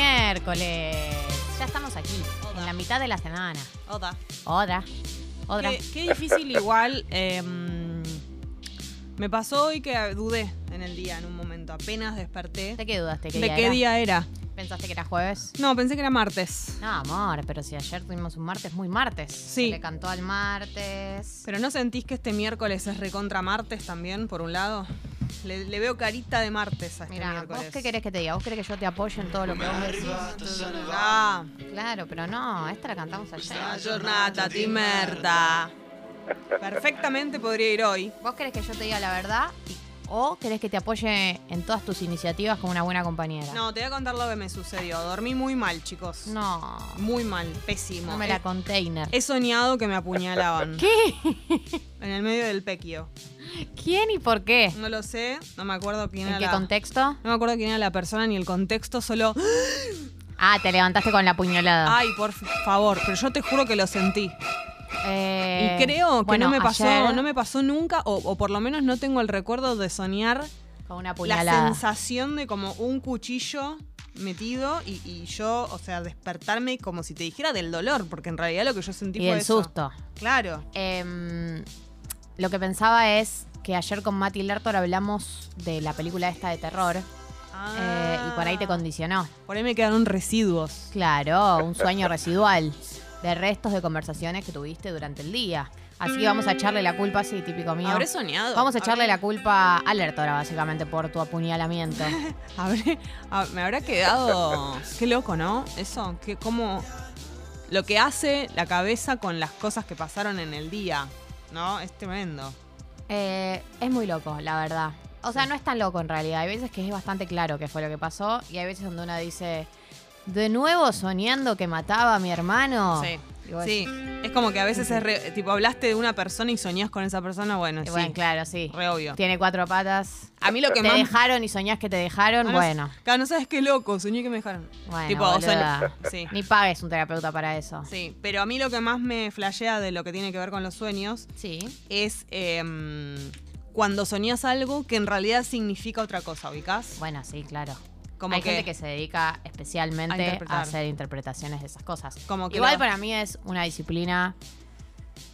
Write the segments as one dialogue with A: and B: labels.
A: miércoles. Ya estamos aquí, en la mitad de la semana.
B: Oda.
A: Otra, otra.
B: Qué, qué difícil igual. eh, me pasó hoy que dudé en el día en un momento. Apenas desperté.
A: ¿De qué dudaste? ¿Qué
B: ¿De
A: día
B: qué
A: era?
B: día era?
A: ¿Pensaste que era jueves?
B: No, pensé que era martes.
A: No, amor, pero si ayer tuvimos un martes muy martes.
B: Sí.
A: Se le cantó al martes.
B: ¿Pero no sentís que este miércoles es recontra martes también, por un lado? Le, le veo carita de martes a este
A: Mira,
B: miércoles.
A: ¿vos qué querés que te diga? ¿Vos querés que yo te apoye en todo lo que vos decís?
B: Ah,
A: Claro, pero no, esta la cantamos ayer.
B: giornata di merda. Perfectamente podría ir hoy.
A: ¿Vos querés que yo te diga la verdad? Y- ¿O querés que te apoye en todas tus iniciativas como una buena compañera?
B: No, te voy a contar lo que me sucedió. Dormí muy mal, chicos.
A: No,
B: Muy mal, pésimo. Eh,
A: no me la container.
B: He soñado que me apuñalaban.
A: ¿Qué?
B: En el medio del pequio.
A: ¿Quién y por qué?
B: No lo sé, no me acuerdo quién
A: ¿En
B: era
A: qué
B: la...
A: contexto?
B: No me acuerdo quién era la persona ni el contexto, solo...
A: Ah, te levantaste con la puñalada.
B: Ay, por favor, pero yo te juro que lo sentí.
A: Eh,
B: Y creo que
A: bueno,
B: no me pasó,
A: ayer,
B: no me pasó nunca, o, o por lo menos no tengo el recuerdo de soñar
A: Con una
B: la
A: puñalada.
B: sensación de como un cuchillo metido y, y yo, o sea, despertarme como si te dijera del dolor, porque en realidad lo que yo sentí
A: Y
B: fue
A: el
B: eso.
A: susto.
B: Claro.
A: Em, lo que pensaba es que ayer con Mati Lertor hablamos de la película esta de terror eh, y por ahí te condicionó.
B: Ah, Por ahí me quedaron residuos.
A: Claro, un sueño residual de restos de conversaciones que tuviste durante el día. Así que vamos a echarle la culpa, sí, típico mío.
B: Habré soñado.
A: Vamos a echarle
B: Habré-
A: la culpa a Lertora, básicamente, por tu apuñalamiento.
B: Habré- ah, me habrá quedado. Qué loco, ¿no? Eso, que como. Lo que hace la cabeza con las cosas que pasaron en el día, ¿no? Es tremendo.
A: Eh, es muy loco, la verdad. O sea, no es tan loco en realidad. Hay veces que es bastante claro qué fue lo que pasó y hay veces donde una dice, de nuevo soñando que mataba a mi hermano.
B: Sí.
A: Y vos-
B: Sí. Es como que a veces es re- tipo, hablaste de una persona y soñás con esa persona, bueno,
A: Y
B: sí.
A: Bueno, claro, sí.
B: Re obvio.
A: Tiene cuatro patas.
B: A mí lo que
A: Te
B: más.
A: dejaron y soñás que te dejaron.
B: Ah, no-
A: bueno,
B: Claro, no sabes qué loco, soñé que me dejaron.
A: bueno.
B: tipo, o sea,
A: boluda.
B: sí.
A: Ni pagues un terapeuta para eso.
B: Sí, pero a mí lo que más me flashea de lo que tiene que ver con los sueños
A: Sí.
B: es em, cuando soñás algo que en realidad significa otra cosa, ¿ubicás?
A: Bueno, sí, claro.
B: Como
A: Hay
B: que,
A: gente que se dedica
B: A
A: especialmente a,
B: interpretar.
A: hacer interpretaciones de esas cosas.
B: Como que
A: Igual
B: la-
A: para mí es una disciplina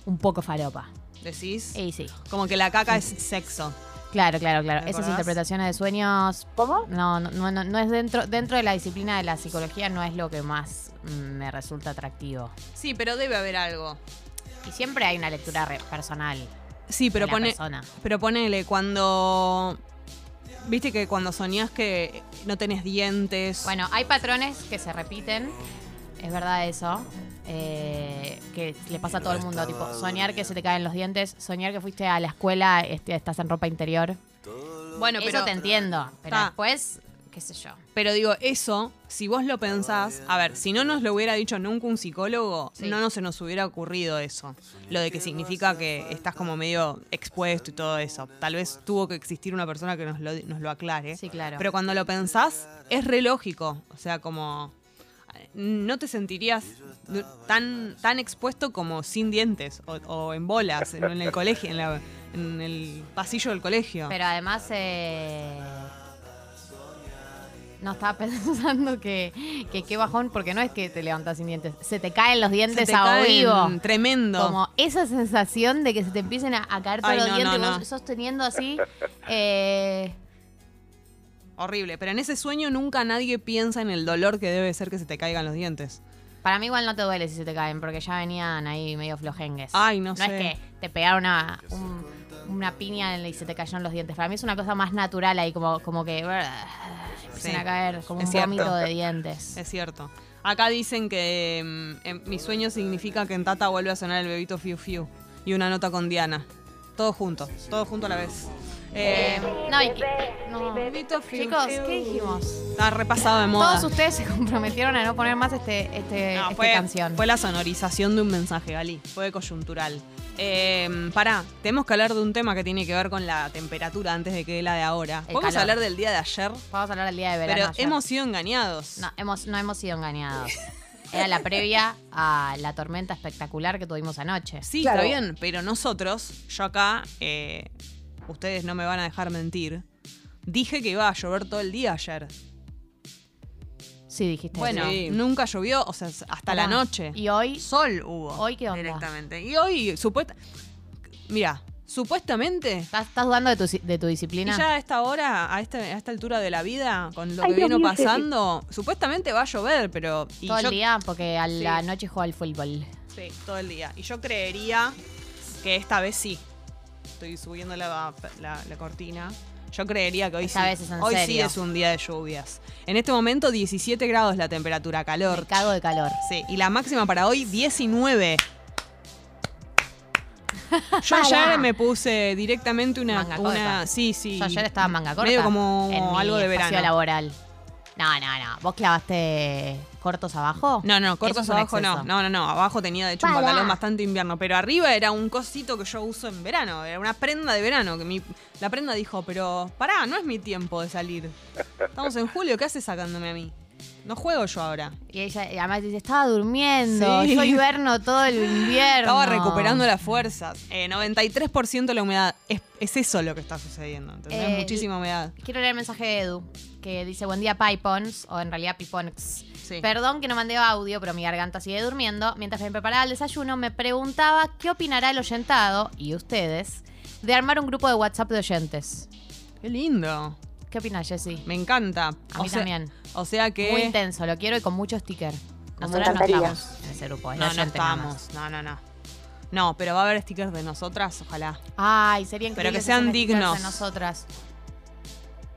A: un poco faropa.
B: decís,
A: Y sí. Eh,
B: como que la caca es sexo.
A: Claro, claro, claro.
B: ¿Me
A: Esas
B: acordás?
A: interpretaciones de sueños. ¿Cómo? No, no, no, no- no es dentro, dentro de la disciplina de la psicología, no es lo que más mm, me resulta atractivo.
B: Sí, pero debe haber algo.
A: Y siempre hay una lectura re- personal
B: Sí, pero
A: de la
B: pone,
A: persona.
B: pero ponele cuando viste que cuando soñás que no tenés dientes.
A: Bueno, hay patrones que se repiten, es verdad eso, eh, que le pasa a todo el mundo, tipo soñar que se te caen los dientes, soñar que fuiste a la escuela, este, estás en ropa interior.
B: Bueno,
A: eso te entiendo, pero
B: Ah.
A: después, qué sé yo.
B: Pero digo, eso, si vos lo pensás, a ver, si no nos lo hubiera dicho nunca un psicólogo,
A: Sí.
B: no nos se nos hubiera ocurrido eso. Lo de que significa que estás como medio expuesto y todo eso. Tal vez tuvo que existir una persona que nos lo, nos lo aclare.
A: Sí, claro.
B: Pero cuando lo pensás, es re lógico. O sea, como eh, no te sentirías tan, tan expuesto como sin dientes o, o en bolas, en, en el colegio, en, la- en el pasillo del colegio.
A: Pero además, eh, no estaba pensando que, que qué bajón, porque no es que te levantas sin dientes, se te caen los
B: Se
A: dientes
B: te
A: a
B: caen
A: vivo.
B: Tremendo.
A: Como esa sensación de que se te empiecen a, a caer todos
B: Ay,
A: los
B: no,
A: dientes,
B: no,
A: vos
B: no.
A: sosteniendo así. eh,
B: Horrible, pero en ese sueño nunca nadie piensa en el dolor que debe ser que se te caigan los dientes.
A: Para mí igual no te duele si se te caen, porque ya venían ahí medio flojengues.
B: Ay, no
A: No
B: sé.
A: es que te pegaron una, un- una piña en- y se te cayeron los dientes. Para mí es una cosa más natural ahí, como, como que... Empiezan a caer como
B: Es
A: un
B: cierto.
A: vómito de dientes.
B: Es cierto. Acá dicen que mm, en- mi sueño significa que en Tata vuelve a sonar el bebito Fiu Fiu y una nota con Diana. Todo junto, todo junto a la vez. Eh,
A: Eh, no, y- no.
B: bebito Fiu
A: Chicos,
B: Fiu.
A: ¿qué dijimos?
B: Está repasado de moda.
A: Todos ustedes se comprometieron a no poner más este, este,
B: No,
A: esta
B: fue,
A: canción.
B: fue la sonorización de un mensaje, Gali. Fue coyuntural. Eh, pará, tenemos que hablar de un tema que tiene que ver con la temperatura antes de que dé la de ahora.
A: El
B: ¿Podemos
A: calor.
B: hablar del día de ayer?
A: Vamos a hablar del día de verano.
B: Pero
A: ayer.
B: hemos sido engañados.
A: No hemos, no hemos sido engañados. Era la previa a la tormenta espectacular que tuvimos anoche.
B: Sí, está bien, pero nosotros, yo acá, eh, ustedes no me van a dejar mentir, dije que iba a llover todo el día ayer.
A: Sí, dijiste.
B: Bueno,
A: eso.
C: Sí.
B: nunca llovió, o sea, hasta la
A: Pará.
B: noche.
A: Y hoy,
B: Sol hubo.
A: Hoy, ¿qué onda?
B: Directamente. Y hoy, supuesta. Mira, supuestamente.
A: ¿estás, estás dudando de tu, si- de tu
B: Y
A: disciplina?
B: ya a esta hora, a esta, a esta altura de la vida, con lo
D: Ay,
B: que
D: Dios
B: vino
D: mío, sí, sí.
B: pasando, supuestamente va a llover, pero. y
A: Todo
B: yo-
A: el día, porque a la
B: Sí.
A: noche juega al fútbol.
B: Sí, todo el día. Y yo creería que esta vez sí. Estoy subiendo la, la- la cortina. Yo creería que hoy
A: Esta
B: sí.
A: vez es en
B: hoy sí
A: serio.
B: es un día de lluvias. En este momento 17 grados la temperatura,
A: Me
B: calor.
A: cago de calor.
B: Sí, y la máxima para hoy 19. Yo ayer
A: Pará.
B: me puse directamente una,
A: Manga
B: una
A: corta.
B: sí, sí.
A: Yo ayer estaba manga corta.
B: Medio como
A: en mi
B: algo de
A: espacio
B: verano.
A: laboral. No, no, no. ¿Vos clavaste cortos abajo?
B: No, no,
A: Eso
B: cortos
A: es un
B: abajo no.
A: exceso.
B: No, no, no. Abajo tenía de hecho un
D: Pará.
B: pantalón bastante invierno. Pero arriba era un cosito que yo uso en verano. Era una prenda de verano. que mi, La prenda dijo, pero pará, no es mi tiempo de salir. Estamos en julio, ¿qué haces sacándome a mí? No juego yo ahora.
A: Y ella y además dice, estaba durmiendo.
B: Sí.
A: Yo hiberno todo el invierno.
B: Estaba recuperando las fuerzas. Eh, 93% la humedad. Es, es eso lo que está sucediendo. ¿entendés?
A: Eh,
B: Muchísima humedad.
A: Quiero leer el mensaje de Edu, que dice, buen día, Pipons, o en realidad Pipons.
B: Sí.
A: Perdón que no mandé audio, pero mi garganta sigue durmiendo. Mientras me preparaba el desayuno, me preguntaba qué opinará el oyentado, y ustedes, de armar un grupo de WhatsApp de oyentes.
B: Qué lindo.
A: ¿Qué opinas, Jessy?
B: Me encanta.
A: A mí
B: o sea,
A: también.
B: O sea que.
A: Muy intenso, lo quiero y con mucho sticker.
D: Me
A: Nosotras no
D: encantaría.
A: estamos en ese grupo. es de
B: no, no
A: oyentes nada más.
B: estamos. No, no, no. No, pero va a haber stickers de nosotras, ojalá.
A: Ay, sería
B: Pero
A: increíble.
B: que sean
A: hacen stickers
B: dignos.
A: de nosotras.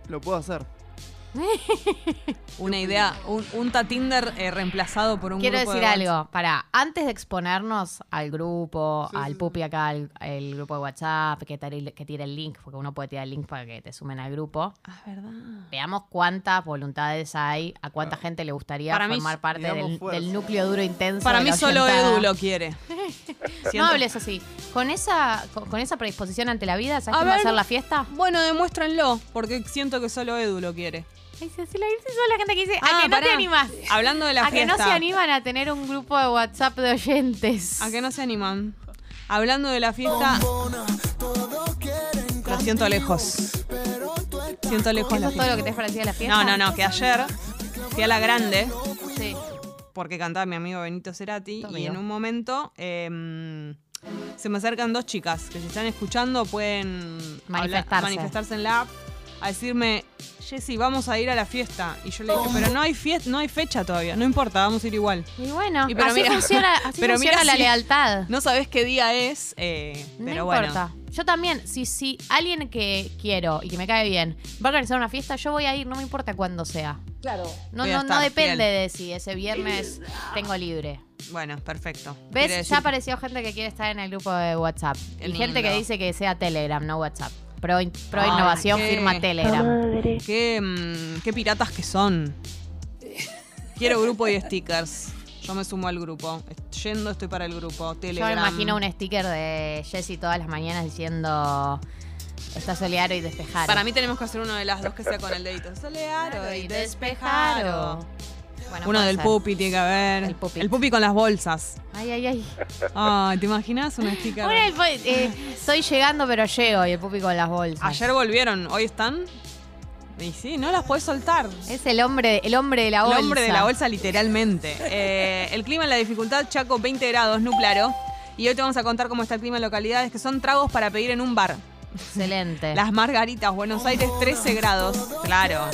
C: Lo puedo hacer.
B: Una idea, un, un Tatinder eh, reemplazado por un
A: Quiero
B: grupo
A: decir
B: de WhatsApp.
A: algo, para, antes de exponernos al grupo,
C: Sí,
A: al
C: sí,
A: pupi acá, al el grupo de WhatsApp, que, tare- que tire el link, porque uno puede tirar el link para que te sumen al grupo,
B: Ah, es verdad.
A: veamos cuántas voluntades hay, a cuánta gente le gustaría
B: Para mí,
A: formar parte
C: digamos,
A: del,
C: fuerza.
A: del núcleo duro intenso.
B: Para
A: de
B: mí
A: la
B: solo
A: oyentada.
B: Edu lo quiere.
A: No
B: Siento-
A: hables así. Con esa, con, con esa predisposición ante la vida, ¿sabes
B: A
A: qué va a
B: ver.
A: ser la fiesta?
B: Bueno, demuéstrenlo, porque siento que solo Edu lo quiere.
A: Ay, sí, sí, la, sí, son la gente que dice,
B: Ah,
A: a que no
B: pará.
A: te animas.
B: Hablando de la
A: A que
B: fiesta.
A: no se animan a tener un grupo de WhatsApp de oyentes.
B: ¿A que no se animan? Hablando de la fiesta. Lo siento lejos. Siento lejos
A: ¿Eso
B: la
A: es todo lo
B: fiesta.
A: que te parecía la fiesta?
B: No, no, no, que ayer fui a la grande
A: Sí.
B: porque cantaba mi amigo Benito Cerati
A: Tu
B: y en
A: amigo.
B: un momento eh, se me acercan dos chicas que si están escuchando pueden hablar-
A: Manifestarse.
B: manifestarse en la app a decirme, Jessy, vamos a ir a la fiesta. Y yo le dije, pero no hay fiesta, no hay fecha todavía, no importa, vamos a ir igual.
A: Y bueno,
B: Y pero
A: así
B: mira-
A: funciona, así
B: pero
A: funciona
B: mira
A: la
B: si-
A: lealtad.
B: No sabes qué día es, eh,
A: No
B: pero
A: importa.
B: bueno.
A: Yo también, si, si alguien que quiero y que me cae bien va a organizar una fiesta, yo voy a ir, no me importa cuándo sea.
D: Claro.
A: No,
B: Voy a
A: no, no
B: estar
A: depende
B: fiel.
A: de si ese viernes tengo libre.
B: Bueno, perfecto. Quiere
A: ¿Ves?
B: decir-
A: Ya apareció gente que quiere estar en el grupo de WhatsApp.
B: Qué
A: y gente que
B: lindo.
A: dice que sea Telegram, no WhatsApp. Pro, Pro
B: Ay,
A: Innovación
B: qué-
A: firma Telegram.
D: Madre.
B: Qué, mm, qué piratas que son. Quiero grupo y stickers. Yo me sumo al grupo. Yendo estoy para el grupo.
A: Yo
B: Telegram.
A: me imagino un sticker de Jessy todas las mañanas diciendo está soleado y despejado.
B: Para mí tenemos que hacer uno de las dos que sea con el dedito. Solearo y despejaro.
A: Bueno,
B: Uno
A: puede
B: del
A: ser.
B: pupi tiene que haber.
A: El pupi.
B: con las bolsas.
A: Ay, ay, ay.
B: Ay, ¿te imaginas un sticker?
A: Uno del pu- eh, estoy llegando, pero llego. Y el pupi con las bolsas.
B: Ayer volvieron, hoy están. Y sí, no las puedes soltar.
A: Es el hombre, el hombre de la
B: El
A: bolsa.
B: hombre de la bolsa, literalmente. Eh, el clima en la dificultad, Chaco, 20 grados, nublaro. Y hoy te vamos a contar cómo está el clima en localidades que son tragos para pedir en un bar.
A: Excelente.
B: Las Margaritas, Buenos Aires, 13 grados. Claro.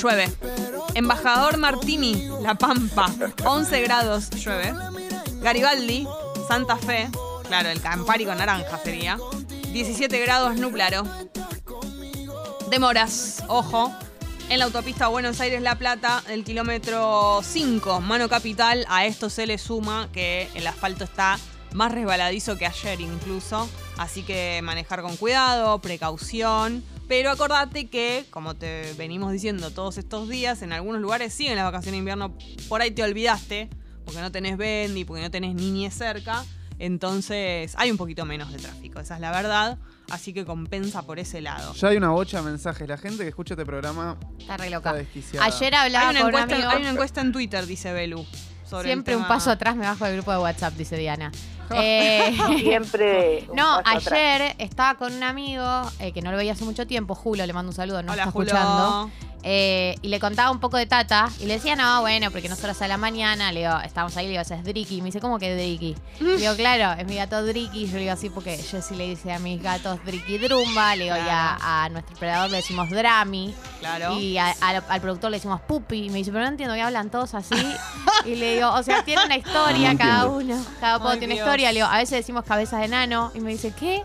B: Llueve. Embajador Martini, La Pampa, 11 grados, llueve. Garibaldi, Santa Fe, claro, el Campari con naranja sería. 17 grados, nublaro. Demoras, ojo. En la autopista Buenos Aires-La Plata, el kilómetro 5, mano capital, a esto se le suma que el asfalto está más resbaladizo que ayer incluso. Así que manejar con cuidado, precaución. Pero acordate que, como te venimos diciendo todos estos días, en algunos lugares siguen las vacaciones de invierno. Por ahí te olvidaste, porque no tenés Bendy, porque no tenés niñez cerca. Entonces hay un poquito menos de tráfico, esa es la verdad. Así que compensa por ese lado.
C: Ya hay una bocha de mensajes. La gente que escucha este programa
A: Está re
C: está
A: loca.
C: desquiciada.
A: Ayer
B: Hay
A: hablaba
B: una,
A: con un
B: encuesta,
A: amigo.
B: hay una encuesta en Twitter, dice Belu. sobre el
A: Siempre un
B: tema.
A: paso atrás me bajo del grupo de WhatsApp, dice Diana. Eh,
D: Siempre. un
A: No,
D: paso atrás.
A: ayer estaba con un amigo eh, que no lo veía hace mucho tiempo, Julio, le mando un saludo, no
B: Hola,
A: está
B: Julo.
A: escuchando. Eh, y le contaba un poco de Tata. Y le decía, no, bueno, porque nosotros a la mañana, le digo, estábamos ahí, le digo, ese es Driki. Me dice, ¿cómo que Driki? Le digo, claro, es mi gato Driki. Yo le digo así porque yo sí le dice a mis gatos Driki Drumba. Le digo, y a, a nuestro operador le decimos Drami.
B: Claro.
A: Y a- al- al productor le decimos Pupi. Y me dice, pero no entiendo que hablan todos así. y le digo, o sea, tiene una historia
D: No
A: cada
D: entiendo.
A: uno. Cada poco
B: Ay,
A: tiene
B: Dios.
A: historia. Le digo, a veces decimos cabezas de enano. Y me dice, ¿qué?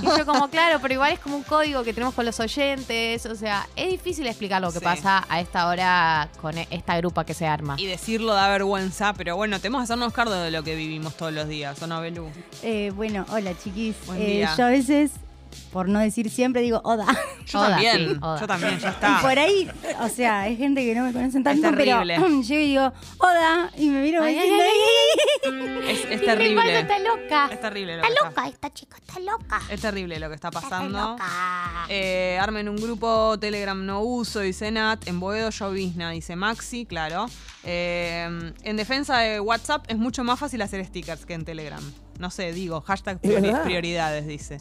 A: Y yo como, claro, pero igual es como un código que tenemos con los oyentes. O sea, es difícil explicar lo que
B: Sí.
A: pasa a esta hora con e- esta grupa que se arma.
B: Y decirlo da vergüenza, pero bueno, tenemos que hacernos cargo de lo que vivimos todos los días, ¿o no, Belú?
E: Eh, bueno, hola chiquis.
B: Buen
E: Eh,
B: día.
E: yo a veces, por no decir siempre, digo Oda.
B: Yo
A: Oda,
B: también,
A: sí, Oda.
B: yo también, ya
E: Y
B: está.
E: por ahí, o sea, hay gente que no me conocen tanto, pero
B: terrible.
E: llego y digo Oda y me miro
A: Ay,
E: diciendo,
A: ay,
B: Es, es
A: Mi hermano
B: terrible.
A: está loca.
B: Es terrible lo que
F: Está
B: está,
F: loca esta chica, está loca.
B: es terrible lo que está
F: Está re
B: pasando.
F: loca.
B: Eh, armen un grupo, Telegram no uso, dice Nat. En Boedo llovizna, dice Maxi, claro. Eh, en defensa de WhatsApp es mucho más fácil hacer stickers que en Telegram. No sé, digo, hashtag
D: Es
B: priori-
D: verdad.
B: prioridades, dice.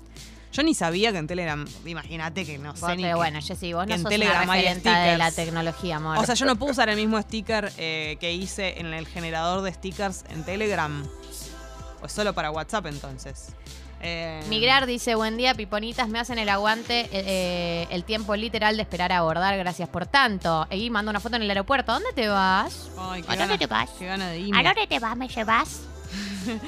B: Yo ni sabía que en Telegram, imagínate que no
A: Vos,
B: sé ni
A: pero
B: que-
A: bueno, Jessy, vos
B: que
A: no
B: en
A: sos
B: Telegram
A: una
B: hay
A: referente de la
B: stickers.
A: tecnología, amor.
B: O sea, yo no puedo usar el mismo sticker eh, que hice en el generador de stickers en Telegram. Pues solo para WhatsApp entonces. Eh,
A: Migrar dice, buen día, piponitas, me hacen el aguante, eh, eh, el tiempo literal de esperar a abordar, gracias por tanto. Y manda una foto en el aeropuerto, ¿dónde te vas?
B: Ay, qué
F: ¿A dónde
B: gana,
F: te vas?
B: qué gana de irme.
F: ¿A dónde te vas? ¿Me llevas?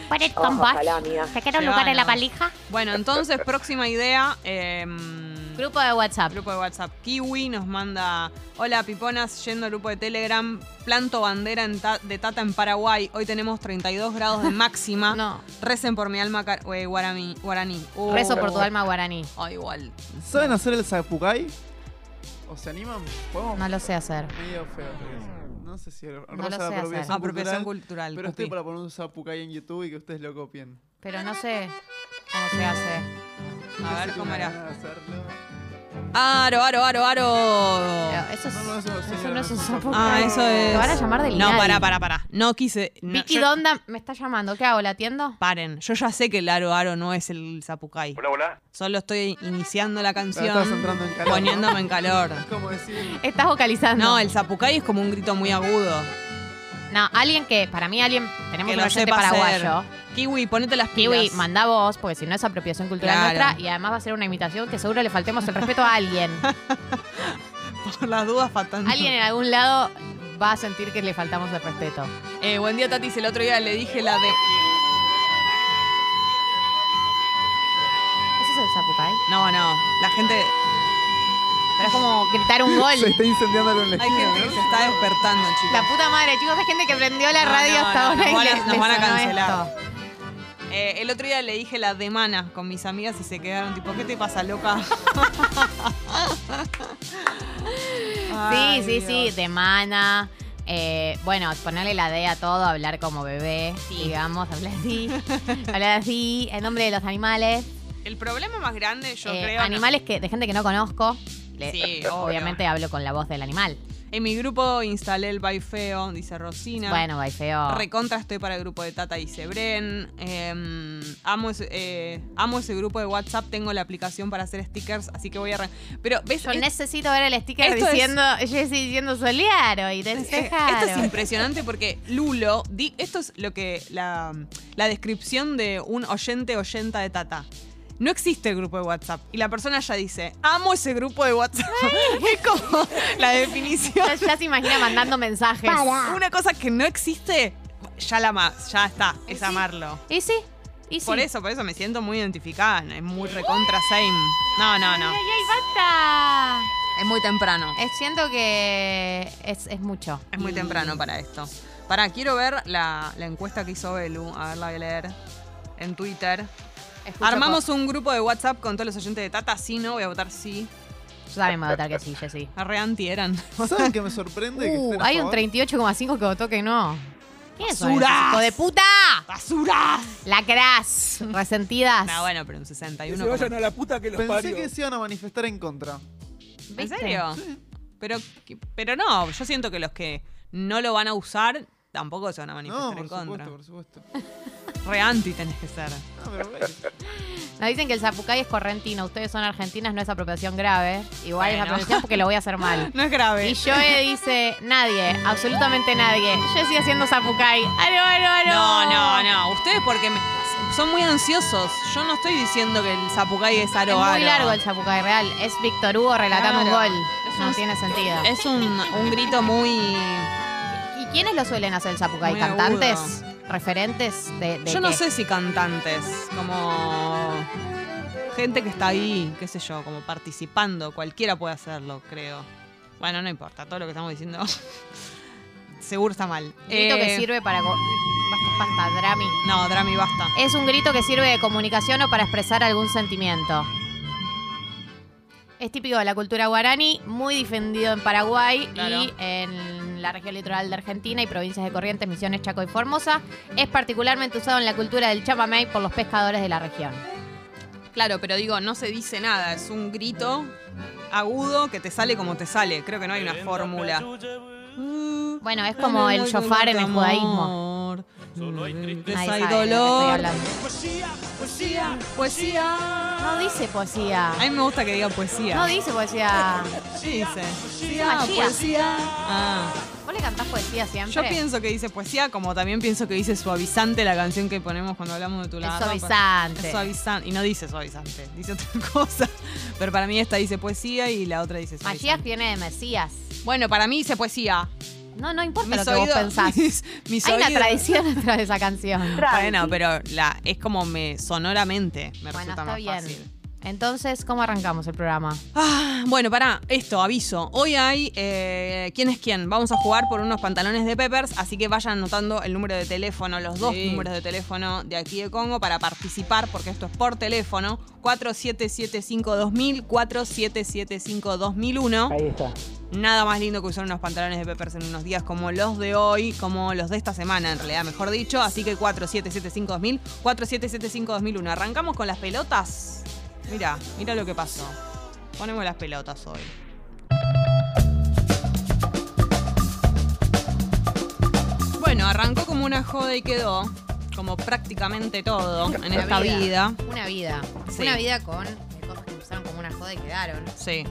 F: ¿Por el
A: Con
F: compás?
A: vos.
F: ¿Te queda un lugar en la
B: Llévanos.
F: valija?
B: Bueno, entonces, próxima idea. em,
A: Grupo de WhatsApp.
B: grupo de WhatsApp Kiwi nos manda. Hola, piponas, yendo al grupo de Telegram. Planto bandera en ta- de Tata en Paraguay. Hoy tenemos 32 grados de máxima.
A: No,
B: Recen por mi alma car- eh, guarami- guaraní. Oh.
A: rezo por tu alma guaraní.
B: Ah, igual.
C: ¿Saben hacer el sapucay? ¿O se animan? ¿Podemos?
A: No lo sé hacer.
C: Medio feo. pero eso. No sé si rosa
A: lo sé
C: la
A: hacer.
C: apropiación,
B: Apropiación Ah,
C: cultural,
B: cultural.
C: Pero estoy
B: Pupi.
C: para poner un sapucay en YouTube y que ustedes lo copien.
A: Pero no sé cómo se hace.
B: A ver
C: Tengo
B: cómo era.
C: ganas de hacerlo.
B: Aro, aro, aro,
A: Pero
B: aro.
A: Eh, eso, es-
C: No, no, eso,
A: eso
C: señora,
A: no es un
C: no es un
A: sapo.
B: Ah, eso es.
A: Te van a llamar del
B: No,
A: INADI.
B: pará, pará, pará. No quise. no,
A: Vicky
B: yo-
A: Donda me está llamando. ¿Qué hago? ¿La atiendo?
B: Paren, yo ya sé que el aro aro no es el zapucay.
G: Hola, hola.
B: Solo estoy iniciando la
C: Pero Estás
B: canción,
C: entrando en calor.
B: poniéndome en calor.
C: ¿no? Es como decir.
A: Estás vocalizando.
B: No, el zapucay es como un grito muy agudo.
A: No, alguien que, para mí alguien, tenemos un
B: Que lo
A: oyente
B: sepa hacer.
A: paraguayo.
B: Kiwi, ponete las pilas.
A: Kiwi, manda vos, porque si no es apropiación cultural
B: Claro.
A: nuestra. Y además va a ser una imitación que seguro le faltemos el respeto a alguien.
B: Por las dudas faltando.
A: alguien en algún lado va a sentir que le faltamos el respeto.
B: Eh, buen día, Tatis. El otro día le dije la de.
A: Ese es el zapucay.
B: No, no. La gente.
A: Pero es como gritar un gol.
C: Se está incendiando algo en la
B: Hay
C: esquina,
B: gente que
C: ¿no?
B: se está despertando, chicos.
A: La puta madre, chicos, hay gente que prendió la
B: No,
A: radio
B: no,
A: hasta
B: no,
A: ahora
B: nos
A: y
B: van a-
A: le-
B: nos
A: le
B: van a
A: sonó
B: cancelar.
A: esto.
B: Eh, el otro día le dije la de mana con mis amigas y se quedaron tipo, ¿qué te pasa, loca? Ay,
A: Sí, sí, sí,
B: Dios.
A: de mana. Eh, bueno, ponerle la D a todo, hablar como bebé, digamos, hablar así, hablar así, en nombre de los animales,
B: El problema más grande, yo
A: Eh,
B: creo.
A: animales que de gente que no conozco, le-
B: Sí,
A: obviamente hablo con la voz del animal.
B: En mi grupo instalé el baifeo, dice Rosina.
A: Bueno, va feo.
B: Recontra estoy para el grupo de Tata, dice Bren. Eh, amo, ese, eh, amo ese grupo de WhatsApp, tengo la aplicación para hacer stickers, así que voy a... arran- Pero, ¿ves?
A: Yo
B: Es-
A: necesito ver el sticker
B: esto es-
A: diciendo, Jessy diciendo solearo y
B: Eh,
A: despejaro.
B: Esto es impresionante porque Lulo, di- esto es lo que la, la descripción de un oyente oyenta de Tata. No existe el grupo de WhatsApp. Y la persona ya dice, amo ese grupo de WhatsApp. es como la definición.
A: ya, ya se imagina mandando mensajes.
F: Para.
B: Una cosa que no existe, ya la amas, ya está, es
A: Sí.
B: amarlo.
A: Y sí, y sí.
B: Por eso, por eso me siento muy identificada. Es muy recontra same. No, no, no.
A: Ay, ay, basta.
B: Es muy temprano.
A: Eh, siento que es, es mucho.
B: Es muy
A: Y-
B: temprano para esto. Para, quiero ver la, la encuesta que hizo Belu. A ver, la voy a leer. En Twitter.
A: escucho
B: Armamos un grupo de WhatsApp con todos los oyentes de Tata. Sí, no, voy a votar sí.
A: po- Yo también me voy a votar que sí, Jessy.
B: Arre anti eran.
C: ¿Saben que me sorprende? que
A: Uh,
C: estén a
A: hay un
C: favor?
A: 38,5 que votó que no. ¿Quién es
B: ¡Basurás!
A: ¡Hijo de puta!
B: ¡Basura!
A: ¡Lacras! Resentidas.
B: No, bueno, pero un
D: Que
B: 61.
D: se vayan a la puta que los
C: Pensé
D: parió.
C: que se iban a manifestar en contra.
B: ¿En serio? Pero, pero no, yo siento que los que no lo van a usar tampoco se van a manifestar
C: No,
B: en
C: por
B: contra.
C: supuesto, por supuesto.
B: Re anti tenés que ser.
C: No, pero bueno.
A: Nos dicen que el zapucay es correntino. Ustedes son argentinas, no es apropiación grave. Igual es
B: Bueno.
A: apropiación porque lo voy a hacer mal.
B: No es grave.
A: Y Joe dice, nadie, absolutamente nadie. Yo sigo haciendo zapucay. ¡Aro, aro, aro!
B: No, no, no. Ustedes porque me- son muy ansiosos. Yo no estoy diciendo que el zapucay es aro
A: es muy
B: aro.
A: largo el zapucay real. Es Víctor Hugo relatando
B: Claro.
A: un gol.
B: Es
A: no
B: un-
A: tiene sentido.
B: Es un, un grito muy...
A: ¿Y quiénes lo suelen hacer el zapucay?
B: Muy
A: ¿Cantantes? ¿Referentes? De, de
B: Yo no
A: qué?
B: sé si cantantes, como gente que está ahí, qué sé yo, como participando. Cualquiera puede hacerlo, creo. Bueno, no importa, todo lo que estamos diciendo seguro está mal.
A: Grito
B: Eh,
A: que sirve para... go- Basta, basta, Drami.
B: No, Drami, basta.
A: Es un grito que sirve de comunicación o para expresar algún sentimiento. Es típico de la cultura guaraní, muy difundido en Paraguay
B: Claro.
A: y en la región litoral de Argentina y provincias de Corrientes, Misiones, Chaco y Formosa. Es particularmente usado en la cultura del chamamé por los pescadores de la región.
B: Claro, pero digo, no se dice nada, es un grito agudo que te sale como te sale. Creo que no hay una fórmula. Uh,
A: Bueno, es como el shofar en el judaísmo.
B: Solo hay
A: Ahí
B: tristeza
A: sabe de lo
B: y
A: que estoy
B: dolor.
A: hablando.
B: Poesía, poesía.
A: No dice poesía.
B: A mí me gusta que diga poesía.
A: No dice poesía.
B: ¿Qué dice?
A: Poesía, poesía.
B: Ah.
A: ¿Vos le cantás poesía siempre?
B: Yo pienso que dice poesía, como también pienso que dice suavizante la canción que ponemos cuando hablamos de tu
A: Es
B: lado.
A: suavizante.
B: Es suavizante. Y no dice suavizante, dice otra cosa. Pero para mí esta dice poesía y la otra dice suavizante.
A: Magías viene de Mesías.
B: Bueno, para mí dice poesía.
A: No, no importa
B: Mis
A: lo que vos
B: oídos-
A: pensás.
B: mis- mis
A: Hay una
B: oídos-
A: tradición detrás de esa canción.
B: Bueno, pero la, es como me sonoramente me
A: Bueno,
B: resulta
A: está
B: más
A: bien.
B: fácil.
A: Entonces, ¿cómo arrancamos el programa?
B: Ah, bueno, pará, esto, aviso. Hoy hay eh, quién es quién. Vamos a jugar por unos pantalones de Peppers, así que vayan anotando el número de teléfono, los dos
C: Sí.
B: números de teléfono de aquí de Congo para participar, porque esto es por teléfono. 4775-2000, 4775-2001. Ahí está. Nada más lindo que usar unos pantalones de Peppers en unos días como los de hoy, como los de esta semana, en realidad, mejor dicho. Así que 4775-2000, 4775-2001. Arrancamos con las pelotas. Mira, mira lo que pasó. Ponemos las pelotas hoy. Bueno, arrancó como una joda y quedó, como prácticamente todo en
A: Una
B: esta vida.
A: Una vida.
B: Sí.
A: Una vida con eh, cosas que empezaron como una joda y quedaron.
B: Sí.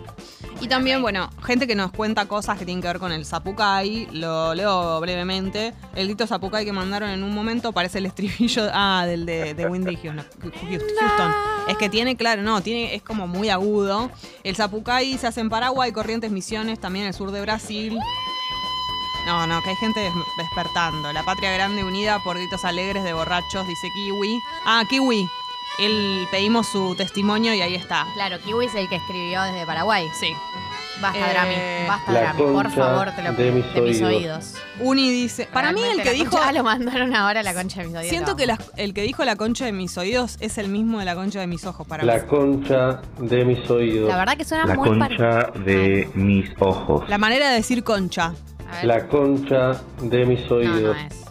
B: Y también, bueno, gente que nos cuenta cosas que tienen que ver con el zapucay. Lo leo brevemente. El grito zapucay que mandaron en un momento parece el estribillo ah, del de, de Windy Houston. Houston. Es que tiene, claro, no, tiene, es como muy agudo. El zapucay se hace en Paraguay, Corrientes, Misiones, también en el sur de Brasil. No, no, que hay gente des- despertando. La patria grande unida por gritos alegres de borrachos, dice Kiwi. Ah, Kiwi. Él pedimos su testimonio y ahí está.
A: Claro, Kiwi es el que escribió desde Paraguay.
B: Sí.
A: Basta,
B: Eh,
A: Drami. Basta,
D: La
A: Drami. Por
D: concha
A: favor, te lo
D: de mis
A: oídos.
D: oídos.
B: Uni dice. Para mí el
A: Realmente
B: que
A: la
B: dijo.
A: concha- Ah, lo mandaron ahora a la concha de mis oídos.
B: Siento que las- el que dijo la concha de mis oídos es el mismo de la concha de mis ojos para
D: La
B: mí.
D: concha de mis oídos.
A: La verdad que suena
G: La
A: muy
G: concha
A: pare-
G: de mis ojos.
B: La manera de decir concha.
A: A ver.
D: La concha de mis
A: No, no
D: oídos.
A: es.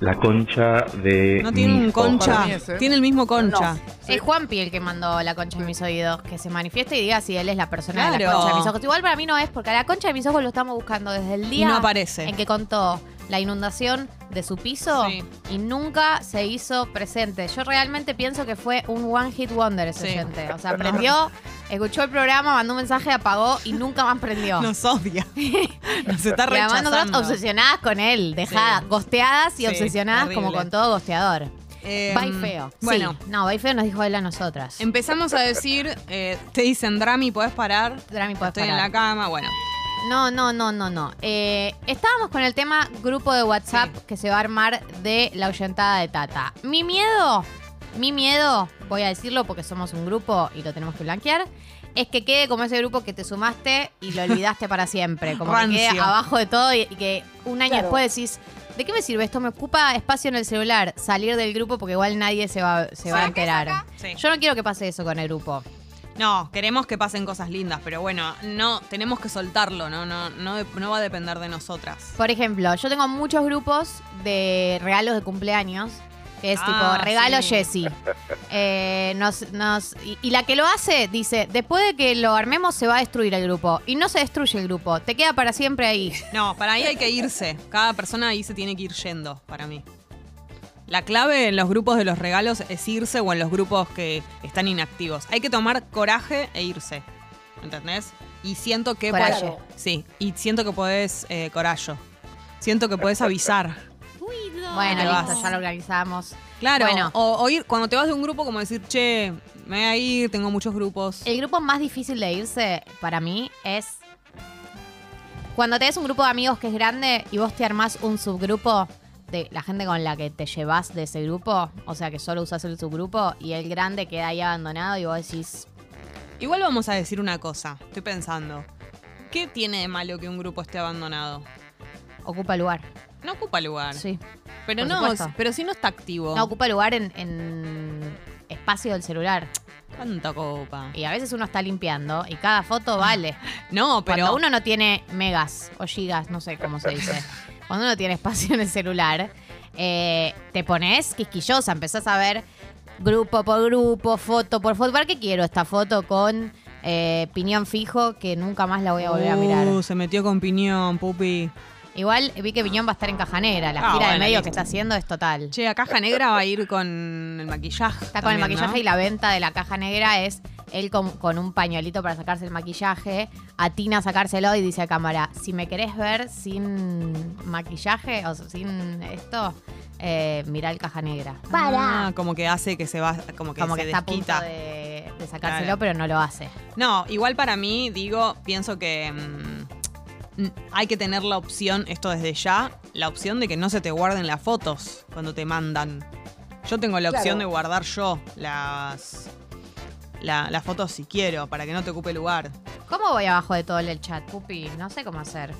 G: La concha de
B: No tiene
G: mis
B: un concha.
C: Para mí es, ¿eh?
B: Tiene el mismo concha.
A: Es Juanpi el que mandó la concha de mis oídos, que se manifieste y diga si él es la persona de la
B: Claro.
A: concha de mis ojos. Igual para mí no es, porque a la concha de mis ojos lo estamos buscando desde el día
B: Y no aparece.
A: en que contó la inundación de su piso
B: Sí.
A: y nunca se hizo presente. Yo realmente pienso que fue un one hit wonder ese
B: Sí.
A: oyente. O sea, prendió, escuchó el programa, mandó un mensaje, apagó y nunca más prendió.
B: Nos odia. Nos está
A: y además
B: rechazando.
A: nosotros obsesionadas con él, dejadas,
B: Sí.
A: gosteadas y
B: Sí,
A: obsesionadas como
B: terrible.
A: con todo gosteador.
B: Eh,
A: Va y feo.
B: Bueno, Em,
A: Sí. No, va y feo nos dijo él a nosotras.
B: empezamos a decir. eh, te dicen, Drami, ¿podés parar?
A: Drami, podés
B: Estoy en
A: parar.
B: la cama. Bueno,
A: No, no, no, no, no. Eh, estábamos con el tema grupo de WhatsApp que se va a armar de la ahuyentada de Tata. Mi miedo, mi miedo, voy a decirlo porque somos un grupo y lo tenemos que blanquear, es que quede como ese grupo que te sumaste y lo olvidaste para siempre. Como que quede
B: Rancio.
A: abajo de todo y, y que un año después decís, ¿de qué me sirve esto? Me ocupa espacio en el celular, salir del grupo porque igual nadie se va, se va a enterar.
B: sí.
A: Yo no quiero que pase eso con el grupo.
B: No, queremos que pasen cosas lindas, pero bueno, no, tenemos que soltarlo, no, no, no, no va a depender de nosotras.
A: Por ejemplo, yo tengo muchos grupos de regalos de cumpleaños, que es
B: Ah,
A: tipo regalo
B: sí.
A: Jessie. Eh, nos, nos- y, y la que lo hace dice, después de que lo armemos se va a destruir el grupo. Y no se destruye el grupo, te queda para siempre ahí.
B: No, para mí hay que irse. Cada persona ahí se tiene que ir yendo, para mí. La clave en los grupos de los regalos es irse o en los grupos que están inactivos. Hay que tomar coraje e irse. ¿Entendés? Y siento que.
A: Coraje.
B: podés- Sí, y siento que podés. Eh, corallo. Siento que podés avisar.
A: Bueno,
B: Te
A: listo,
B: vas.
A: ya lo organizamos.
B: Claro.
A: Bueno.
B: O, o ir, cuando te vas de un grupo, como decir, che, me voy a ir, tengo muchos grupos.
A: El grupo más difícil de irse para mí es cuando tenés un grupo de amigos que es grande y vos te armás un subgrupo de la gente con la que te llevas de ese grupo, o sea que solo usás el subgrupo y el grande queda ahí abandonado y vos decís,
B: Igual vamos a decir una cosa. Estoy pensando. ¿Qué tiene de malo que un grupo esté abandonado?
A: ocupa lugar.
B: No ocupa lugar.
A: Sí.
B: Pero
A: por
B: no,
A: supuesto.
B: pero si no está activo.
A: No ocupa lugar en, en espacio del celular.
B: ¿Cuánto ocupa?
A: Y a veces uno está limpiando y cada foto vale.
B: No, pero.
A: Cuando uno no tiene megas o gigas, no sé cómo se dice. Cuando uno tiene espacio en el celular, eh, te pones quisquillosa, empezás a ver grupo por grupo, foto por foto. ¿Para qué quiero esta foto con eh, piñón fijo que nunca más la voy a volver a mirar?
B: Uh, se metió con piñón, pupi.
A: Igual vi que Piñón va a estar en Cajanera. La
B: Ah,
A: gira de
B: bueno,
A: medio
B: listo.
A: que está haciendo es total.
B: Che, a Caja Negra va a ir con el maquillaje.
A: Está con el
B: también,
A: maquillaje
B: ¿no?
A: y la venta de la caja negra es él con, con un pañuelito para sacarse el maquillaje, atina a sacárselo y dice a cámara, si me querés ver sin maquillaje o sin esto, eh, mirá el caja negra.
F: Para.
B: Ah, como que hace que se va, como que
A: Como
B: se
A: que está a punto
B: desquita.
A: de, de sacárselo,
B: Claro.
A: pero no lo hace.
B: No, igual para mí, digo, pienso que mm, mm, hay que tener la opción, esto desde ya, la opción de que no se te guarden las fotos cuando te mandan. Yo tengo la opción de guardar yo las, la- las fotos si quiero, para que no te ocupe lugar.
A: ¿Cómo voy abajo de todo el chat, Pupi? No sé cómo hacer.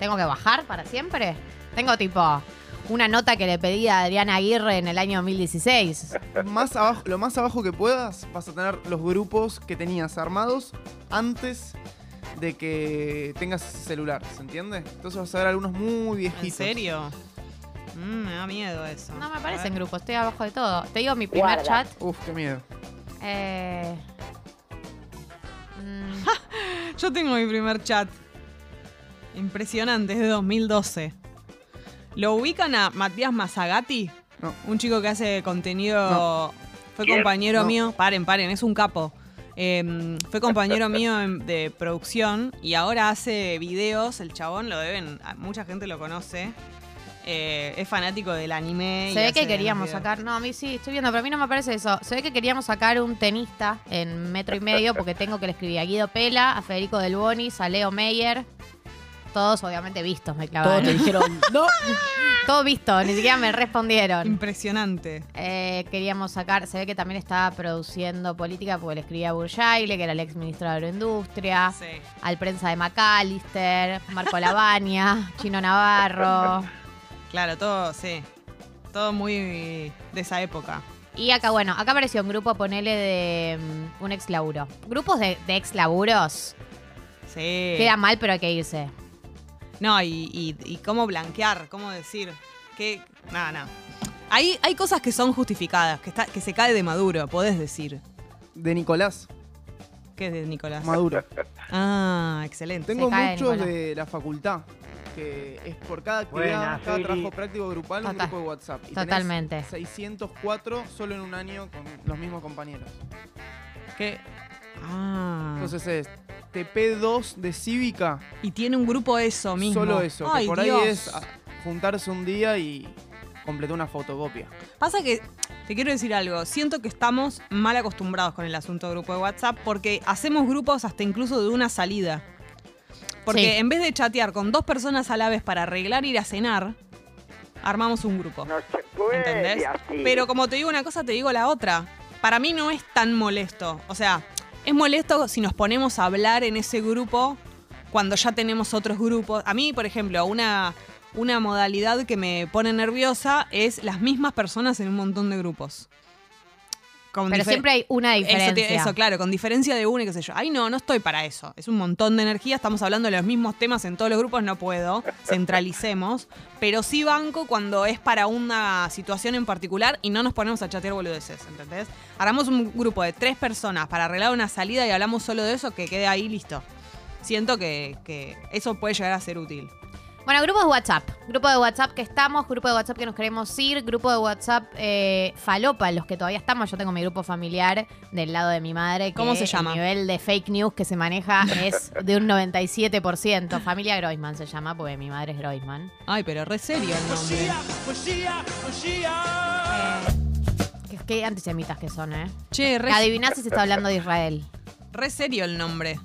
A: ¿Tengo que bajar para siempre? Tengo tipo una nota que le pedí a Adriana Aguirre en el año 2016.
C: Más abajo, lo más abajo que puedas, vas a tener los grupos que tenías armados antes de que tengas celular, ¿se entiende? Entonces vas a ver algunos muy viejitos.
B: ¿En serio? Mm, me da miedo eso.
A: No me
B: A
A: aparecen
B: ver.
A: grupos, estoy abajo de todo. Te digo mi primer
H: Guarda.
A: chat.
C: Uf, qué miedo.
A: Eh, mm,
B: Yo tengo mi primer chat. Impresionante, es de 2012. ¿Lo ubican a Matías Mazagati?
C: No.
B: Un chico que hace contenido. Fue
G: ¿Quién?
B: compañero
C: No.
B: mío. Paren, paren, es un capo. Eh, fue compañero mío en- de producción y ahora hace videos. El chabón lo deben. a- Mucha gente lo conoce. Eh, es fanático del anime. y
A: se ve
B: hace
A: que queríamos
B: videos.
A: sacar. No, a mí sí, estoy viendo, pero a mí no me aparece eso. Se ve que queríamos sacar un tenista en metro y medio porque tengo que le escribí a Guido Pela, a Federico Del Bonis, a Leo Meyer. Todos, obviamente, vistos me
H: Todos te
A: clavaron.
H: dijeron, no.
A: Todo visto, ni siquiera me respondieron.
B: Impresionante.
A: Eh, queríamos sacar, se ve que también estaba produciendo política porque le escribí a Burjaile, que era el ex ministro de Agroindustria.
B: Sí.
A: al prensa de McAllister, Marco Labaña, Chino Navarro.
B: Claro, todo, sí. Todo muy de esa época.
A: Y acá, bueno, acá apareció un grupo, ponele, de mm, un ex laburo. Grupos de, de ex laburos.
B: Sí.
A: Queda mal, pero hay que irse.
B: No, y, y- y cómo blanquear, cómo decir. Que. Nada, nada. Hay, hay cosas que son justificadas, que, está, que se cae de Maduro, podés decir.
C: De Nicolás,
B: ¿Qué es de Nicolás?
C: Maduro.
B: Ah, excelente.
C: Tengo
A: cae
C: muchos
A: Nicolás.
C: de la facultad, que es por cada actividad,
D: Buenas,
C: cada
D: Feli.
C: trabajo práctico grupal, un
A: Total-
C: grupo de WhatsApp. Y tenés
A: Totalmente.
C: 604 solo en un año con los mismos compañeros.
B: ¿Qué? Ah.
C: Entonces es TP2 de Cívica,
B: y tiene un grupo eso mismo.
C: solo eso.
B: Ay,
C: que por
B: Dios.
C: ahí es a- juntarse un día y completar una fotocopia.
B: Pasa que. Te quiero decir algo, siento que estamos mal acostumbrados con el asunto de grupo de WhatsApp porque hacemos grupos hasta incluso de una salida. Porque
A: Sí.
B: en vez de chatear con dos personas a la vez para arreglar ir a cenar, armamos un grupo.
H: No se puede
B: ¿Entendés?
H: así.
B: Pero como te digo una cosa, te digo la otra. Para mí no es tan molesto. O sea, es molesto si nos ponemos a hablar en ese grupo cuando ya tenemos otros grupos. A mí, por ejemplo, una, una modalidad que me pone nerviosa es las mismas personas en un montón de grupos. Con
A: Pero
B: difer-
A: siempre hay una
B: Eso te-
A: diferencia.
B: Eso, claro, con diferencia de uno y qué sé yo. Ay, no, no estoy para eso. Es un montón de energía, estamos hablando de los mismos temas en todos los grupos, no puedo. Centralicemos. Pero sí banco cuando es para una situación en particular y no nos ponemos a chatear boludeces, ¿entendés? Armamos un grupo de tres personas para arreglar una salida y hablamos solo de eso, que quede ahí listo. Siento que, que eso puede llegar a ser útil.
A: Bueno, grupo de WhatsApp. Grupo de WhatsApp que estamos, grupo de WhatsApp que nos queremos ir, grupo de WhatsApp eh, falopa, los que todavía estamos. Yo tengo mi grupo familiar del lado de mi madre. que
B: ¿Cómo se llama?
A: El nivel de fake news que se maneja es de un 97%. Familia Groisman se llama, porque mi madre es Groisman.
B: Ay, pero re serio el nombre.
A: Qué, qué antisemitas que son, ¿eh?
B: Che, re,
A: Adivinás si se está hablando de Israel.
B: re serio el nombre.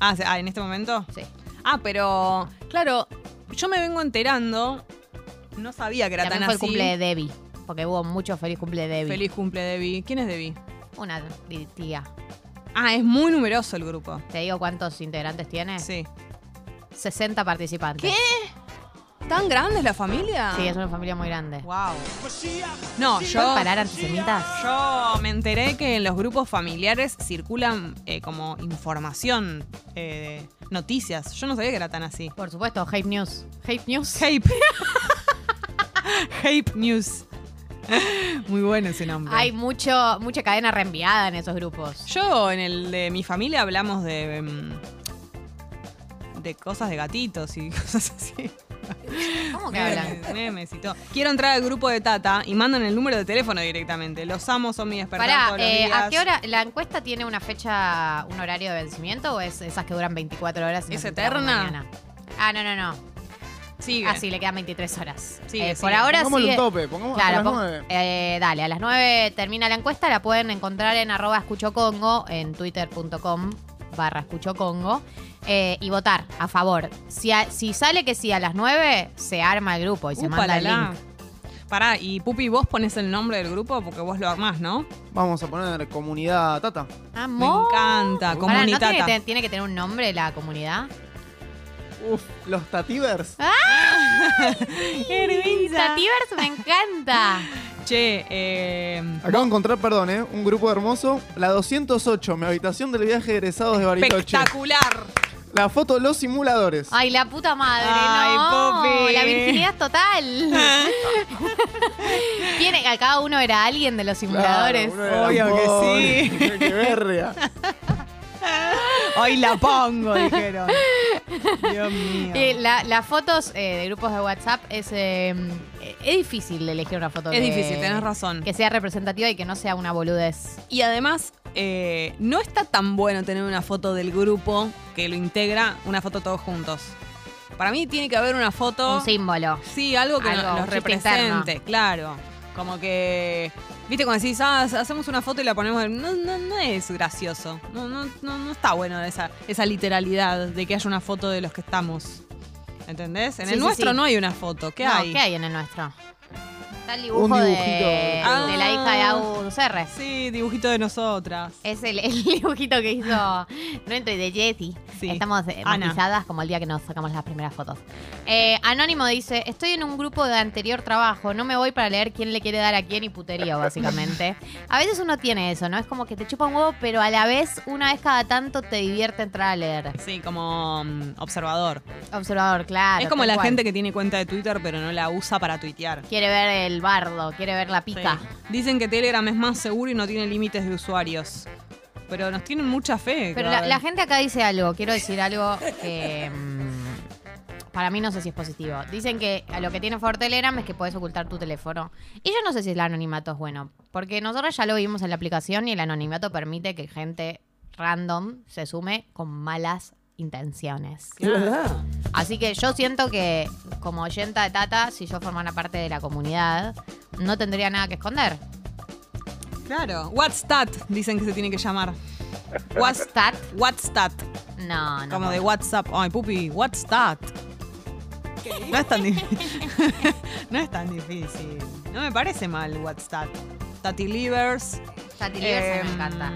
B: Ah, se- ah, ¿en este momento?
A: Sí.
B: Ah, pero claro, yo me vengo enterando. No sabía que era
A: También
B: tan
A: fue
B: así.
A: el cumple de Debbie. Porque hubo mucho feliz cumple de Debbie.
B: Feliz cumple, Debbie. ¿Quién es Debbie?
A: Una di- tía.
B: Ah, es muy numeroso el grupo.
A: ¿Te digo cuántos integrantes tiene?
B: Sí.
A: 60 participantes.
B: ¿Tan grande es la familia?
A: Sí, es una familia muy grande.
B: Wow. No, yo.
A: ¿Pueden parar antisemitas?
B: Yo me enteré que en los grupos familiares circulan eh, como información, eh, noticias. Yo no sabía que era tan así.
A: Por supuesto, Hate News. Hate News.
B: Hype. Hype News. Muy bueno ese nombre.
A: Hay mucho, mucha cadena reenviada en esos grupos.
B: Yo en el de mi familia hablamos de. em, de cosas de gatitos y cosas así.
A: ¿Cómo que hablan?
B: Memes, memes y todo. Quiero entrar al grupo de Tata y mandan el número de teléfono directamente. Los amo, son mi despertar
A: Pará,
B: todos los
A: eh, ¿a
B: días.
A: qué hora? ¿La encuesta tiene una fecha, un horario de vencimiento o es esas que duran 24 horas? y
B: ¿Es
A: nos enteramos
B: eterna?
A: mañana? Ah, no, no, no.
B: Sigue.
A: Ah, sí, le quedan 23 horas.
B: Sigue,
A: Eh, por
B: sigue.
A: ahora
C: Pongámosle
A: sigue.
C: un tope, pongamos a las
A: pon-
C: nueve.
A: eh, dale, a las 9 termina la encuesta, la pueden encontrar en arroba escuchocongo, en twitter.com barra escuchocongo, eh, y votar a favor. Si, a- si sale que sí a las 9, se arma el grupo y
B: Uh,
A: se manda el
B: Upalala.
A: link.
B: Pará, y Pupi, vos pones el nombre del grupo porque vos lo armás, ¿no?
C: Vamos a poner comunidad tata.
A: Amor.
B: Me encanta,
A: Pará, ¿no
B: comunitata.
A: tiene, que te- tiene que tener un nombre la comunidad?
C: Uf, los tativers.
A: Ah. Tativers me encanta.
B: Che, eh,
C: Acabo de encontrar, perdón, ¿eh? un grupo hermoso. La 208, mi habitación del viaje de egresados de Bariloche.
B: espectacular.
C: La foto Los Simuladores.
A: Ay, la puta madre,
B: Ay,
A: no.
B: Poppy.
A: La virginidad es total. Tiene, a cada uno era alguien de los simuladores.
B: Obvio que sí.
C: Qué verga.
B: Hoy la pongo, dijeron. Dios mío.
A: Eh, la- las fotos eh, de grupos de WhatsApp es eh, es difícil elegir una foto
B: Es
A: que-
B: difícil, tenés razón.
A: que sea representativa y que no sea una boludez.
B: Y además, eh, no está tan bueno tener una foto del grupo que lo integra, una foto todos juntos. Para mí tiene que haber una foto.
A: Un símbolo.
B: Sí, algo que
A: Algo,
B: no-
A: un
B: los
A: chiste
B: represente,
A: interno.
B: claro. Como que, viste, cuando decís, ah, hacemos una foto y la ponemos. No, no, no es gracioso. No, no, no, no está bueno esa, esa literalidad de que haya una foto de los que estamos. ¿Entendés? En
A: Sí,
B: el
A: sí,
B: nuestro
A: sí.
B: no hay una foto. ¿Qué
A: No,
B: hay?
A: ¿Qué hay en el nuestro? Está el dibujo de,
C: dibujito.
A: de la hija de
B: Ah.
A: Agus R.
B: Sí, dibujito de nosotras.
A: Es el, el dibujito que hizo no y de Jetty.
B: Sí.
A: Estamos eh,
B: Ana.
A: matizadas como el día que nos sacamos las primeras fotos. Eh, Anónimo dice, estoy en un grupo de anterior trabajo, no me voy para leer quién le quiere dar a quién y puterío, básicamente. a veces uno tiene eso, ¿no? Es como que te chupa un huevo, pero a la vez, una vez cada tanto, te divierte entrar a leer.
B: Sí, como mm, observador.
A: Observador, claro.
B: es como
A: tal
B: la
A: cual.
B: gente que tiene cuenta de Twitter pero no la usa para tuitear.
A: Quiere ver el bardo, quiere ver la pica.
B: Sí. Dicen que Telegram es más seguro y no tiene límites de usuarios. Pero nos tienen mucha fe. que
A: Pero
B: va a
A: la,
B: haber.
A: la gente acá dice algo, quiero decir algo que mm, para mí no sé si es positivo. Dicen que a lo que tiene favor Telegram es que podés ocultar tu teléfono. Y yo no sé si el anonimato es bueno, porque nosotros ya lo vimos en la aplicación y el anonimato permite que gente random se sume con malas intenciones. Así que yo siento que como oyenta de Tata, si yo formara parte de la comunidad, no tendría nada que esconder.
B: Claro. What's that? Dicen que se tiene que llamar. What's,
A: ¿Tat?
B: what's that?
A: Ah, No, no.
B: Como de WhatsApp. Ay, pupi, what's that? No es tan difícil. no es tan difícil. No me parece mal what's that. Tati Livers.
A: Satiriverse me
B: em,
A: encanta.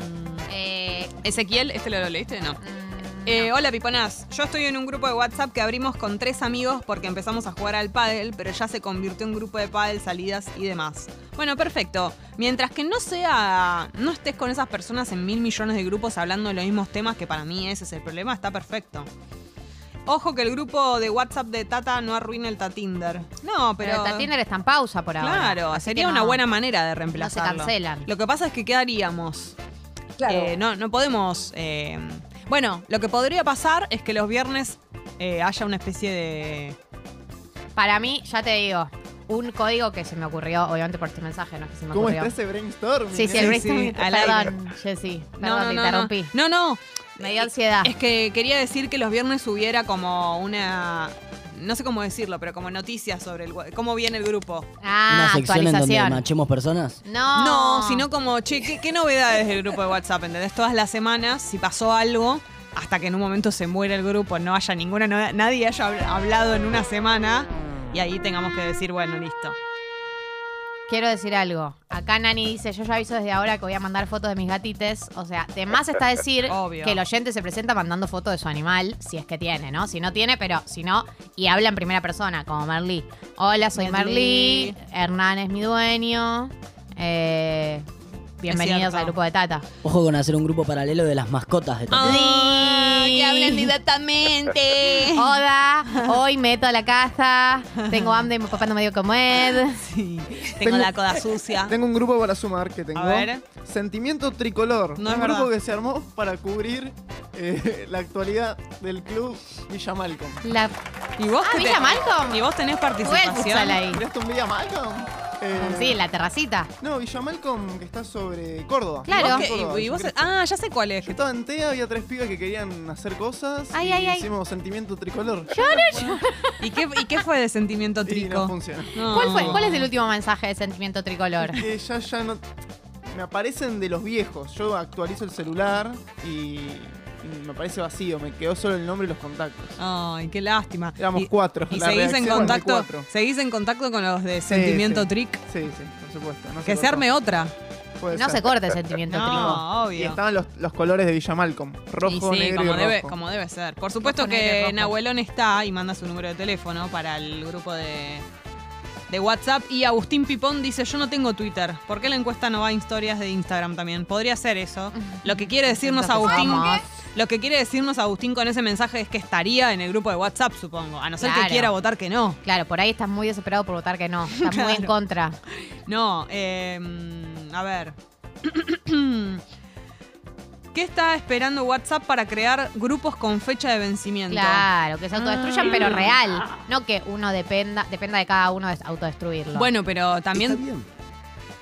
A: Eh,
B: Ezequiel, ¿este lo, lo leíste? No.
A: mm,
B: Eh, hola Piponás, yo estoy en un grupo de WhatsApp que abrimos con tres amigos porque empezamos a jugar al pádel, pero ya se convirtió en grupo de pádel, salidas y demás. Bueno, perfecto. Mientras que no sea, no estés con esas personas en mil millones de grupos hablando de los mismos temas, que para mí ese es el problema, está perfecto. Ojo que el grupo de WhatsApp de Tata no arruina el Tatinder. No, pero...
A: Pero, Tinder está en pausa por ahora.
B: Claro,
A: Así
B: sería
A: que
B: una
A: no.
B: buena manera de reemplazarlo.
A: cancelan.
B: Lo que pasa es que quedaríamos. Eh, no, no podemos. eh, bueno, lo que podría pasar es que los viernes eh, haya una especie de
A: Para mí, ya te digo, un código que se me ocurrió, obviamente por este mensaje, no es que se me
C: ¿Cómo
A: ocurrió.
C: está ese brainstorming?
A: Sí, sí, el
C: eh?
B: Sí, sí,
A: brainstorming.
B: al
A: perdón, Jessy. Perdón,
B: No, no,
A: te
B: no, no.
A: interrumpí. Ah.
B: No, no.
A: Me dio ansiedad.
B: Es que quería decir que los viernes hubiera como una. No sé cómo decirlo, pero como noticias sobre el, gua- cómo viene el grupo.
A: Ah,
H: Una sección en donde
A: actualización.
H: machemos personas.
A: no.
B: No, sino como, che, ¿qué, qué novedades del grupo de WhatsApp? ¿Entendés? Todas las semanas, si pasó algo, hasta que en un momento se muera el grupo, no haya ninguna novedad, nadie haya habl- hablado en una semana, y ahí tengamos que decir, bueno, listo.
A: Quiero decir algo. Acá Nani dice, yo ya aviso desde ahora que voy a mandar fotos de mis gatites. O sea, de más está decir
B: Obvio.
A: que el oyente se presenta mandando fotos de su animal, si es que tiene, ¿no? Si no tiene, pero si no, y habla en primera persona, como Merlí. Hola, soy
B: Merlí.
A: Merlí. Hernán es mi dueño. Eh, bienvenidos
B: cierto.
A: al grupo de Tata.
H: Ojo con hacer un grupo paralelo de las mascotas de Tata.
A: Sí.
B: que hablen directamente.
A: Hola, hoy meto a la casa. Tengo hambre y mi papá no me dio comer.
B: Sí, tengo la coda sucia.
C: Tengo un grupo para sumar que tengo.
B: Ah. A ver.
C: Sentimiento Tricolor.
B: No es
C: un
B: verdad.
C: grupo que se armó para cubrir eh, la actualidad del club Villa Malcolm.
A: La
B: ¿Y vos
A: Ah,
B: qué
A: Villa
B: te-
A: Malcolm.
B: ¿Y vos tenés
A: jugué al futsal
B: participación?
A: ahí.
C: ¿Miraste un Villa Malcolm? Eh,
A: Sí, la terracita.
C: No, Villa Malcolm que está sobre Córdoba.
A: Claro.
C: Yo
B: ¿Vos qué-
C: Córdoba,
B: y- y
C: yo
B: vos-
C: creo.
B: ah, ya sé cuál es.
C: Yo estaba en TEA, había tres pibas que querían hacer cosas.
A: Ay,
C: y
A: ay, ay.
C: Hicimos sentimiento tricolor.
B: ¿Y qué, y qué fue de sentimiento
C: Y no
B: trico?
C: funciona.
B: No.
A: ¿Cuál, fue, ¿Cuál es el último mensaje de sentimiento tricolor?
C: Que ya, ya no. Me aparecen de los viejos. Yo actualizo el celular y, y me aparece vacío. Me quedó solo el nombre y los contactos.
B: Ay, qué lástima.
C: Éramos
B: Y-
C: cuatro.
B: Y
C: la
B: seguís en,
C: redacción era de
B: contacto,
C: cuatro.
B: seguís en contacto con los de Sentimiento
C: sí.
B: Trick.
C: Sí, sí, por supuesto. No
B: Que se
C: cortó.
B: arme otra.
C: Puede
A: No
C: ser.
A: se corta el sentimiento tricolor.
B: No,
C: Y
B: obvio.
C: estaban los, los colores de Villa Malcolm. Rojo,
B: Y sí,
C: negro
B: como,
C: y
B: debe,
C: rojo.
B: como debe ser. Por supuesto
A: Rojo, negro y
B: que
A: rojo.
B: Nahuelón está y manda su número de teléfono para el grupo de, de WhatsApp. Y Agustín Pipón dice, yo no tengo Twitter. ¿Por qué la encuesta no va a historias de Instagram también? Podría ser eso. Lo que quiere decirnos
A: Entonces,
B: Agustín...
A: vamos.
B: Lo que quiere decirnos Agustín con ese mensaje es que estaría en el grupo de WhatsApp, supongo. A no ser que
A: Claro.
B: quiera votar que no.
A: Claro, por ahí estás muy desesperado por votar que no. Estás muy en
B: Claro.
A: contra.
B: No, eh, a ver. ¿Qué está esperando WhatsApp para crear grupos con fecha de vencimiento?
A: Claro, que se autodestruyan,
B: Ah.
A: pero real. No que uno dependa, dependa de cada uno de autodestruirlo.
B: Bueno, pero
H: Está
B: también.
H: bien.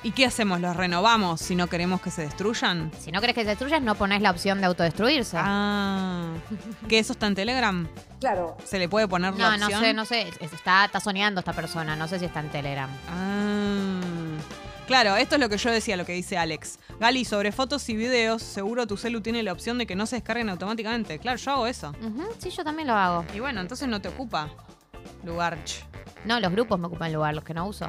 B: ¿Y qué hacemos? ¿Los renovamos si no queremos que se destruyan?
A: Si no crees que se destruyas, no pones la opción de autodestruirse.
B: Ah. ¿Que eso está en Telegram? Claro. ¿Se le puede poner la
A: no, no
B: opción?
A: sé, no sé. Es- Está tazoneando esta persona. No sé si está en Telegram.
B: Ah. Claro, esto es lo que yo decía, lo que dice Alex. Gali, sobre fotos y videos, seguro tu celu tiene la opción de que no se descarguen automáticamente. Claro, yo hago eso.
A: Ujú, sí, yo también lo hago.
B: Y bueno, entonces no te ocupa lugar. ch.
A: No, los grupos me ocupan lugar, los que no uso.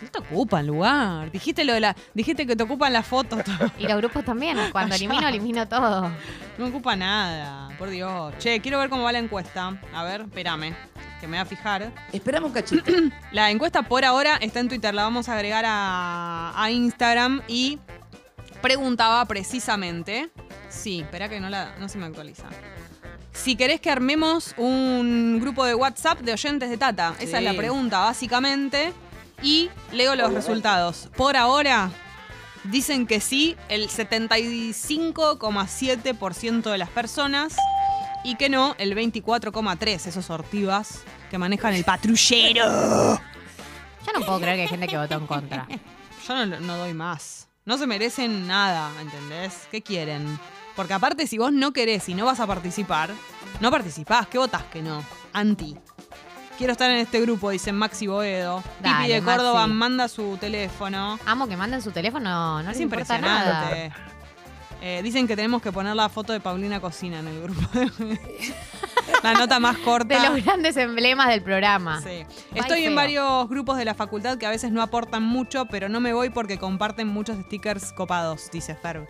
B: No te ocupa lugar. Dijiste lo de la, dijiste que te ocupan las fotos. todo.
A: Y los grupos también. Cuando elimino, elimino todo.
B: No ocupa nada. Por Dios. Che, quiero ver cómo va la encuesta. A ver, espérame. Que me voy a fijar.
I: Esperamos un cachito.
B: La encuesta por ahora está en Twitter. La vamos a agregar a, a Instagram. Y preguntaba precisamente. Sí, espera que no, la, no se me actualiza. Si querés que armemos un grupo de WhatsApp de oyentes de Tata. Esa es la
I: Sí.
B: pregunta, básicamente. Y leo los resultados. Por ahora, dicen que sí, el 75,7% de las personas. Y que no, el 24,3%, esos ortivas que manejan el patrullero.
A: Yo no puedo creer que hay gente que votó en contra.
B: Yo no, lo- no doy más. No se merecen nada, ¿entendés? ¿Qué quieren? Porque aparte, si vos no querés y no vas a participar, no participás. ¿Qué votás que no? Anti. Quiero estar en este grupo, dicen Maxi Boedo. Pipi
A: Dale,
B: de Córdoba
A: Maxi.
B: manda su teléfono.
A: Amo que manden su teléfono, no
B: es
A: les importa nada.
B: impresionante. Eh, dicen que tenemos que poner la foto de Paulina Cocina en el grupo. la nota más corta.
A: De los grandes emblemas del programa.
B: Ah. Sí.
A: Va
B: Estoy
A: y Ah.
B: en
A: feo.
B: varios grupos de la facultad que a veces no aportan mucho, pero no me voy porque comparten muchos stickers copados, dice Ferb.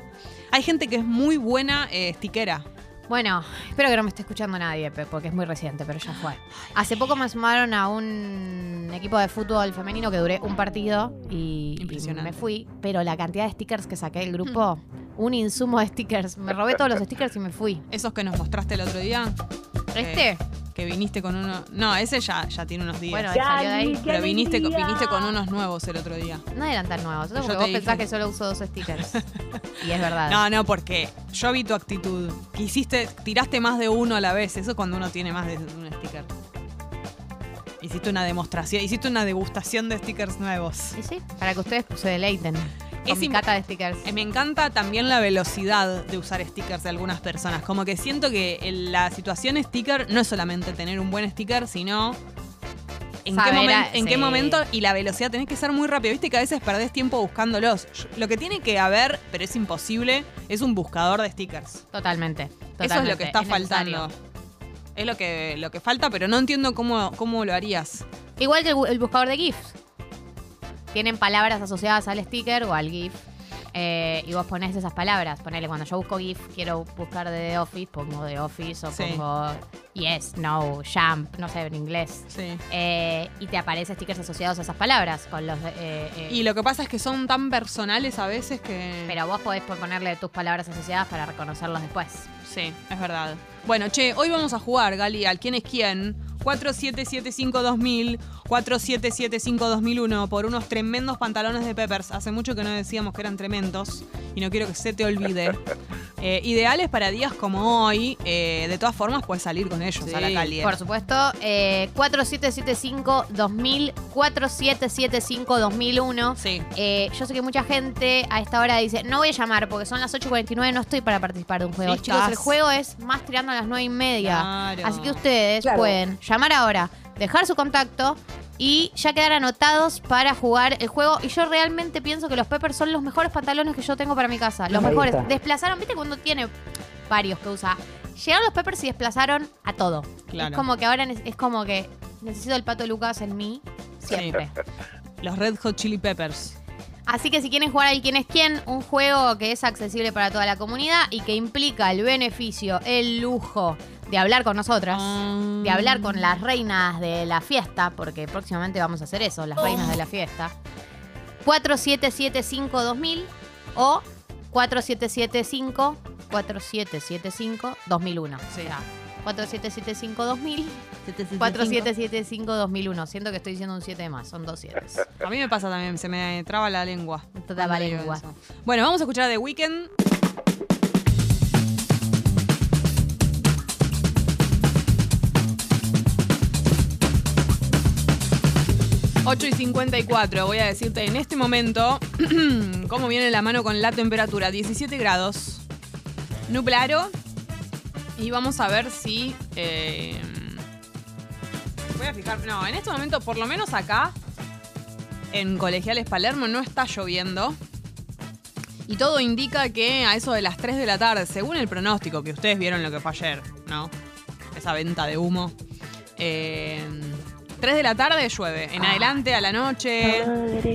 B: Hay gente que es muy buena eh, stickera.
A: Bueno, espero que no me esté escuchando nadie, pe- porque es muy reciente, pero ya fue. Hace poco me sumaron a un equipo de fútbol femenino que duré un partido y, y
B: Impresionante. Hmm.
A: me fui, pero la cantidad de stickers que saqué del grupo, un insumo de stickers. Me robé todos los stickers y me fui.
B: Esos que nos mostraste el otro día, Eh,
A: ¿Este?
B: que viniste con uno. No, ese ya, ya tiene unos días.
A: Bueno, salió de ahí.
B: pero viniste, con- viniste con unos nuevos el otro día.
A: No eran tan nuevos. Eso
B: Yo
A: porque
B: te
A: vos
B: dije.
A: pensás que solo uso dos stickers. y es verdad.
B: No, no, porque yo vi tu actitud. Que hiciste, tiraste más de uno a la vez. Eso es cuando uno tiene más de un sticker. Y Hiciste una demostración, hiciste una degustación de stickers nuevos.
A: Y sí, para que ustedes se deleiten con
B: Es
A: mi
B: imp-
A: cata de stickers.
B: Eh, Me encanta también la velocidad de usar stickers de algunas personas. Como que siento que el- la situación sticker no es solamente tener un buen sticker, sino en, qué,
A: Saber a-
B: momen- en qué
A: sí.
B: momento y la velocidad. Tenés que ser muy rápido. Viste que a veces perdés tiempo buscándolos. Yo- Lo que tiene que haber, pero es imposible, es un buscador de stickers.
A: Totalmente, totalmente.
B: Eso es lo que está
A: necesario.
B: faltando. Es lo que, lo que falta, pero no entiendo cómo, cómo lo harías.
A: Igual que el, bu- el buscador de GIFs. Tienen palabras asociadas al sticker o al GIF. eh, y vos ponés esas palabras. Ponele, cuando yo busco GIF, quiero buscar de The Office, pongo The Office o
B: Sí.
A: pongo Yes, No, Jump, no sé, en inglés.
B: Sí.
A: Eh, y te aparecen stickers asociados a esas palabras con los... eh, eh,
B: Y lo que pasa es que son tan personales a veces que.
A: pero vos podés ponerle tus palabras asociadas para reconocerlos después.
B: Sí, es verdad. Bueno, che, hoy vamos a jugar, Gali, al quién es quién. 4775-2000, 4775-2001, por unos tremendos pantalones de Peppers. Hace mucho que no decíamos que eran tremendos y no quiero que se te olvide. Eh, ideales para días como hoy. eh, de todas formas, puedes salir con ellos a la calle.
A: Por supuesto, eh, 4775-2000, 4775-2001.
B: Sí.
A: Eh, yo sé que mucha gente a esta hora dice, no voy a llamar porque son las 8.49, no estoy para participar de un juego.
B: Sí,
A: Chicos,
B: estás.
A: el juego es más tirando a las 9 y media.
B: Claro.
A: Así que ustedes pueden llamar ahora, dejar su contacto y ya quedar anotados para jugar el juego. Y yo realmente pienso que los Peppers son los mejores pantalones que yo tengo para mi casa. Los mejores. Desplazaron, viste cuando tiene varios que usa. Llegaron los Peppers y desplazaron a todo.
B: Claro.
A: Es como que ahora ne- es como que necesito el pato Lucas en mí siempre.
B: Los Red Hot Chili Peppers.
A: Así que si quieren jugar al quién es quién, un juego que es accesible para toda la comunidad y que implica el beneficio, el lujo de hablar con nosotras,
B: Mm.
A: de hablar con las reinas de la fiesta, porque próximamente vamos a hacer eso, las reinas de la fiesta. 4775-2000 o 4775 4775 2001.
B: Sí.
A: 4775 2000 4775 2001. Siento que estoy diciendo un 7 más, son dos 7.
B: A mí me pasa también, se me traba la lengua.
A: Te traba
B: cuando digo
A: lengua.
B: eso. Bueno, vamos a escuchar The Weeknd. Ocho y 54, voy a decirte en este momento cómo viene la mano con la temperatura. 17 grados, nublaro y vamos a ver si... eh, voy a fijar, no, en este momento por lo menos acá en Colegiales Palermo no está lloviendo. Y todo indica que a eso de las 3 de la tarde, según el pronóstico que ustedes vieron lo que fue ayer, ¿no? Esa venta de humo. Eh, 3 de la tarde llueve, en adelante a la noche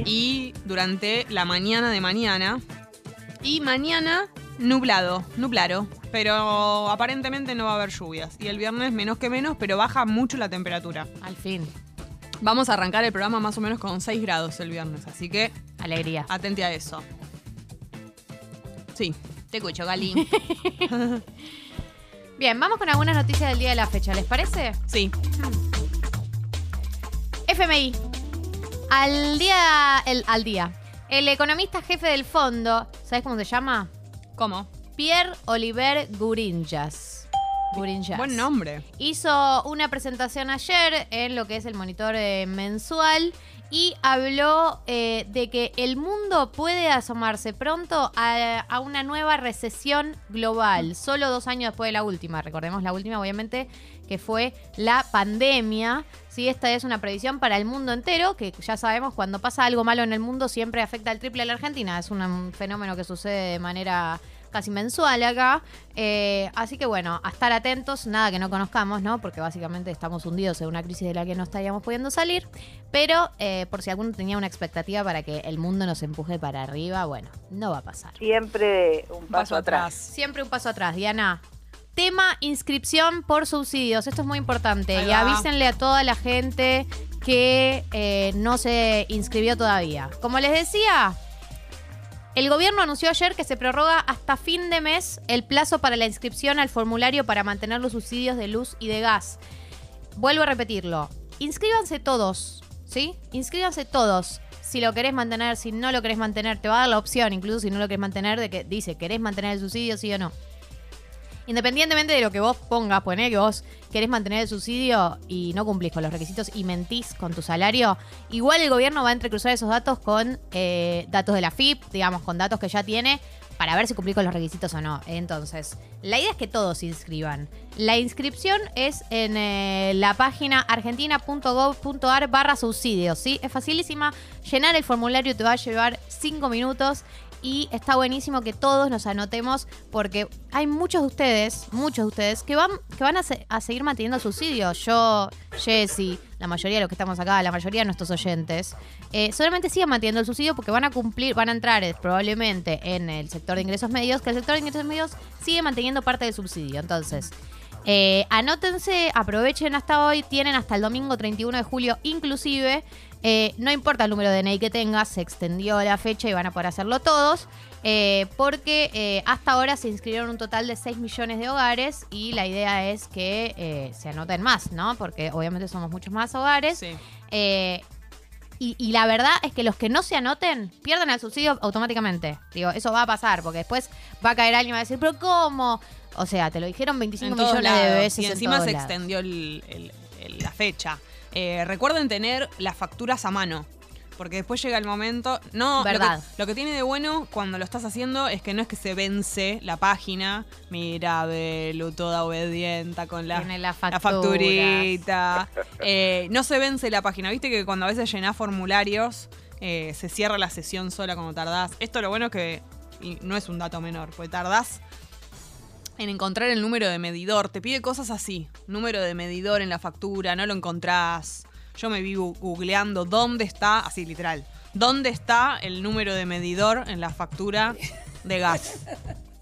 B: y durante la mañana de mañana. Y mañana nublado, nublaro. Pero aparentemente no va a haber lluvias. Y el viernes menos que menos, pero baja mucho la temperatura.
A: Al fin,
B: Vamos a arrancar el programa más o menos con 6 grados el viernes, así que
A: alegría.
B: atente a eso. Sí, te escucho, Gali.
A: Bien, vamos con algunas noticias del día de la fecha, ¿les parece?
B: Sí,
A: FMI. Al día. El, al día. El economista jefe del fondo, ¿sabes cómo se llama?
B: ¿cómo?
A: Pierre Oliver Gurinjas. Gurinjas.
B: Buen nombre.
A: Hizo una presentación ayer en lo que es el monitor eh, mensual y habló eh, de que el mundo puede asomarse pronto a, a una nueva recesión global, solo dos años después de la última. Recordemos la última, obviamente, que fue la pandemia. Sí, esta es una previsión para el mundo entero, que ya sabemos, cuando pasa algo malo en el mundo siempre afecta al triple a la Argentina. Es un, un fenómeno que sucede de manera casi mensual acá. Eh, así que bueno, a estar atentos, nada que no conozcamos, ¿no? Porque básicamente estamos hundidos en una crisis de la que no estaríamos pudiendo salir. Pero eh, por si alguno tenía una expectativa para que el mundo nos empuje para arriba, bueno, no va a pasar.
I: Siempre un paso, atrás.
A: Siempre un paso atrás, Diana. Tema inscripción por subsidios. Esto es muy importante.
B: Ahí
A: Y
B: va.
A: avísenle a toda la gente que eh, no se inscribió todavía. Como les decía, el gobierno anunció ayer que se prorroga hasta fin de mes el plazo para la inscripción al formulario para mantener los subsidios de luz y de gas. Vuelvo a repetirlo. Inscríbanse todos, ¿sí? Inscríbanse todos. Si lo querés mantener, si no lo querés mantener, te va a dar la opción, incluso si no lo querés mantener, de que dice, ¿querés mantener el subsidio, sí o no? Independientemente de lo que vos pongas, poné que vos querés mantener el subsidio y no cumplís con los requisitos y mentís con tu salario, igual el gobierno va a entrecruzar esos datos con eh, datos de la FIP, digamos, con datos que ya tiene para ver si cumplís con los requisitos o no. Entonces, la idea es que todos se inscriban. La inscripción es en eh, la página argentina.gov.ar barra subsidios, ¿sí? Es facilísima. Llenar el formulario te va a llevar 5 minutos y está buenísimo que todos nos anotemos porque hay muchos de ustedes, muchos de ustedes, que van, que van a, se- a seguir manteniendo el subsidio. Yo, Jessy, la mayoría de los que estamos acá, la mayoría de nuestros oyentes, eh, solamente sigan manteniendo el subsidio porque van a cumplir, van a entrar eh, probablemente en el sector de ingresos medios, que el sector de ingresos medios sigue manteniendo parte del subsidio. Entonces, eh, anótense, aprovechen hasta hoy, tienen hasta el domingo 31 de julio inclusive. Eh, no importa el número de DNI que tengas, se extendió la fecha y van a poder hacerlo todos, eh, porque eh, hasta ahora se inscribieron un total de 6 millones de hogares y la idea es que eh, se anoten más, ¿no? Porque obviamente somos muchos más hogares.
B: Sí.
A: Eh, y, y la verdad es que los que no se anoten pierden el subsidio automáticamente. Digo, eso va a pasar, porque después va a caer alguien y va a decir, pero ¿cómo? O sea, te lo dijeron 25
B: En todos
A: millones de
B: lados.
A: veces.
B: Y
A: en
B: encima
A: todos
B: se
A: lados.
B: extendió el- el- el- la fecha. Eh, recuerden tener las facturas a mano. Porque después llega el momento. No, lo que-
A: Verdad.
B: Lo, que, tiene de bueno cuando lo estás haciendo es que no es que se vence la página. Mira, Belu, toda obedienta con la,
A: Tiene las
B: la
A: facturas.
B: facturita. Eh, no se vence la página. Viste que cuando a veces llenás formularios, eh, se cierra la sesión sola cuando tardás. Esto lo bueno es que y no es un dato menor, porque tardás en encontrar el número de medidor. Te pide cosas así. Número de medidor en la factura, no lo encontrás. Yo me vi gu- googleando dónde está, así literal, dónde está el número de medidor en la factura de gas.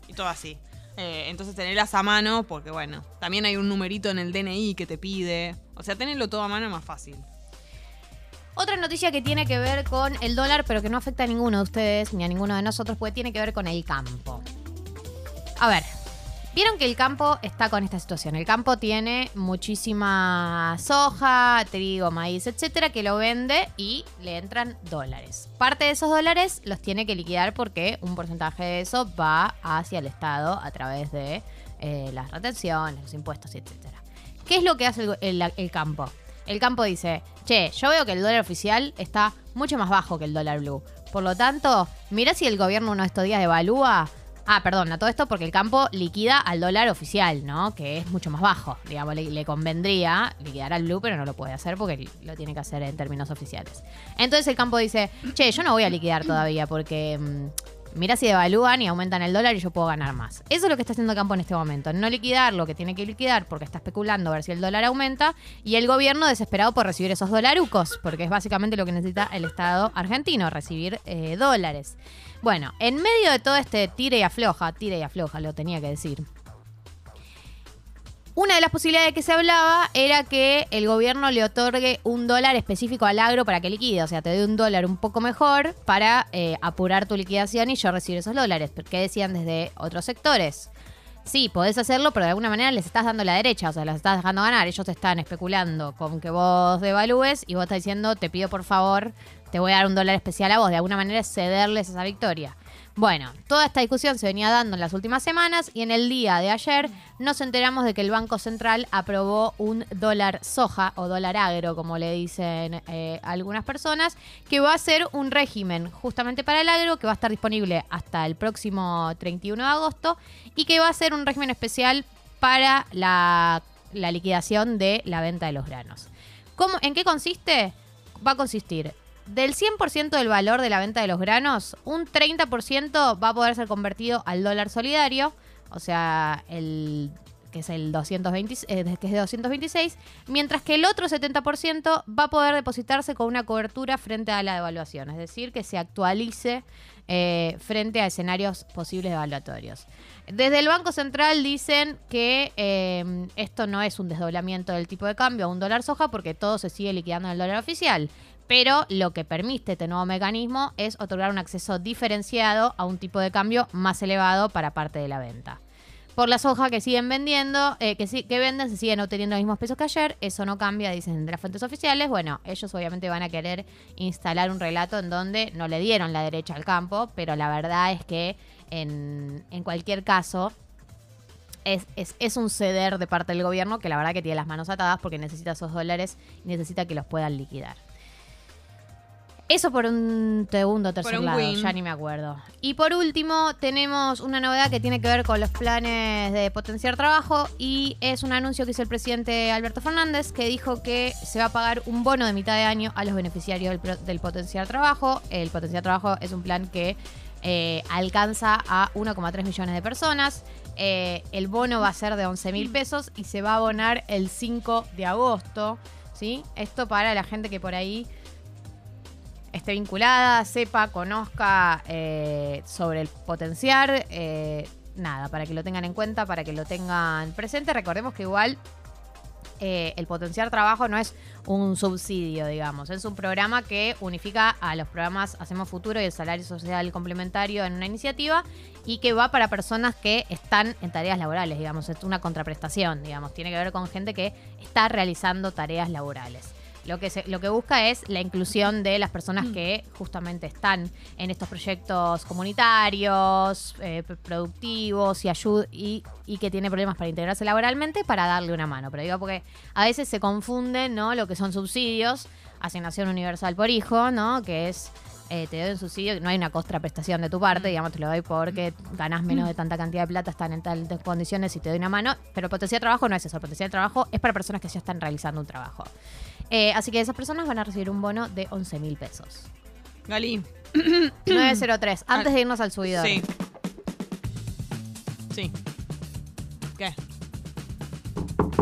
B: Y todo así. Eh, entonces tenerlas a mano, porque bueno, también hay un numerito en el DNI que te pide. O sea, tenerlo todo a mano es más fácil.
A: Otra noticia que tiene que ver con el dólar, pero que no afecta a ninguno de ustedes ni a ninguno de nosotros, porque tiene que ver con el campo. A ver, vieron que el campo está con esta situación. El campo tiene muchísima soja, trigo, maíz, etcétera, que lo vende y le entran dólares. Parte de esos dólares los tiene que liquidar porque un porcentaje de eso va hacia el Estado a través de eh, las retenciones, los impuestos, etcétera. ¿Qué es lo que hace el, el- el campo? El campo dice, che, yo veo que el dólar oficial está mucho más bajo que el dólar blue. Por lo tanto, mira si el gobierno uno de estos días devalúa. Ah, perdón, a todo esto porque el campo liquida al dólar oficial, ¿no? Que es mucho más bajo. Digamos, le, le convendría liquidar al blue, pero no lo puede hacer porque lo tiene que hacer en términos oficiales. Entonces el campo dice, che, yo no voy a liquidar todavía porque... mm, Mirá si devalúan y aumentan el dólar y yo puedo ganar más. Eso es lo que está haciendo Campo en este momento. No liquidar lo que tiene que liquidar porque está especulando a ver si el dólar aumenta y el gobierno desesperado por recibir esos dolarucos, porque es básicamente lo que necesita el Estado argentino, recibir eh, dólares. Bueno, en medio de todo este tire y afloja, tire y afloja, lo tenía que decir. Una de las posibilidades que se hablaba era que el gobierno le otorgue un dólar específico al agro para que liquide. O sea, te dé un dólar un poco mejor para eh, apurar tu liquidación y yo recibir esos dólares. ¿Qué decían desde otros sectores? Sí, podés hacerlo, pero de alguna manera les estás dando la derecha, o sea, las estás dejando ganar. Ellos te están especulando con que vos devalúes y vos estás diciendo, te pido por favor, te voy a dar un dólar especial a vos. De alguna manera es cederles esa victoria. Bueno, toda esta discusión se venía dando en las últimas semanas y en el día de ayer nos enteramos de que el Banco Central aprobó un dólar soja o dólar agro, como le dicen eh, algunas personas, que va a ser un régimen justamente para el agro que va a estar disponible hasta el próximo 31 de agosto y que va a ser un régimen especial para la, la liquidación de la venta de los granos. ¿Cómo- ¿En qué consiste? Va a consistir del 100% del valor de la venta de los granos, un 30% va a poder ser convertido al dólar solidario, o sea, el que es el 220, eh, que es de 226, mientras que el otro 70% va a poder depositarse con una cobertura frente a la devaluación, es decir, que se actualice eh, frente a escenarios posibles evaluatorios. Desde el Banco Central dicen que eh, esto no es un desdoblamiento del tipo de cambio a un dólar soja porque todo se sigue liquidando en el dólar oficial. Pero lo que permite este nuevo mecanismo es otorgar un acceso diferenciado a un tipo de cambio más elevado para parte de la venta. Por la soja que siguen vendiendo, eh, que, sí- que venden, se siguen obteniendo los mismos pesos que ayer. Eso no cambia, dicen de las fuentes oficiales. Bueno, ellos obviamente van a querer instalar un relato en donde no le dieron la derecha al campo, pero la verdad es que en, en cualquier caso es, es, es un ceder de parte del gobierno que la verdad que tiene las manos atadas porque necesita esos dólares y necesita que los puedan liquidar. Eso por un segundo o tercer
B: Por un
A: lado,
B: win.
A: ya ni me acuerdo. Y por último, tenemos una novedad que tiene que ver con los planes de potenciar trabajo y es un anuncio que hizo el presidente Alberto Fernández que dijo que se va a pagar un bono de mitad de año a los beneficiarios del, pro- del potenciar trabajo. El potenciar trabajo es un plan que eh, alcanza a 1,3 millones de personas. Eh, el bono va a ser de 11 mil pesos y se va a abonar el 5 de agosto. ¿sí? Esto para la gente que por ahí esté vinculada, sepa, conozca eh, sobre el potenciar. eh, nada, para que lo tengan en cuenta, para que lo tengan presente. Recordemos que igual eh, el potenciar trabajo no es un subsidio, digamos. Es un programa que unifica a los programas Hacemos Futuro y el Salario Social Complementario en una iniciativa y que va para personas que están en tareas laborales, digamos. Es una contraprestación, digamos. Tiene que ver con gente que está realizando tareas laborales. Lo que, se- lo que busca es la inclusión de las personas que justamente están en estos proyectos comunitarios, eh, p- productivos y, ayud y, y que tiene problemas para integrarse laboralmente para darle una mano. Pero digo, porque a veces se confunden ¿no? lo que son subsidios, asignación universal por hijo, ¿no? que es eh, te doy un subsidio, no hay una contraprestación de tu parte, digamos, te lo doy porque ganás menos de tanta cantidad de plata, están en tales condiciones y te doy una mano. Pero el potencial de trabajo no es eso, el potencial de trabajo es para personas que ya están realizando un trabajo. Eh, así que esas personas van a recibir un bono de 11 mil pesos.
B: Galí.
A: 903, antes de irnos al subidor.
B: Sí. Sí. ¿Qué?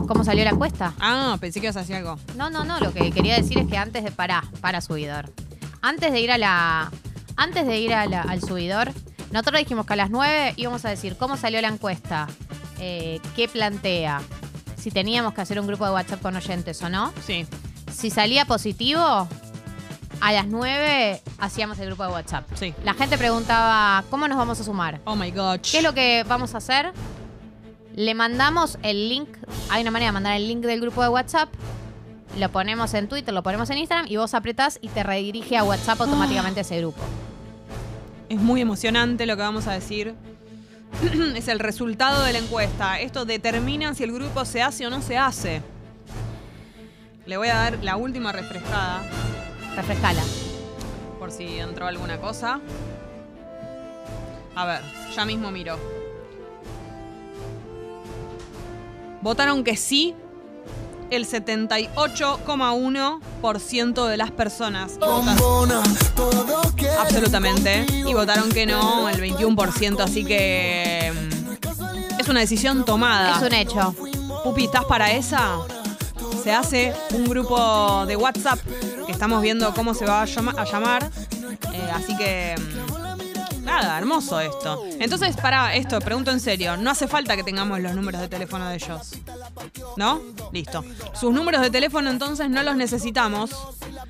A: ¿Cómo salió la encuesta?
B: Ah, pensé que ibas a decir algo.
A: No, no, no, lo que quería decir es que antes de pará, para subidor. Antes de ir a la antes de ir a la- al subidor, nosotros dijimos que a las 9 íbamos a decir cómo salió la encuesta, eh, qué plantea, si teníamos que hacer un grupo de WhatsApp con oyentes o no.
B: Sí.
A: Si salía positivo, a las 9 hacíamos el grupo de WhatsApp.
B: Sí.
A: La gente preguntaba, ¿cómo nos vamos a sumar?
B: Oh my god.
A: ¿Qué es lo que vamos a hacer? Le mandamos el link. Hay una manera de mandar el link del grupo de WhatsApp. Lo ponemos en Twitter, lo ponemos en Instagram y vos apretás y te redirige a WhatsApp automáticamente ese grupo.
B: Es muy emocionante lo que vamos a decir. es el resultado de la encuesta. Esto determina si el grupo se hace o no se hace. Le voy a dar la última refrescada
A: Refrescala.
B: por si entró alguna cosa. A ver, ya mismo miro. Votaron que sí el 78,1% de las personas. Y votaron- Absolutamente. Y votaron que no el 21%, así que mm, es una decisión tomada.
A: Es un hecho.
B: Pupi, ¿estás para esa? Se hace un grupo de WhatsApp que estamos viendo cómo se va a, llama- a llamar. Eh, así que. mm, Nada, hermoso esto. Entonces, para esto, pregunto en serio. No hace falta que tengamos los números de teléfono de ellos. ¿No? Listo. Sus números de teléfono entonces no los necesitamos.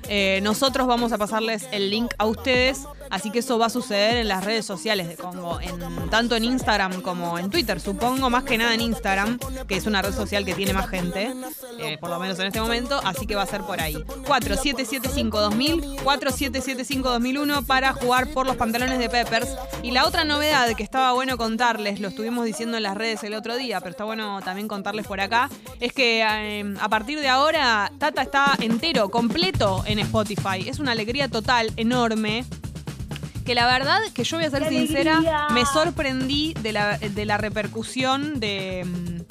B: Eh, nosotros vamos a pasarles el link a ustedes. Así que eso va a suceder en las redes sociales de Congo, en, tanto en Instagram como en Twitter, supongo, más que nada en Instagram, que es una red social que tiene más gente, eh, por lo menos en este momento, así que va a ser por ahí. 4775-2000, 4775-2001 para jugar por los pantalones de Peppers. Y la otra novedad que estaba bueno contarles, lo estuvimos diciendo en las redes el otro día, pero está bueno también contarles por acá, es que eh, a partir de ahora Tata está entero, completo en Spotify. Es una alegría total, enorme. Que la verdad, que yo voy a ser sincera, me sorprendí de la, de la repercusión de, mm,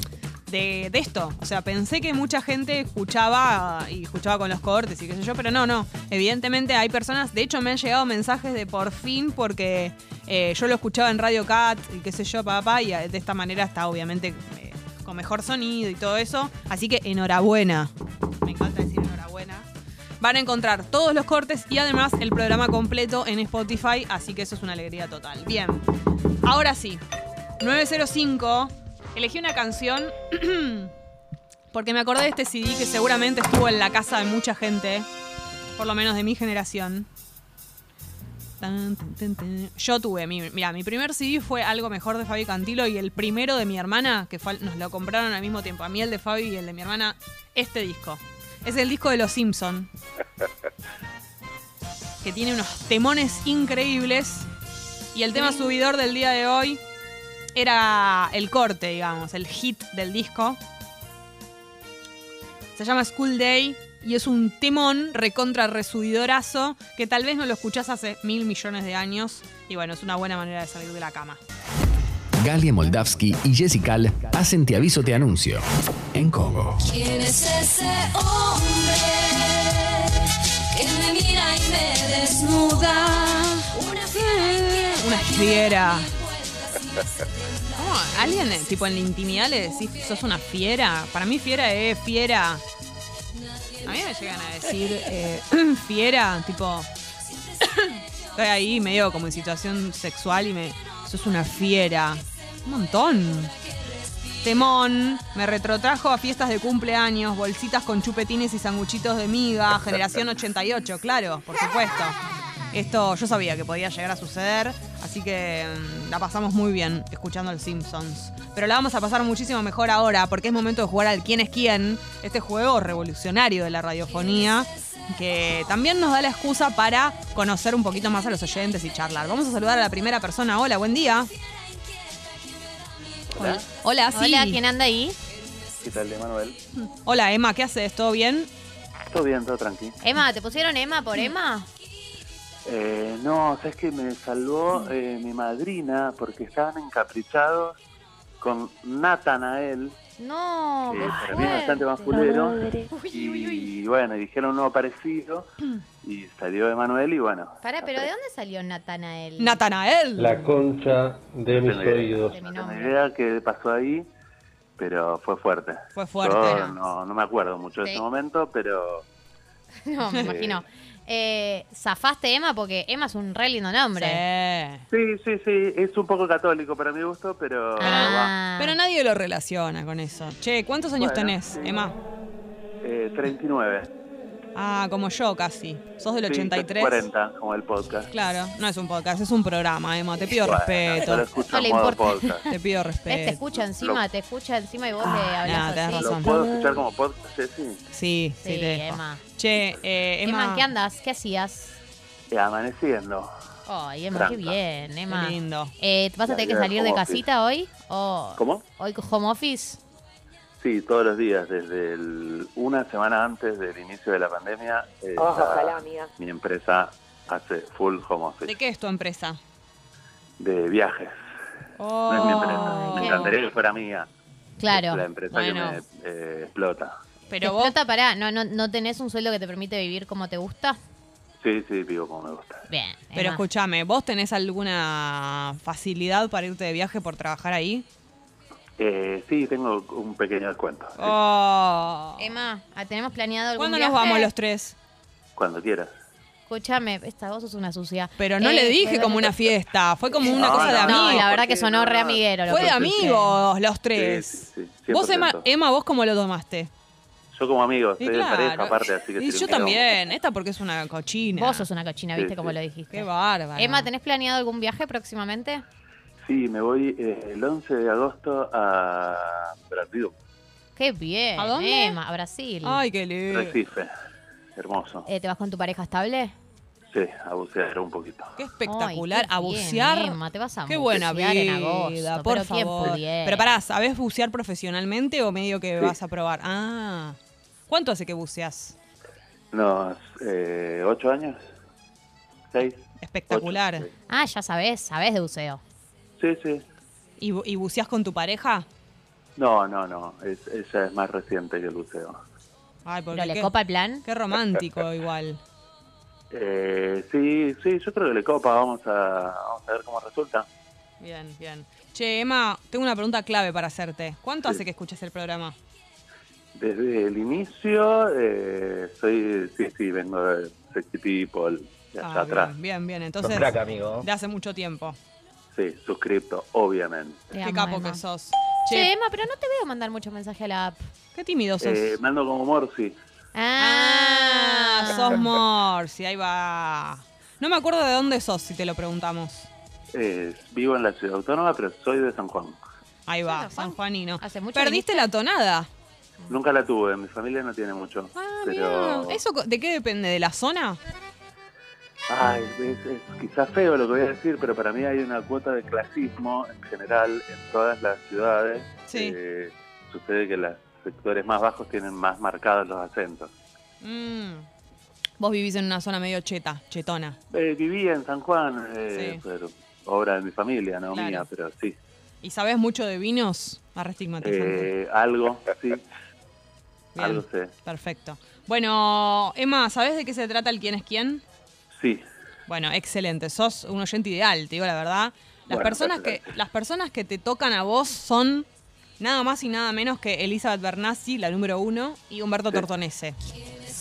B: de, de esto. O sea, pensé que mucha gente escuchaba y escuchaba con los cortes y qué sé yo, pero no, no. Evidentemente hay personas, de hecho me han llegado mensajes de por fin porque eh, yo lo escuchaba en Radio Cat y qué sé yo, papá, y de esta manera está obviamente eh, con mejor sonido y todo eso. Así que enhorabuena. Me encanta decir enhorabuena. Van a encontrar todos los cortes y además el programa completo en Spotify, así que eso es una alegría total. Bien, ahora sí, 905, elegí una canción porque me acordé de este CD que seguramente estuvo en la casa de mucha gente, por lo menos de mi generación. Tan, tan, tan, tan. Yo tuve, mi, mira, mi primer CD fue Algo Mejor de Fabi Cantilo y el primero de mi hermana, que fue al- nos lo compraron al mismo tiempo, a mí el de Fabi y el de mi hermana, este disco. Es el disco de Los Simpson. Que tiene unos temones increíbles. Y el tema subidor del día de hoy era el corte, digamos, el hit del disco. Se llama School Day y es un temón recontra resubidorazo que tal vez no lo escuchás hace mil millones de años. Y bueno, es una buena manera de salir de la cama.
J: Galia Moldavsky y Jessical hacen Te Aviso Te Anuncio en Congo.
K: ¿Quién es ese hombre que me mira y me desnuda? Una fiera.
B: Una fiera. ¿Cómo? ¿Alguien, eh, tipo, en la intimidad le decís, sos una fiera? Para mí fiera es fiera. A mí me llegan a decir eh, fiera, tipo... Estoy ahí medio como en situación sexual y me... Sos una fiera. Un montón. Temón, me retrotrajo a fiestas de cumpleaños, bolsitas con chupetines y sanguchitos de miga, generación 88, claro, por supuesto. Esto yo sabía que podía llegar a suceder, así que mm, la pasamos muy bien escuchando los Simpsons. Pero la vamos a pasar muchísimo mejor ahora, porque es momento de jugar al quién es quién, este juego revolucionario de la radiofonía, que también nos da la excusa para conocer un poquito más a los oyentes y charlar. Vamos a saludar a la primera persona. Hola, buen día. Hola. Hola, sí.
A: Hola, ¿quién anda ahí?
L: ¿Qué tal, Emanuel?
B: Hola, Emma, ¿qué haces? ¿Todo bien?
L: Todo bien, todo tranqui.
A: Emma, ¿te pusieron Emma por Emma?
L: Eh, no, sabes que me salvó eh, mi madrina porque estaban encaprichados con Natanael,
A: No.
L: que
A: qué
L: para mí es
A: fuerte.
L: bastante más culero. Y bueno, dijeron uno parecido y salió Emanuel y bueno.
A: Pará, pero ¿de dónde salió Natanael?
B: Natanael.
G: La concha de mis
L: No tengo idea.
G: oídos.
L: No tengo idea qué pasó ahí, pero fue fuerte.
B: Fue fuerte.
L: Yo no, no me acuerdo mucho de
A: Sí.
L: ese momento, pero
A: No, me
L: Sí.
A: imagino. Eh, zafaste Emma porque Emma es un re lindo nombre.
L: sí, sí, sí, es un poco católico para mi gusto, pero
A: Ah.
B: Ah. Pero nadie lo relaciona con eso. Che, ¿cuántos años
L: Bueno,
B: tenés, Emma?
L: eh, 39.
B: Ah, como yo casi. Sos del
L: Sí,
B: 83.
L: 40, como el podcast.
B: Claro, no es un podcast, es un programa, Emma. Te pido
L: Bueno,
B: respeto.
L: yo lo escucho No en le modo importa. podcast.
B: Te pido
A: Este te
B: respeto.
A: escucha encima, te escucha encima y vos le
B: nah,
A: hablas
B: Ah, tenés
A: así.
L: ¿Lo
B: razón.
L: puedo escuchar como podcast, Jessy?
B: Sí, sí,
A: Sí,
B: te dejo.
A: Emma.
B: Che, eh,
A: Emma,
B: Emma.
A: ¿qué andas? ¿Qué hacías?
L: Eh, amaneciendo.
A: Ay, Emma, qué
L: Tranca.
A: bien, Emma.
B: Qué lindo.
A: Eh, ¿Vas a
L: La
A: tener que
L: vida del
A: salir de
L: home office.
A: casita hoy? ¿O
L: ¿Cómo?
A: hoy con home office?
L: Sí, todos los días, desde el- una semana antes del inicio de la pandemia, eh,
I: Oh,
L: ya
I: ojalá, amiga.
L: mi empresa hace full home
B: ¿De
L: office
B: qué es tu empresa?
L: de, viajes. No es mi
B: Oh.
L: empresa, me
A: qué
L: encantaría que fuera mía.
A: Claro.
L: La empresa
B: Bueno.
L: que me eh, explota.
A: ¿Te
B: Pero vos,
A: explota? Pará, ¿no, no, ¿no tenés un sueldo que te permite vivir como te gusta?
L: Sí, sí, vivo como me gusta.
A: Bien.
B: pero
A: Emma.
B: escúchame, ¿vos tenés alguna facilidad para irte de viaje por trabajar ahí?
L: Eh, sí, tengo un pequeño descuento. sí,
B: Oh.
A: Emma, ¿ah, ¿tenemos planeado algún
B: ¿Cuándo
A: viaje?
B: nos vamos los tres?
L: Cuando quieras.
A: Escúchame, esta voz es una sucia.
B: Pero no
A: Eh,
B: le dije
A: pero-
B: como una fiesta, fue como una
L: No,
B: cosa de
L: no,
A: No,
B: amigos.
A: la verdad
L: porque
A: que sonó re
L: no.
A: amiguero. lo
B: Fue
A: que
B: de
A: dijiste.
B: amigos los
L: Sí,
B: tres.
L: sí, sí,
B: Vos, Emma,
L: 100%.
B: Emma, ¿vos cómo lo tomaste?
L: Yo como amigo,
B: Y
L: soy de pareja aparte, así que...
B: y
L: si
B: yo
L: lo quiero-
B: también. Esta porque es una cochina.
A: Vos sos una cochina, viste
L: Sí,
A: como
L: sí.
A: lo dijiste.
B: Qué bárbaro.
A: Emma, ¿tenés planeado algún viaje próximamente?
L: Sí, me voy eh, el 11 de agosto a Brasil,
A: Qué bien.
B: ¿A dónde?
A: Emma, a Brasil.
B: Ay, qué lindo.
L: Recife. Hermoso.
A: Eh, ¿Te vas con tu pareja estable?
L: Sí, a bucear un poquito.
B: Qué espectacular.
A: Ay, qué
B: a
A: bien,
B: bucear.
A: Emma, te vas a
B: qué buena vida.
A: bucear en agosto,
B: por
A: pero ¿quién
B: favor.
A: pudiera?
B: Pero pará, ¿sabés bucear profesionalmente o medio que
L: Sí.
B: vas a probar? Ah. ¿Cuánto hace que buceas?
L: Unos eh, ocho años. Seis.
B: Espectacular.
L: Ocho,
A: Ah, ya sabés, sabés de buceo.
L: Sí, sí. sí.
B: ¿Y, bu- y buceas con tu pareja?
L: No, no, no. Es, ella es más reciente que el buceo.
B: Ay, porque
A: ¿Pero le
B: qué,
A: copa el plan?
B: qué romántico igual.
L: Eh, sí, sí, yo creo que le copa. Vamos a, vamos a ver cómo resulta.
B: Bien, bien. Che, Emma, tengo una pregunta clave para hacerte. ¿Cuánto
L: Sí.
B: hace que escuchas el programa?
L: Desde el inicio, eh, soy. Sí, sí, vengo de Sexy People, de allá
B: Ah,
L: atrás.
B: bien, bien, bien. Entonces,
D: amigo.
B: de hace mucho tiempo.
L: Sí, suscripto, obviamente.
A: Te
B: Qué
A: amo,
B: capo
A: Emma.
B: que sos. Che,
A: Che, Emma, pero no te veo mandar mucho mensaje a la app.
B: qué tímido sos.
L: Eh, mando como Morsi.
A: Ah,
B: ah, sos Morsi, ahí va. No me acuerdo de dónde sos si te lo preguntamos.
L: Eh, vivo en la ciudad autónoma, pero soy de San Juan.
B: Ahí va,
A: San Juan.
B: San Juanino.
A: Hace mucho
B: Perdiste la tonada.
L: Nunca la tuve, mi familia no tiene mucho.
B: Ah,
L: pero
B: mirá. ¿Eso co- de qué depende? ¿De la zona?
L: Ay, es, es quizás feo lo que voy a decir, pero para mí hay una cuota de clasismo en general en todas las ciudades.
B: Sí.
L: Eh, sucede que los sectores más bajos tienen más marcados los acentos.
B: Mm. Vos vivís en una zona medio cheta, chetona.
L: Eh, vivía en San Juan, eh,
B: Sí.
L: pero obra de mi familia, no
B: Claro.
L: mía, pero sí.
B: ¿Y sabés mucho de vinos? Más estigmatizante.
L: Eh, algo, sí.
B: Bien.
L: Algo sé.
B: Perfecto. Bueno, Emma, ¿sabés de qué se trata el quién es quién?
L: Sí.
B: Bueno, excelente. Sos un oyente ideal, te digo la verdad. Las,
L: Bueno,
B: personas, que, las personas que te tocan a vos son nada más y nada menos que Elizabeth Bernassi, la número uno, y Humberto Tortonese.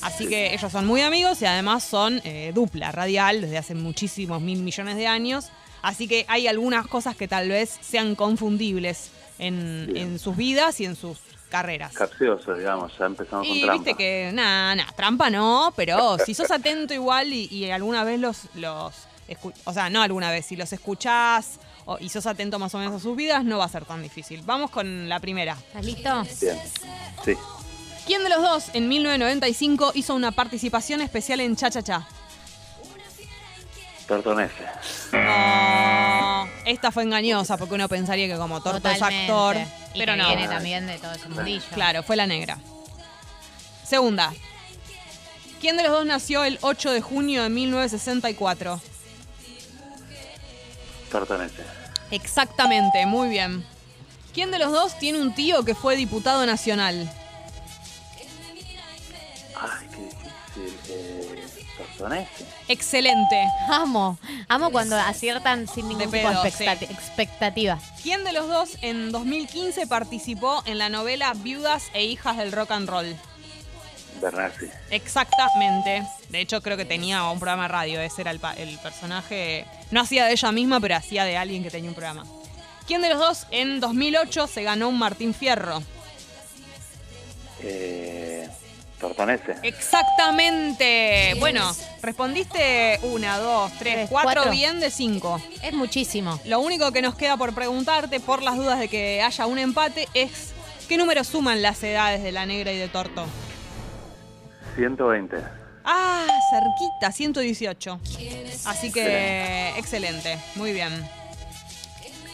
B: Así que ellos son muy amigos y además son eh, dupla radial desde hace muchísimos mil millones de años. Así que hay algunas cosas que tal vez sean confundibles en, en sus vidas y en sus carreras.
L: Capcioso, digamos, ya empezamos
B: Y
L: con
B: viste
L: trampa.
B: que, nada, nada, trampa no, pero si sos atento igual y, y alguna vez los, los escu- o sea, no alguna vez, si los escuchás o- y sos atento más o menos a sus vidas, no va a ser tan difícil. Vamos con la primera.
A: ¿Estás listo?
L: Bien. Sí.
B: ¿Quién de los dos en 1995 hizo una participación especial en Cha Cha Cha?
L: Tortonese.
B: No, esta fue engañosa porque uno pensaría que como Torto es
A: Totalmente.
B: actor,
A: Y
B: pero
A: que
B: no.
A: viene también de todo ese mundillo.
B: Claro, fue la negra. Segunda. ¿Quién de los dos nació el 8 de junio de 1964?
L: Tortonese.
B: Exactamente, muy bien. ¿Quién de los dos tiene un tío que fue diputado nacional?
L: Ay, qué difícil. Eh, tortonese.
B: Excelente.
A: Amo. Amo cuando aciertan sin ningún
B: De
A: tipo de
B: pedo,
A: expectati-
B: sí.
A: expectativa.
B: ¿Quién de los dos en 2015 participó en la novela Viudas e Hijas del Rock and Roll?
L: Bernassi.
B: Exactamente. De hecho, creo que tenía un programa de radio. Ese era el, pa- el personaje. No hacía de ella misma, pero hacía de alguien que tenía un programa. ¿Quién de los dos en 2008 se ganó un Martín Fierro?
L: Eh, tortonese.
B: Exactamente. Bueno, respondiste una, dos, tres, cuatro,
A: cuatro.
B: bien de cinco.
A: Es muchísimo.
B: Lo único que nos queda por preguntarte, por las dudas de que haya un empate, es ¿qué número suman las edades de la negra y de torto?
L: 120.
B: Ah, cerquita, 118. Así que, excelente, muy bien.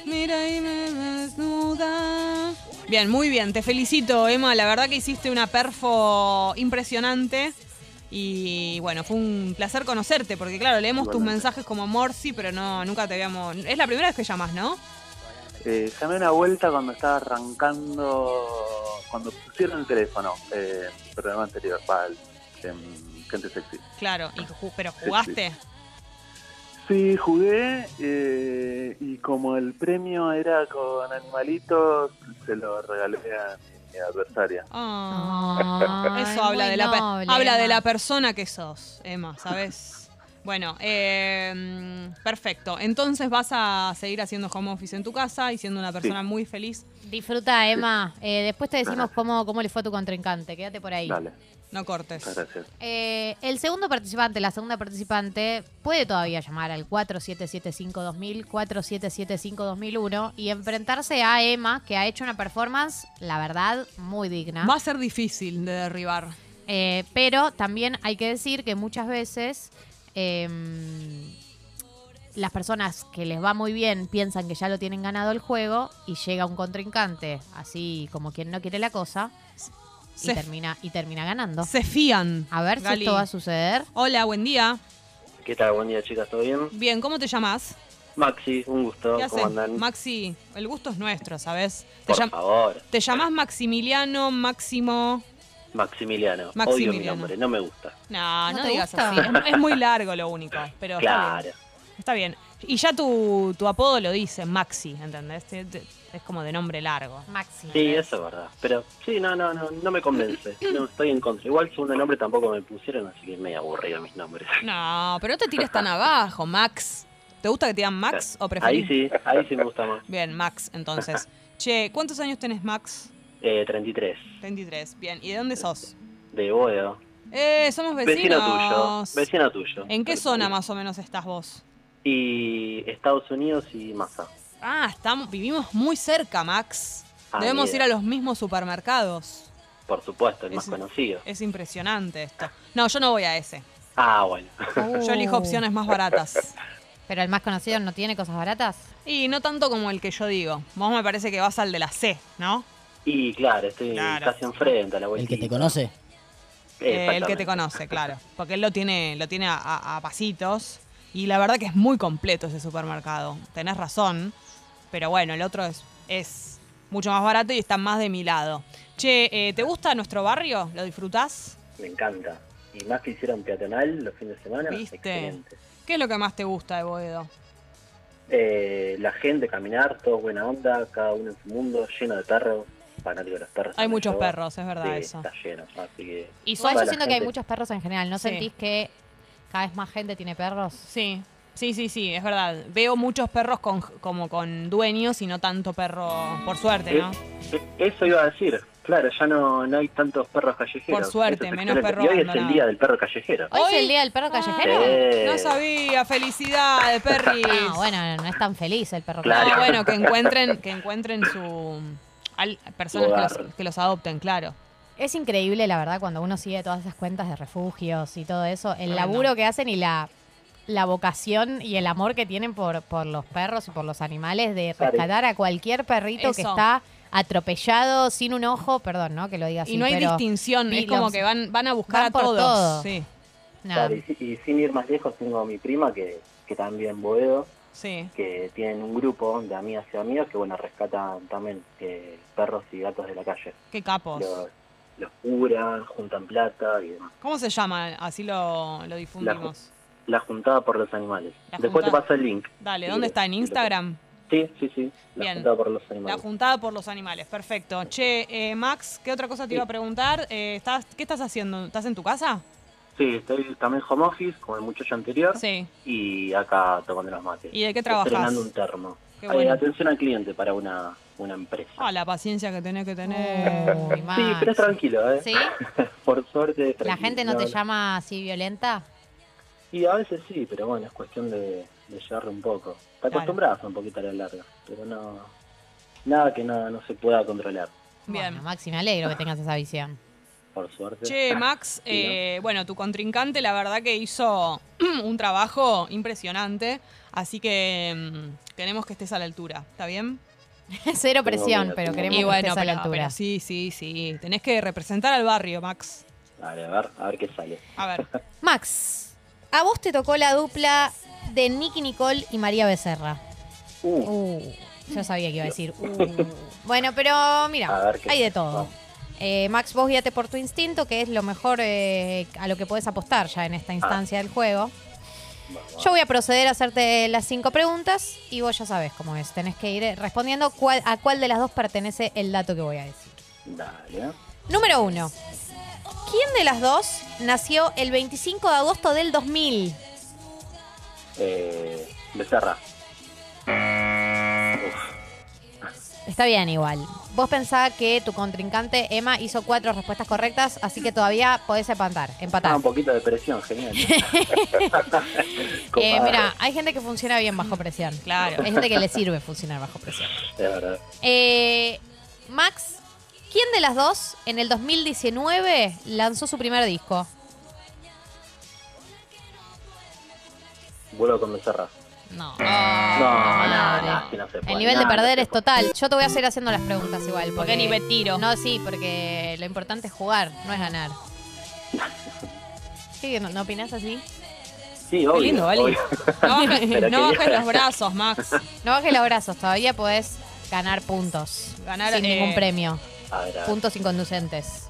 B: Mira y me desnuda. Bien, muy bien, te felicito, Emma. La verdad que hiciste una perfo impresionante. Y bueno, fue un placer conocerte, porque claro, leemos tus
L: Igualmente.
B: mensajes como Morsi, pero no, nunca te habíamos. Es la primera vez que llamas, ¿no?
L: Eh, llamé una vuelta cuando estaba arrancando, cuando pusieron el teléfono, eh, el programa anterior, va, el, em, Gente Sexy.
B: Claro, y ju- pero jugaste.
L: Sí, jugué eh, y como el premio era con animalitos, se lo regalé a mi adversaria.
B: Ah,
L: Ay,
B: eso habla
L: muy
B: de, la pe-
L: noble,
B: habla de
L: Emma.
B: la persona que sos, Emma, ¿sabes? Bueno, eh, perfecto. Entonces vas a seguir haciendo home office en tu casa y siendo una persona
A: Sí.
B: muy feliz.
A: Disfruta, Emma. Eh, después te decimos
B: Ajá.
A: cómo, cómo le fue a tu contrincante. Quédate por ahí.
B: No cortes.
L: Muchas gracias.
A: Eh, el segundo participante, la segunda participante, puede todavía llamar al 4775-2000, 4775-2001 y enfrentarse a Emma, que ha hecho una performance, la verdad, muy digna.
B: Va a ser difícil de derribar.
A: Eh, pero también hay que decir que muchas veces em, las personas que les va muy bien piensan que ya lo tienen ganado el juego y llega un contrincante, así como quien no quiere la cosa, y,
B: Se-
A: termina, y termina ganando.
B: Se fían.
A: A ver si
B: Gali.
A: esto va a suceder.
B: Hola, buen día.
G: ¿Qué tal? Buen día, chicas. ¿Todo bien?
B: Bien, ¿cómo te llamas?
G: Maxi, un gusto.
B: ¿Qué
G: ¿Cómo
B: haces?
G: andan?
B: Maxi, el gusto es nuestro, ¿sabes? Te,
G: Por
B: llam-
G: favor.
B: te llamás Maximiliano, Máximo.
G: Maximiliano. Odio mi
B: Maximiliano.
G: nombre, no me gusta.
B: No,
A: ¿No
B: no,
A: te
B: digas
A: gusta?
B: así. Es, es muy largo lo único. Pero está
G: claro.
B: bien. Está bien. Y ya tu, tu apodo lo dice, Maxi, ¿entendés? Te- te- Es como de nombre largo.
A: Maxi.
G: Sí, eso es verdad. Pero sí, no, no, no, no me convence. No, estoy en contra. Igual segundo nombre tampoco me pusieron, así que me aburrido mis nombres.
B: No, pero no te tires tan abajo, Max. ¿Te gusta que te digan Max o preferís?
G: Ahí sí, ahí sí me gusta más.
B: Bien, Max, entonces. Che, ¿cuántos años tenés, Max?
G: Eh, 33.
B: 23. Bien, ¿y de dónde sos?
G: De Boedo.
B: Eh, somos
G: Vecino
B: vecinos.
G: tuyo. Vecino tuyo.
B: ¿En qué zona más o menos estás vos?
G: Y Estados Unidos y Massa.
B: Ah, estamos, vivimos muy cerca, Max.
G: Ah,
B: Debemos
G: mira.
B: ir a los mismos supermercados.
G: Por supuesto, el más
B: Ese-
G: conocido.
B: Es impresionante esto. No, yo no voy a ese.
G: Ah, bueno.
B: Yo elijo opciones más baratas.
A: Pero el más conocido no tiene cosas baratas.
B: Y no tanto como el que yo digo. Vos me parece que vas al de la C, ¿no?
G: Y claro, estoy
B: Claro.
G: casi enfrente a la
H: El
G: vuelta.
H: que te conoce.
B: Eh, el que te conoce, claro. Porque él lo tiene, lo tiene a, a- a pasitos. Y la verdad que es muy completo ese supermercado. Tenés razón. Pero bueno, el otro es, es mucho más barato y está más de mi lado. Che, eh, ¿te gusta nuestro barrio? ¿Lo disfrutás?
G: Me encanta. Y más que hicieron peatonal los fines de semana,
B: ¿Viste?
G: excelente.
B: ¿Qué es lo que más te gusta de Boedo?
G: Eh, la gente, caminar, todos buena onda, cada uno en su mundo, lleno de perros. Fanático de los perros.
B: Hay
G: también
B: muchos
G: yo.
B: perros, es verdad
G: Sí,
B: eso.
G: Está lleno, así que.
A: Igual
G: toda
A: yo
G: la
A: siento que hay
G: gente-
A: muchos perros en general. ¿No
B: Sí.
A: sentís que cada vez más gente tiene perros?
B: Sí. Sí, sí, sí, es verdad. Veo muchos perros con, como con dueños y no tanto perro, por suerte, ¿no?
G: Eh, eh, Eso iba a decir. Claro, ya no, no hay tantos perros callejeros.
B: Por suerte,
G: Eso es
B: menos
G: excelente.
B: perros
G: Y hoy es el
B: abandonados.
G: día del perro callejero.
A: ¿Hoy, es el día del perro callejero?
G: Sí.
B: No sabía, felicidades, Perry.
A: No, bueno, no es tan feliz el perro
G: Claro.
B: No, bueno, que encuentren, que encuentren su al- personas que
A: Hogar.
B: los, que los adopten, claro.
A: Es increíble, la verdad, cuando uno sigue todas esas cuentas de refugios y todo eso, el
B: Tremendo.
A: laburo que hacen y la, la vocación y el amor que tienen por, por los perros y por los animales de
B: Claro.
A: rescatar a cualquier perrito que
B: Eso.
A: está atropellado, sin un ojo, perdón, ¿no? Que lo diga así.
B: y no hay
A: pero-
B: distinción,
A: vi
B: es como
A: los-
B: que van, van a buscar
A: van
B: a
A: por
B: todos.
A: todo.
B: Sí,
G: Claro, y, si- y sin ir más lejos, tengo a mi prima que, que también boedo,
B: sí.
G: que tienen un grupo de amigas y amigos que, bueno, rescatan también eh, perros y gatos de la calle.
B: Qué capos.
G: Los, los curan, juntan plata y demás.
B: ¿Cómo se llama? Así lo, lo
G: La, ju-
B: difundimos.
G: la juntada por los animales.
B: La
G: Después te
B: juntada-
G: paso el link.
B: Dale,
G: Sí,
B: ¿dónde está? ¿En
G: sí, lo-
B: Instagram?
G: Sí, sí, sí. La
B: Bien.
G: juntada por los
B: La
G: animales.
B: juntada por los animales, perfecto. Che, eh, Max, ¿qué otra cosa te iba a preguntar? Eh, ¿estás, ¿Qué estás haciendo? ¿Estás en tu casa?
G: sí, estoy también home office, como el muchacho anterior.
B: Sí.
G: Y acá tomando los mates.
B: ¿Y de qué
G: Estrenando
B: trabajás?
G: un termo.
B: Qué
G: Eh,
B: bueno.
G: atención al cliente para una, una empresa.
B: Ah, la paciencia que tenés que tener.
G: Sí, pero es tranquilo, ¿eh?
A: ¿Sí?
G: Por suerte.
A: ¿La
G: tranquilo.
A: gente no te
G: No, no.
A: llama así violenta?
G: Y a veces sí, pero bueno, es cuestión de, de llevarle un poco. Te
A: Claro.
G: acostumbras un poquito a la larga, pero no. Nada que no, no se pueda controlar,
B: Bien.
A: Bueno, Maxi, me alegro que tengas esa visión.
G: por suerte.
B: Che, Max, eh, bueno, tu contrincante la verdad que hizo un trabajo impresionante, así que mm, queremos que estés a la altura, ¿está bien?
A: Cero presión, pero queremos
B: Y
A: que
B: bueno,
A: estés a la
B: pero-
A: altura.
B: pero sí, sí, sí. Tenés que representar al barrio, Max.
G: Dale, a ver, a ver qué sale.
B: A ver.
A: Max, a vos te tocó la dupla de Nicky Nicole y María Becerra. Uh, yo sabía que iba a decir. uh. Bueno, pero
K: A
A: mira,
K: ver qué
A: hay de
K: pasa.
A: todo. Eh, Max, vos guíate por tu instinto, que es lo mejor eh, a lo que podés apostar ya en esta
K: Ah.
A: instancia del juego. Yo voy a proceder a hacerte las cinco preguntas y vos ya sabés cómo es. Tenés que ir eh, respondiendo cuál- a cuál de las dos pertenece el dato que voy a decir.
G: Dale. ¿eh?
A: Número uno. ¿Quién de las dos nació el 25 de agosto del 2000?
G: Eh, Becerra. Uf,
A: Está bien igual. Vos pensás que tu contrincante Emma hizo cuatro respuestas correctas, así que todavía podés empatar.
G: ah,
A: empatar.
G: un poquito de presión, genial.
A: Eh, mira, hay gente que funciona bien bajo presión.
B: Claro.
A: Hay gente que le sirve funcionar bajo presión.
G: De verdad.
A: Eh, Max, ¿quién de las dos en el 2019 lanzó su primer disco?
G: Vuelvo con Becerra.
A: No.
G: No, no, no, que no se puede.
A: Ah, El nivel de
G: No, no
A: perder
G: se
A: es total. Yo te voy a seguir haciendo las preguntas igual. Porque,
B: ni me
A: tiro. No, sí, porque lo importante es jugar, no es ganar. ¿Qué? ¿No, no opinás así?
G: Sí, obvio.
B: lindo, Vali.
G: obvio.
B: No, bajes-
G: Pero
B: no
G: quería-
B: bajes los brazos, Max.
A: No bajes los brazos, todavía podés ganar puntos.
B: Ganar,
A: sin
B: eh,
A: ningún premio.
G: A ver, a ver.
A: Puntos inconducentes.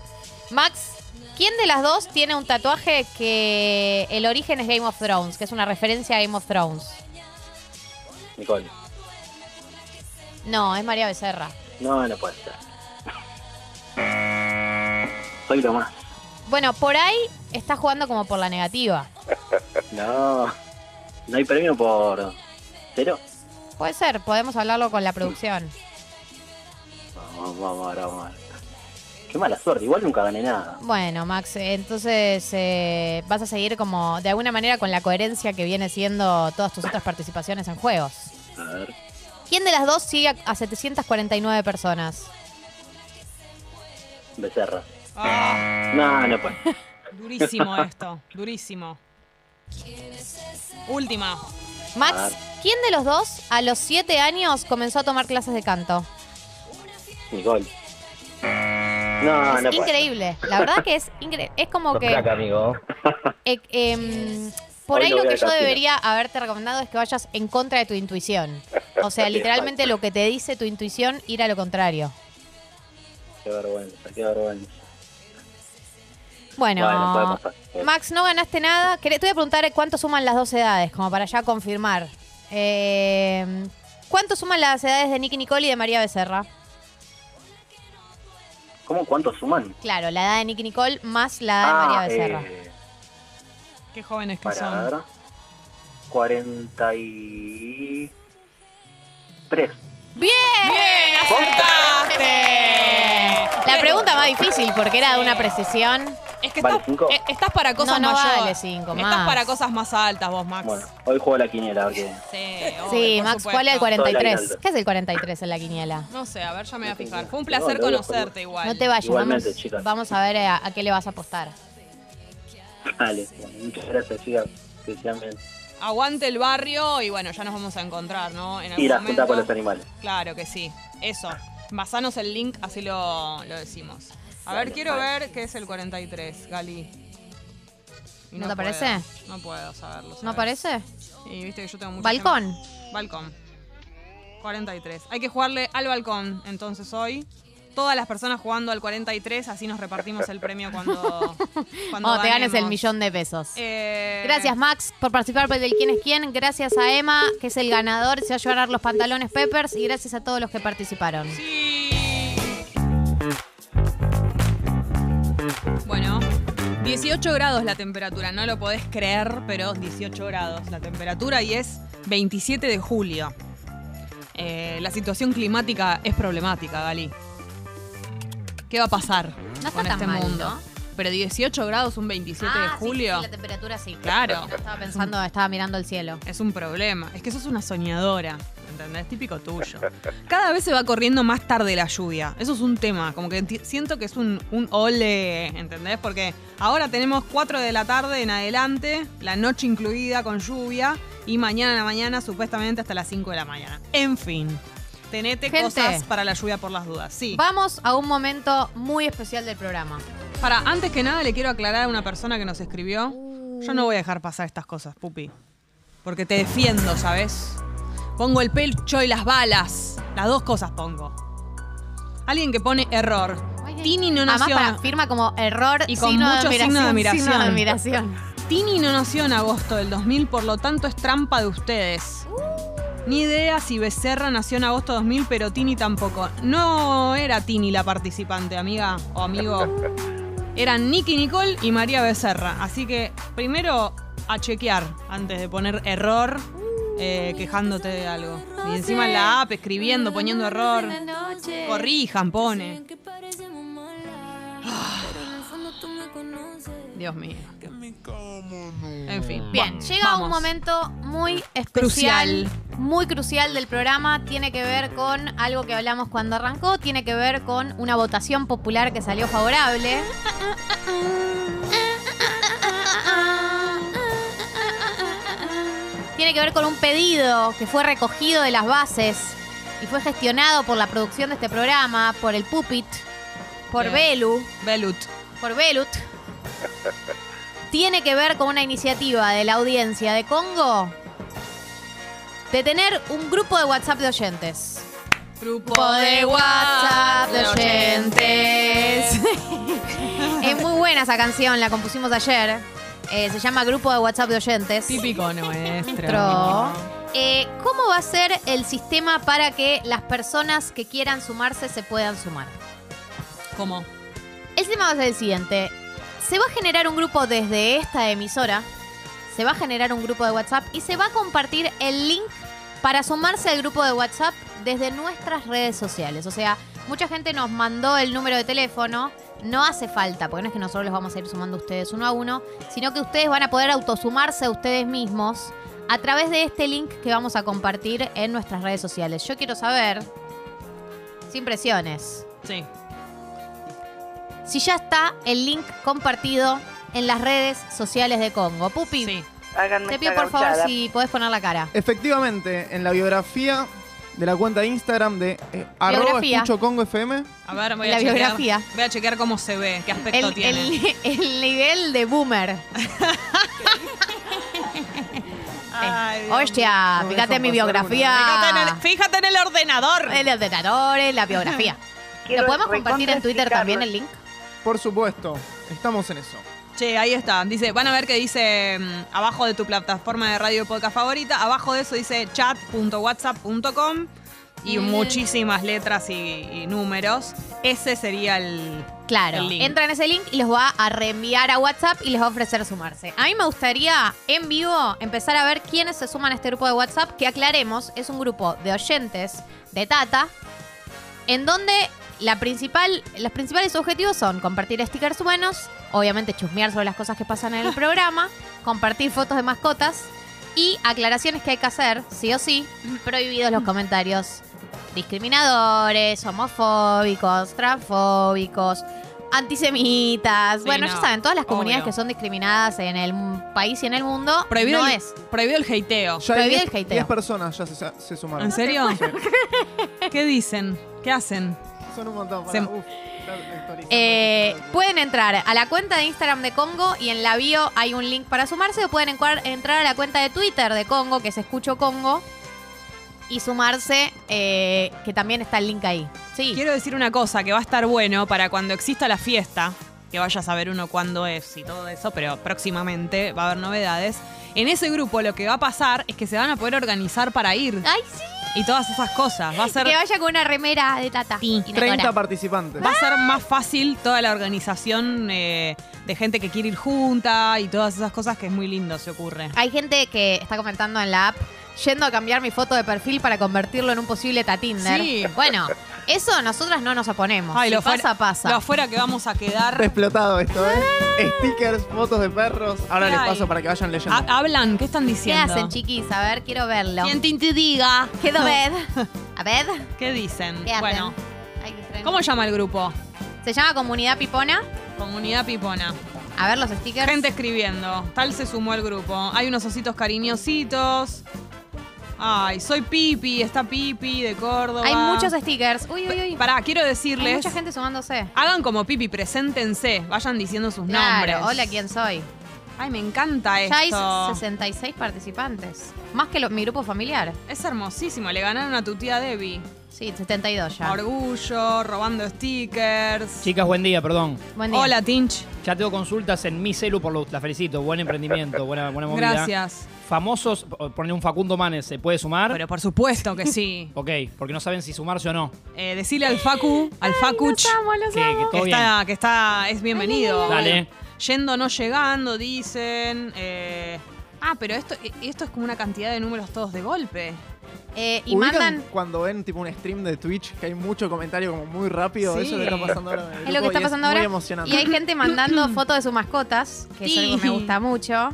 A: Max, ¿quién de las dos tiene un tatuaje que el origen es Game of Thrones, que es una referencia a Game of Thrones?
G: Nicole.
A: No, es María Becerra.
G: No, no puede ser. Soy lo más.
A: Bueno, por ahí está jugando como por la negativa.
G: No. No hay premio por cero.
A: Puede ser, podemos hablarlo con la producción.
G: Vamos, vamos, ahora vamos. Qué mala suerte, igual nunca gané nada.
A: Bueno, Max, entonces eh, vas a seguir como de alguna manera con la coherencia que viene siendo todas tus otras participaciones en juegos.
G: A ver.
A: ¿Quién de las dos sigue a- a 749 personas?
G: Becerra.
B: Ah,
G: No, no puede.
B: durísimo esto, durísimo. Última.
A: Max,
G: Ah.
A: ¿quién de los dos a los siete años comenzó a tomar clases de canto?
G: Nicole. No, Ah, no
A: es increíble. La verdad que es increíble. Es como que.
G: amigo.
A: eh, em, por
G: Hoy
A: ahí
G: lo
A: lo
G: voy a
A: que yo
G: dejar
A: debería haberte recomendado es que vayas en contra de tu intuición. O sea, literalmente lo que te dice tu intuición, ir a lo contrario.
G: Qué vergüenza, qué vergüenza.
A: Bueno,
G: Bueno, puede pasar.
A: Max, no ganaste nada. Queré- Te voy a preguntar cuánto suman las dos edades, como para ya confirmar. Eh, ¿Cuánto suman las edades de Nicky Nicole y de María Becerra?
G: ¿Cómo cuántos suman?
A: Claro, la edad de Nicky Nicole más
B: Ah,
A: la edad de María Becerra.
G: eh,
B: Qué jóvenes que
G: para
B: son.
G: ver. 43.
A: ¡Bien! ¡Acertaste! La pregunta más difícil, porque era de una precisión.
B: Es que
G: Vale,
B: estás,
G: cinco.
B: eh, estás para cosas
A: No, no
B: mayores.
A: vale cinco,
B: Estás
A: más.
B: para cosas más altas vos, Max.
G: Bueno, hoy juego a la quiniela, a ver qué.
B: Sí, obvio,
A: Sí,
B: por
A: Max,
B: supuesto.
A: ¿cuál es el
G: Soy
A: 43?
G: la
A: ¿Qué es el 43 en la quiniela?
B: No sé, a ver, ya me voy a fijar. Fue un
G: tengo
B: placer
G: idea, pero-
B: conocerte igual.
A: No te vayas,
G: Igualmente,
A: vamos,
G: chicas.
A: vamos a ver a, a qué le vas a apostar.
G: Vale, bueno, muchas gracias, chicas. Que sean bien.
B: Aguante el barrio y bueno, ya nos vamos a encontrar, ¿no? En algún
G: Y la
B: momento.
G: junta con los animales.
B: Claro que sí. Eso. Basanos el link, así lo, lo decimos. A ver,
A: Dale,
B: quiero
A: vale.
B: ver qué es el 43, Gali. Y
A: ¿No te
B: puedo,
A: parece?
B: No puedo saberlo.
A: ¿No
B: ¿sabes?
A: parece?
B: Y viste que yo tengo mucho.
A: Balcón.
B: Balcón. 43. Hay que jugarle al balcón, entonces hoy. Todas las personas jugando al 43, así nos repartimos el premio cuando. cuando
A: Cuando Oh, te ganes el
B: ganemos.
A: millón de pesos.
B: Eh,
A: Gracias, Max, por participar por el Quién es Quién. Gracias a Emma, que es el ganador. Se va a llorar los pantalones Peppers. Y gracias a todos los que participaron.
B: Bueno, 18 grados la temperatura, no lo podés creer, pero 18 grados la temperatura y es 27 de julio. Eh, la situación climática es problemática, Gali. ¿Qué va a pasar
A: No está
B: con
A: tan
B: este
A: mal,
B: mundo?
A: ¿no?
B: Pero 18 grados un 27 de
A: Ah, sí,
B: julio.
A: sí, la temperatura sí.
B: Claro.
A: No estaba pensando, estaba mirando el cielo.
B: Es un problema. Es que sos una soñadora. ¿Entendés? Típico tuyo. Cada vez se va corriendo más tarde la lluvia. Eso es un tema. Como que enti- siento que es un, un ole. ¿Entendés? Porque ahora tenemos 4 de la tarde en adelante, la noche incluida con lluvia. Y mañana en la mañana, supuestamente hasta las 5 de la mañana. En fin. Tenete
A: Gente.
B: cosas para la lluvia por las dudas. Sí.
A: Vamos a un momento muy especial del programa.
B: Para, antes que nada le quiero aclarar a una persona que nos escribió. Yo no voy a dejar pasar estas cosas, Pupi. Porque te defiendo, ¿sabes? Pongo el pecho y las balas. Las dos cosas pongo. Alguien que pone error. Tini no
A: Además,
B: nació.
A: para- firma como error
B: y con
A: signo
B: mucho
A: de
B: signo de admiración.
A: signo de admiración.
B: Tini no nació en agosto del 2000, por lo tanto es trampa de ustedes. Ni idea si Becerra nació en agosto 2000, pero Tini tampoco. No era Tini la participante, amiga o amigo. Eran Nicky Nicole y María Becerra. Así que primero a chequear antes de poner error eh, quejándote de algo. Y encima en la app escribiendo, poniendo error. Corrijan, pone. Dios mío. En fin.
A: Bien,
B: bueno,
A: llega un
B: vamos.
A: momento muy especial,
B: Crucial.
A: muy crucial del programa. Tiene que ver con algo que hablamos cuando arrancó, tiene que ver con una votación popular que salió favorable. Tiene que ver con un pedido que fue recogido de las bases y fue gestionado por la producción de este programa, por el Pupit, por
B: Bien.
A: Belu,
B: Belut.
A: por Belut. Tiene que ver con una iniciativa de la audiencia de Congo de tener un grupo de WhatsApp de oyentes.
B: Grupo de WhatsApp de oyentes.
A: es muy buena esa canción, la compusimos ayer. Eh, se llama Grupo de WhatsApp de Oyentes.
B: Típico nuestro.
A: Nuestro. Eh, ¿Cómo va a ser el sistema para que las personas que quieran sumarse se puedan sumar?
B: ¿Cómo?
A: El tema va a ser el siguiente. Se va a generar un grupo desde esta emisora. Se va a generar un grupo de WhatsApp y se va a compartir el link para sumarse al grupo de WhatsApp desde nuestras redes sociales. O sea, mucha gente nos mandó el número de teléfono. No hace falta, porque no es que nosotros los vamos a ir sumando a ustedes uno a uno, sino que ustedes van a poder autosumarse a ustedes mismos a través de este link que vamos a compartir en nuestras redes sociales. Yo quiero saber, sin presiones,
B: Sí.
A: si ya está el link compartido en las redes sociales de Congo. Pupi,
I: Háganme
A: Te pido
I: esta
A: por favor
I: gauchada.
A: si podés poner la cara.
C: Efectivamente, en la biografía de la cuenta de Instagram de eh, arroba
A: Biografía.
C: escucho Congo FM,
B: A ver, voy
A: La
B: a chequear.
A: biografía.
B: Voy a chequear cómo se ve, qué aspecto
A: El,
B: tiene.
A: el- el nivel de boomer.
B: Ay, Dios
A: Hostia, fíjate en
B: mío.
A: mi
B: Fíjate en el-
A: biografía.
B: Fíjate en el ordenador.
A: El ordenador, en la biografía. ¿Lo
B: Quiero
A: podemos compartir en
B: recontra
A: Twitter
B: explicarlo.
A: también el link?
C: por supuesto, estamos en eso.
B: Che, ahí está. Dice, van a ver que dice mm, abajo de tu plataforma de radio y podcast favorita. Abajo de eso dice chat.whatsapp.com y
A: Mm.
B: muchísimas letras y, y números. Ese sería el,
A: Claro,
B: el link.
A: entra en ese link y los va a reenviar a WhatsApp y les va a ofrecer sumarse. A mí me gustaría en vivo empezar a ver quiénes se suman a este grupo de WhatsApp, que aclaremos, es un grupo de oyentes de Tata, en donde la principal, los principales objetivos son compartir stickers buenos, obviamente chusmear sobre las cosas que pasan en el programa, compartir fotos de mascotas y aclaraciones que hay que hacer, sí o sí, prohibidos los comentarios discriminadores, homofóbicos, transfóbicos, antisemitas,
B: Sí,
A: bueno,
B: no,
A: ya saben, todas las comunidades
B: obvio.
A: que son discriminadas en el m- país y en el mundo,
B: Prohibido
A: no
B: el-
A: es.
B: Prohibido el hateo.
C: Ya hay 10 10 personas ya se, se sumaron.
B: ¿En serio? ¿Qué dicen? ¿Qué hacen?
C: Son un montón.
B: Se-
C: pará, uf, está- está listo.
A: Eh, pueden entrar a la cuenta de Instagram de Congo y en la bio hay un link para sumarse o pueden encuar- entrar a la cuenta de Twitter de Congo, que es Escucho Congo, y sumarse, eh, que también está el link ahí. Sí.
B: Quiero decir una cosa que va a estar bueno para cuando exista la fiesta, que vaya a saber uno cuándo es y todo eso, pero próximamente va a haber novedades. En ese grupo lo que va a pasar es que se van a poder organizar para ir.
A: ¡Ay, sí!
B: Y todas esas cosas. Va a ser,
A: Que vaya con una remera de Tata. y de
C: 30
A: Cora.
C: participantes.
B: va a ser más fácil toda la organización eh, de gente que quiere ir junta y todas esas cosas que es muy lindo, se ocurre.
A: Hay gente que está comentando en la app yendo a cambiar mi foto de perfil para convertirlo en un posible Tatinder.
B: Sí.
A: Bueno, eso nosotras no nos oponemos.
B: Ay,
A: Si
B: lo
A: pasa,
B: fuera-
A: pasa.
B: Lo afuera que vamos a quedar.
C: Está explotado esto, ¿eh? Stickers, fotos de perros. Ahora les
B: Ay.
C: paso para que vayan leyendo.
B: Ha- Hablan, ¿qué están
A: ¿Qué
B: diciendo?
A: hacen, chiquis? A ver, quiero verlo.
B: Quien te diga.
A: Quedo ver. A ver.
B: ¿Qué dicen?
A: ¿Qué hacen?
B: bueno,
A: Ay, qué extraño.
B: ¿cómo llama el grupo?
A: Se llama Comunidad Pipona.
B: Comunidad Pipona.
A: A ver los stickers.
B: Gente escribiendo. Tal se sumó al grupo. Hay unos ositos cariñositos. Ay, soy Pipi, está Pipi de Córdoba.
A: Hay muchos stickers. Uy, uy, uy.
B: Pará, quiero
A: Hay
B: decirles.
A: mucha gente sumándose.
B: Hagan como Pipi, preséntense, vayan diciendo sus nombres.
A: Claro, hola, ¿quién soy?
B: Ay, me encanta
A: Ya hay
B: esto.
A: 66 participantes. Más que lo- mi grupo familiar.
B: Es hermosísimo, le ganaron a tu tía Debbie.
A: Sí, 72 ya.
B: Orgullo, robando stickers.
M: Chicas, buen día, perdón.
A: Buen día.
B: Hola, Tinch.
M: Ya tengo consultas en mi celu, por lo las felicito. Buen emprendimiento, buena, buena movida.
B: Gracias.
M: Famosos, p- ponle un Facundo Manes, ¿se puede sumar? Pero
B: por supuesto que sí.
M: ok, porque no saben si sumarse o no.
B: Eh, decile al Facu, al Facuch.
M: Que- Eh, que todo
B: que, está, que está, es bienvenido.
M: Ay, ay, ay. Dale.
B: Yendo, no llegando, dicen. eh, ah, pero esto, esto es como una cantidad de números todos de golpe.
A: Eh,
B: y
C: ¿Ubican
B: mandan-
C: Cuando ven tipo un stream de Twitch que hay mucho comentario como muy rápido,
B: Sí.
C: eso es lo que está pasando ahora. en el
A: Es lo que
C: grupo
A: está
C: y
A: pasando
C: muy
A: ahora.
C: emocionante.
A: Y hay gente mandando fotos de sus mascotas, que es algo que me
B: Sí.
A: gusta mucho.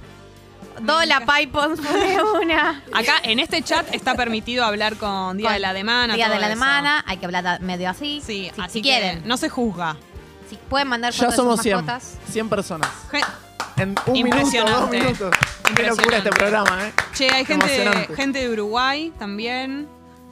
A: Dola Pipons pone una.
B: Acá en este chat está permitido hablar con Día
A: Con
B: de la Demana.
A: Día de
B: todo
A: la
B: eso.
A: Demana, hay que hablar da- medio así. Sí, si,
B: Así
A: si
B: que
A: quieren.
B: No se juzga.
A: Si pueden mandar
C: Ya
A: fotos
C: somos
A: de sus
C: 100.
A: mascotas.
C: 100 personas.
B: Gen-
C: En un minuto, dos
B: Impresionante.
C: minutos. Qué locura
B: Impresionante.
C: este programa, ¿eh?
B: Che, hay gente,
C: Emocionante.
B: gente de Uruguay también.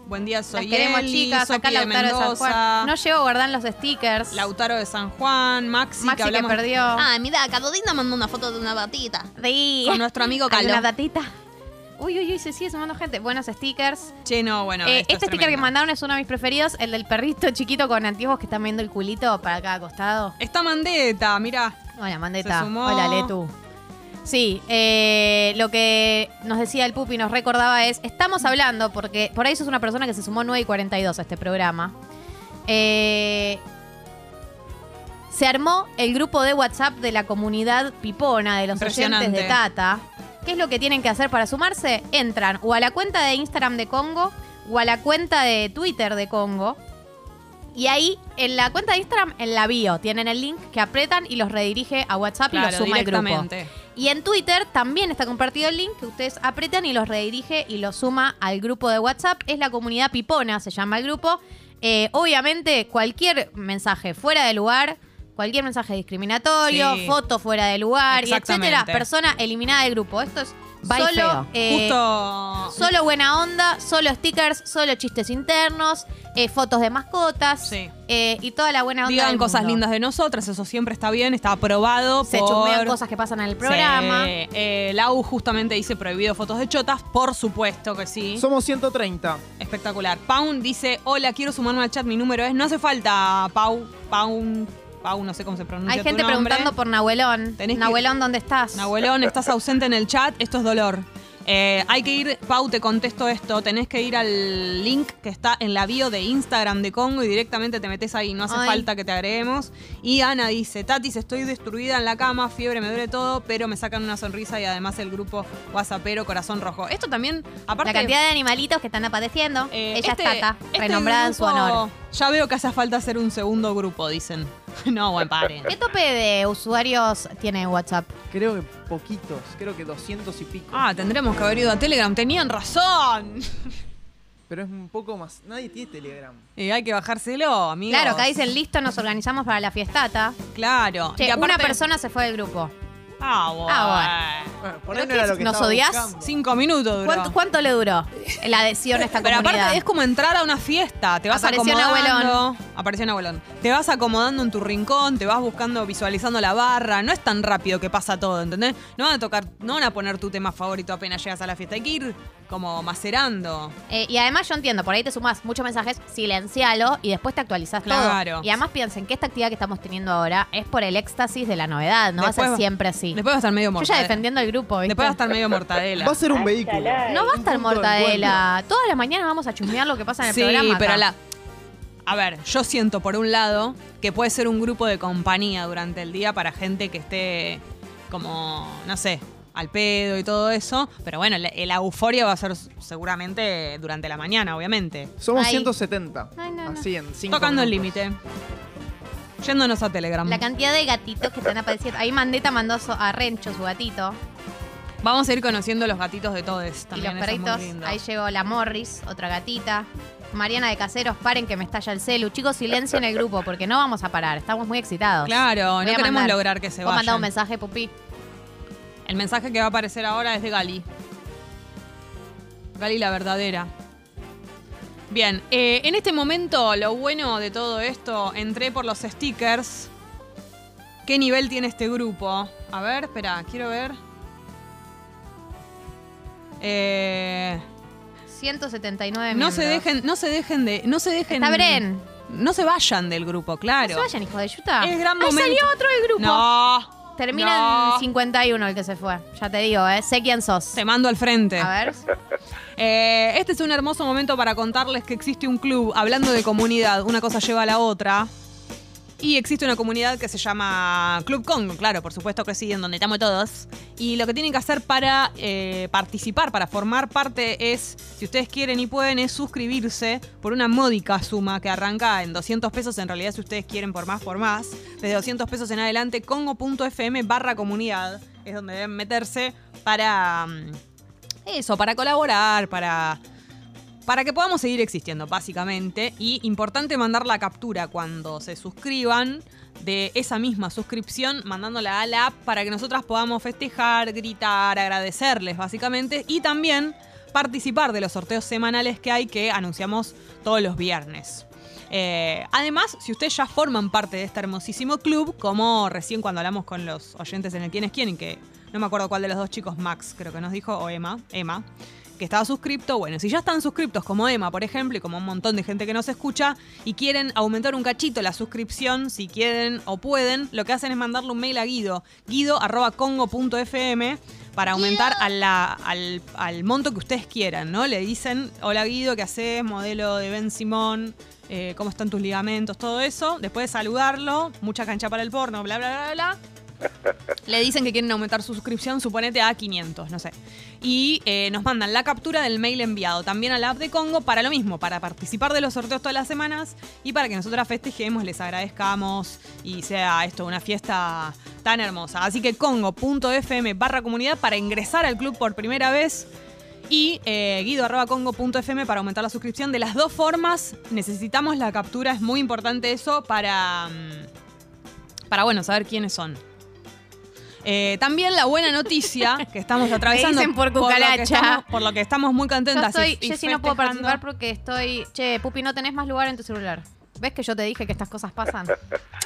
B: Buen día, soy
A: Las queremos,
B: Eli,
A: chicas.
B: Sopi
A: Acá
B: de
A: Lautaro de San
B: Mendoza.
A: Juan. No llevo a guardar los stickers.
B: Lautaro de San Juan, Maxi,
A: Maxi que
B: hablamos-
A: perdió. Ah,
N: Ay, mira, Carolina mandó una foto de una batita.
A: Sí.
B: Con nuestro amigo Calo.
A: Una datita. Uy, uy, uy, se sigue sumando gente. Buenos stickers.
B: Che, no, bueno.
A: Eh, este
B: esto es
A: sticker que
B: tremendo.
A: mandaron es uno de mis preferidos, el del perrito chiquito con anteojos que están viendo el culito para cada costado.
B: Está Mandeta, mira.
A: Hola, Mandeta.
B: Se sumó.
A: Hola, Letu. Sí, eh, lo que nos decía el Pupi, nos recordaba es, estamos hablando, porque por ahí sos una persona que se sumó 9 y 42 a este programa. Eh, se armó el grupo de WhatsApp de la comunidad pipona, de los oyentes
B: Impresionante.
A: de Tata. ¿Qué es lo que tienen que hacer para sumarse? Entran o a la cuenta de Instagram de Congo o a la cuenta de Twitter de Congo. Y ahí, en la cuenta de Instagram, en la bio, tienen el link que apretan y los redirige a WhatsApp y los
B: Claro,
A: suma al grupo.
B: directamente.
A: Y en Twitter también está compartido el link que ustedes apretan y los redirige y los suma al grupo de WhatsApp. Es la comunidad Pipona, se llama el grupo. Eh, obviamente, cualquier mensaje fuera de lugar, cualquier mensaje discriminatorio,
B: Sí.
A: foto fuera de lugar, y
B: Exactamente.
A: etcétera, persona eliminada del grupo. Esto es Bye,
N: Solo,
A: feo.
N: eh,
B: Justo.
A: Solo buena onda, solo stickers, solo chistes internos, eh, fotos de mascotas eh, y toda la buena onda.
B: Digan
A: del
B: cosas
A: mundo.
B: lindas de nosotras, eso siempre está bien, está aprobado.
A: Se
B: por...
A: chusmean cosas que pasan en el programa.
B: Sí. Eh, Lau justamente dice prohibido fotos de chotas, por supuesto que sí.
C: Somos 130.
B: Espectacular. Paun dice, hola, quiero sumarme al chat, mi número es. No hace falta, Pau, Paun, Pau, no sé cómo se pronuncia.
A: Hay
B: tu
A: gente
B: nombre.
A: preguntando por Nahuelón. Nahuelón, ¿dónde estás?
B: Nahuelón, estás ausente en el chat, esto es dolor. Eh, hay que ir, Pau, te contesto esto, tenés que ir al link que está en la bio de Instagram de Congo y directamente te metes ahí, no hace
A: Ay.
B: falta que te agreguemos. Y Ana dice, Tatis, estoy destruida en la cama, fiebre, me duele todo, pero me sacan una sonrisa y además el grupo WhatsAppero Corazón Rojo. Esto también, aparte...
A: La cantidad de animalitos que están apareciendo. Ella
B: este-
A: es Tata,
B: este
A: renombrada en su
B: grupo,
A: honor.
B: Ya veo que hace falta hacer un segundo grupo, dicen. No, buen paren.
A: ¿Qué tope de usuarios tiene WhatsApp?
C: Creo que poquitos, creo que 200 y pico.
B: Ah, tendremos que haber ido a Telegram, tenían razón.
C: Pero es un poco más. Nadie tiene Telegram.
B: Y hay que bajárselo, amigos.
A: Claro, acá dicen listo, nos organizamos para la fiestata.
B: Claro.
A: Che,
B: Y aparte-
A: una persona se fue del grupo.
B: Ah, bueno.
A: Ah,
B: Pero
A: no era
B: ¿qué
A: lo
B: es?
A: que estaba buscando.
B: Cinco minutos duró.
A: ¿Cuánto, cuánto le duró la adhesión a esta
B: Pero
A: comunidad?
B: aparte es como entrar a una fiesta. Te vas
A: Apareció un
B: acomodando.
A: abuelón.
B: Apareció un abuelón. Te vas acomodando en tu rincón, te vas buscando, visualizando la barra. No es tan rápido que pasa todo, ¿entendés? No van a tocar, no van a poner tu tema favorito apenas llegas a la fiesta. Hay que ir como macerando.
A: Eh, y además yo entiendo, por ahí te sumás muchos mensajes, silencialo y después te actualizás
B: Claro.
A: todo. Y además piensen que esta actividad que estamos teniendo ahora es por el éxtasis de la novedad, no va a
B: Después
A: ser
B: va-
A: siempre así.
B: Después va a estar medio
A: Yo
B: mortadela.
A: ya defendiendo el grupo, ¿viste?
B: Después va a estar medio mortadela.
C: Va a ser un vehículo.
A: No va a estar
C: punto de
A: mortadela. Todas las mañanas vamos a chusmear lo que pasa en el
B: Sí,
A: programa. acá.
B: pero la. A ver, yo siento por un lado que puede ser un grupo de compañía durante el día para gente que esté como, no sé, al pedo y todo eso. Pero bueno, la, la euforia va a ser seguramente durante la mañana, obviamente.
C: Somos
B: Ay.
C: 170. Así en 5
B: Tocando el límite. Yéndonos a Telegram.
A: La cantidad de gatitos que están apareciendo. Ahí Mandeta mandó so- a Rencho, su gatito.
B: Vamos a ir conociendo los gatitos de todos
A: Y
B: también.
A: los
B: eso es muy
A: perritos.
B: lindo.
A: Ahí llegó la Morris, otra gatita. Mariana de Caseros, paren que me estalla el celu. Chicos, silencio en el grupo porque no vamos a parar. Estamos muy excitados.
B: Claro,
A: Voy
B: no
A: a
B: queremos
A: mandar-
B: lograr que se
A: Vos mandá un
B: vayan.
A: mensaje, Pupi.
B: El mensaje que va a aparecer ahora es de Gali. Gali la verdadera. Bien, eh, en este momento lo bueno de todo esto, entré por los stickers. ¿Qué nivel tiene este grupo? A ver, espera, quiero ver. Eh,
A: 179
B: no se
A: miembros.
B: dejen, no se dejen de, no se dejen.
A: Está Bren.
B: No se vayan del grupo, claro.
A: No se vayan, hijo de yuta.
B: Es gran
A: Ahí
B: momento.
A: salió otro del grupo.
B: No.
A: Termina
B: no.
A: en 51 el que se fue. Ya te digo, ¿eh? Sé quién sos. Te
B: mando al frente.
A: A ver.
B: Eh, este es un hermoso momento para contarles que existe un club, hablando de comunidad, una cosa lleva a la otra. Y existe una comunidad que se llama Club Congo, claro, por supuesto que sí, en donde estamos todos. Y lo que tienen que hacer para eh, participar, para formar parte, es, si ustedes quieren y pueden, es suscribirse por una módica suma que arranca en 200 pesos. En realidad, si ustedes quieren por más, por más. Desde 200 pesos en adelante, congo.fm barra comunidad es donde deben meterse para... mm, eso, para colaborar, para, para que podamos seguir existiendo, básicamente. Y importante mandar la captura cuando se suscriban de esa misma suscripción, mandándola a la app para que nosotras podamos festejar, gritar, agradecerles, básicamente. Y también participar de los sorteos semanales que hay que anunciamos todos los viernes. Eh, además, si ustedes ya forman parte de este hermosísimo club, como recién cuando hablamos con los oyentes en el Quién es Quién, que no me acuerdo cuál de los dos chicos, Max creo que nos dijo, o Emma, Emma, que estaba suscripto, bueno, si ya están suscriptos como Emma, por ejemplo, y como un montón de gente que nos escucha, y quieren aumentar un cachito la suscripción, si quieren o pueden, lo que hacen es mandarle un mail a Guido, guido.congo.fm, para aumentar a la- al, al monto que ustedes quieran, ¿no? Le dicen, hola Guido, ¿qué haces? Modelo de Ben Simón, eh, cómo están tus ligamentos, todo eso. Después de saludarlo, mucha cancha para el porno, bla, bla, bla, bla. Le dicen que quieren aumentar su suscripción, suponete a 500, no sé. Y eh, nos mandan la captura del mail enviado también a la app de Congo para lo mismo, para participar de los sorteos todas las semanas y para que nosotras festejemos, les agradezcamos y sea esto una fiesta tan hermosa. Así que congo.fm barra comunidad para ingresar al club por primera vez y eh, guido.congo.fm para aumentar la suscripción. De las dos formas necesitamos la captura, es muy importante eso para, mm, para bueno, saber quiénes son. Eh, también la buena noticia que estamos atravesando.
A: Me dicen por
B: Por lo que
A: cucaracha.
B: estamos, por lo que estamos muy
A: Yo
B: contentas.
A: estoy,
B: y- y
A: Jessy, no puedo
B: festejando.
A: participar porque estoy. Che, Pupi, no tenés más lugar en tu celular. ¿Ves que yo te dije que estas cosas pasan?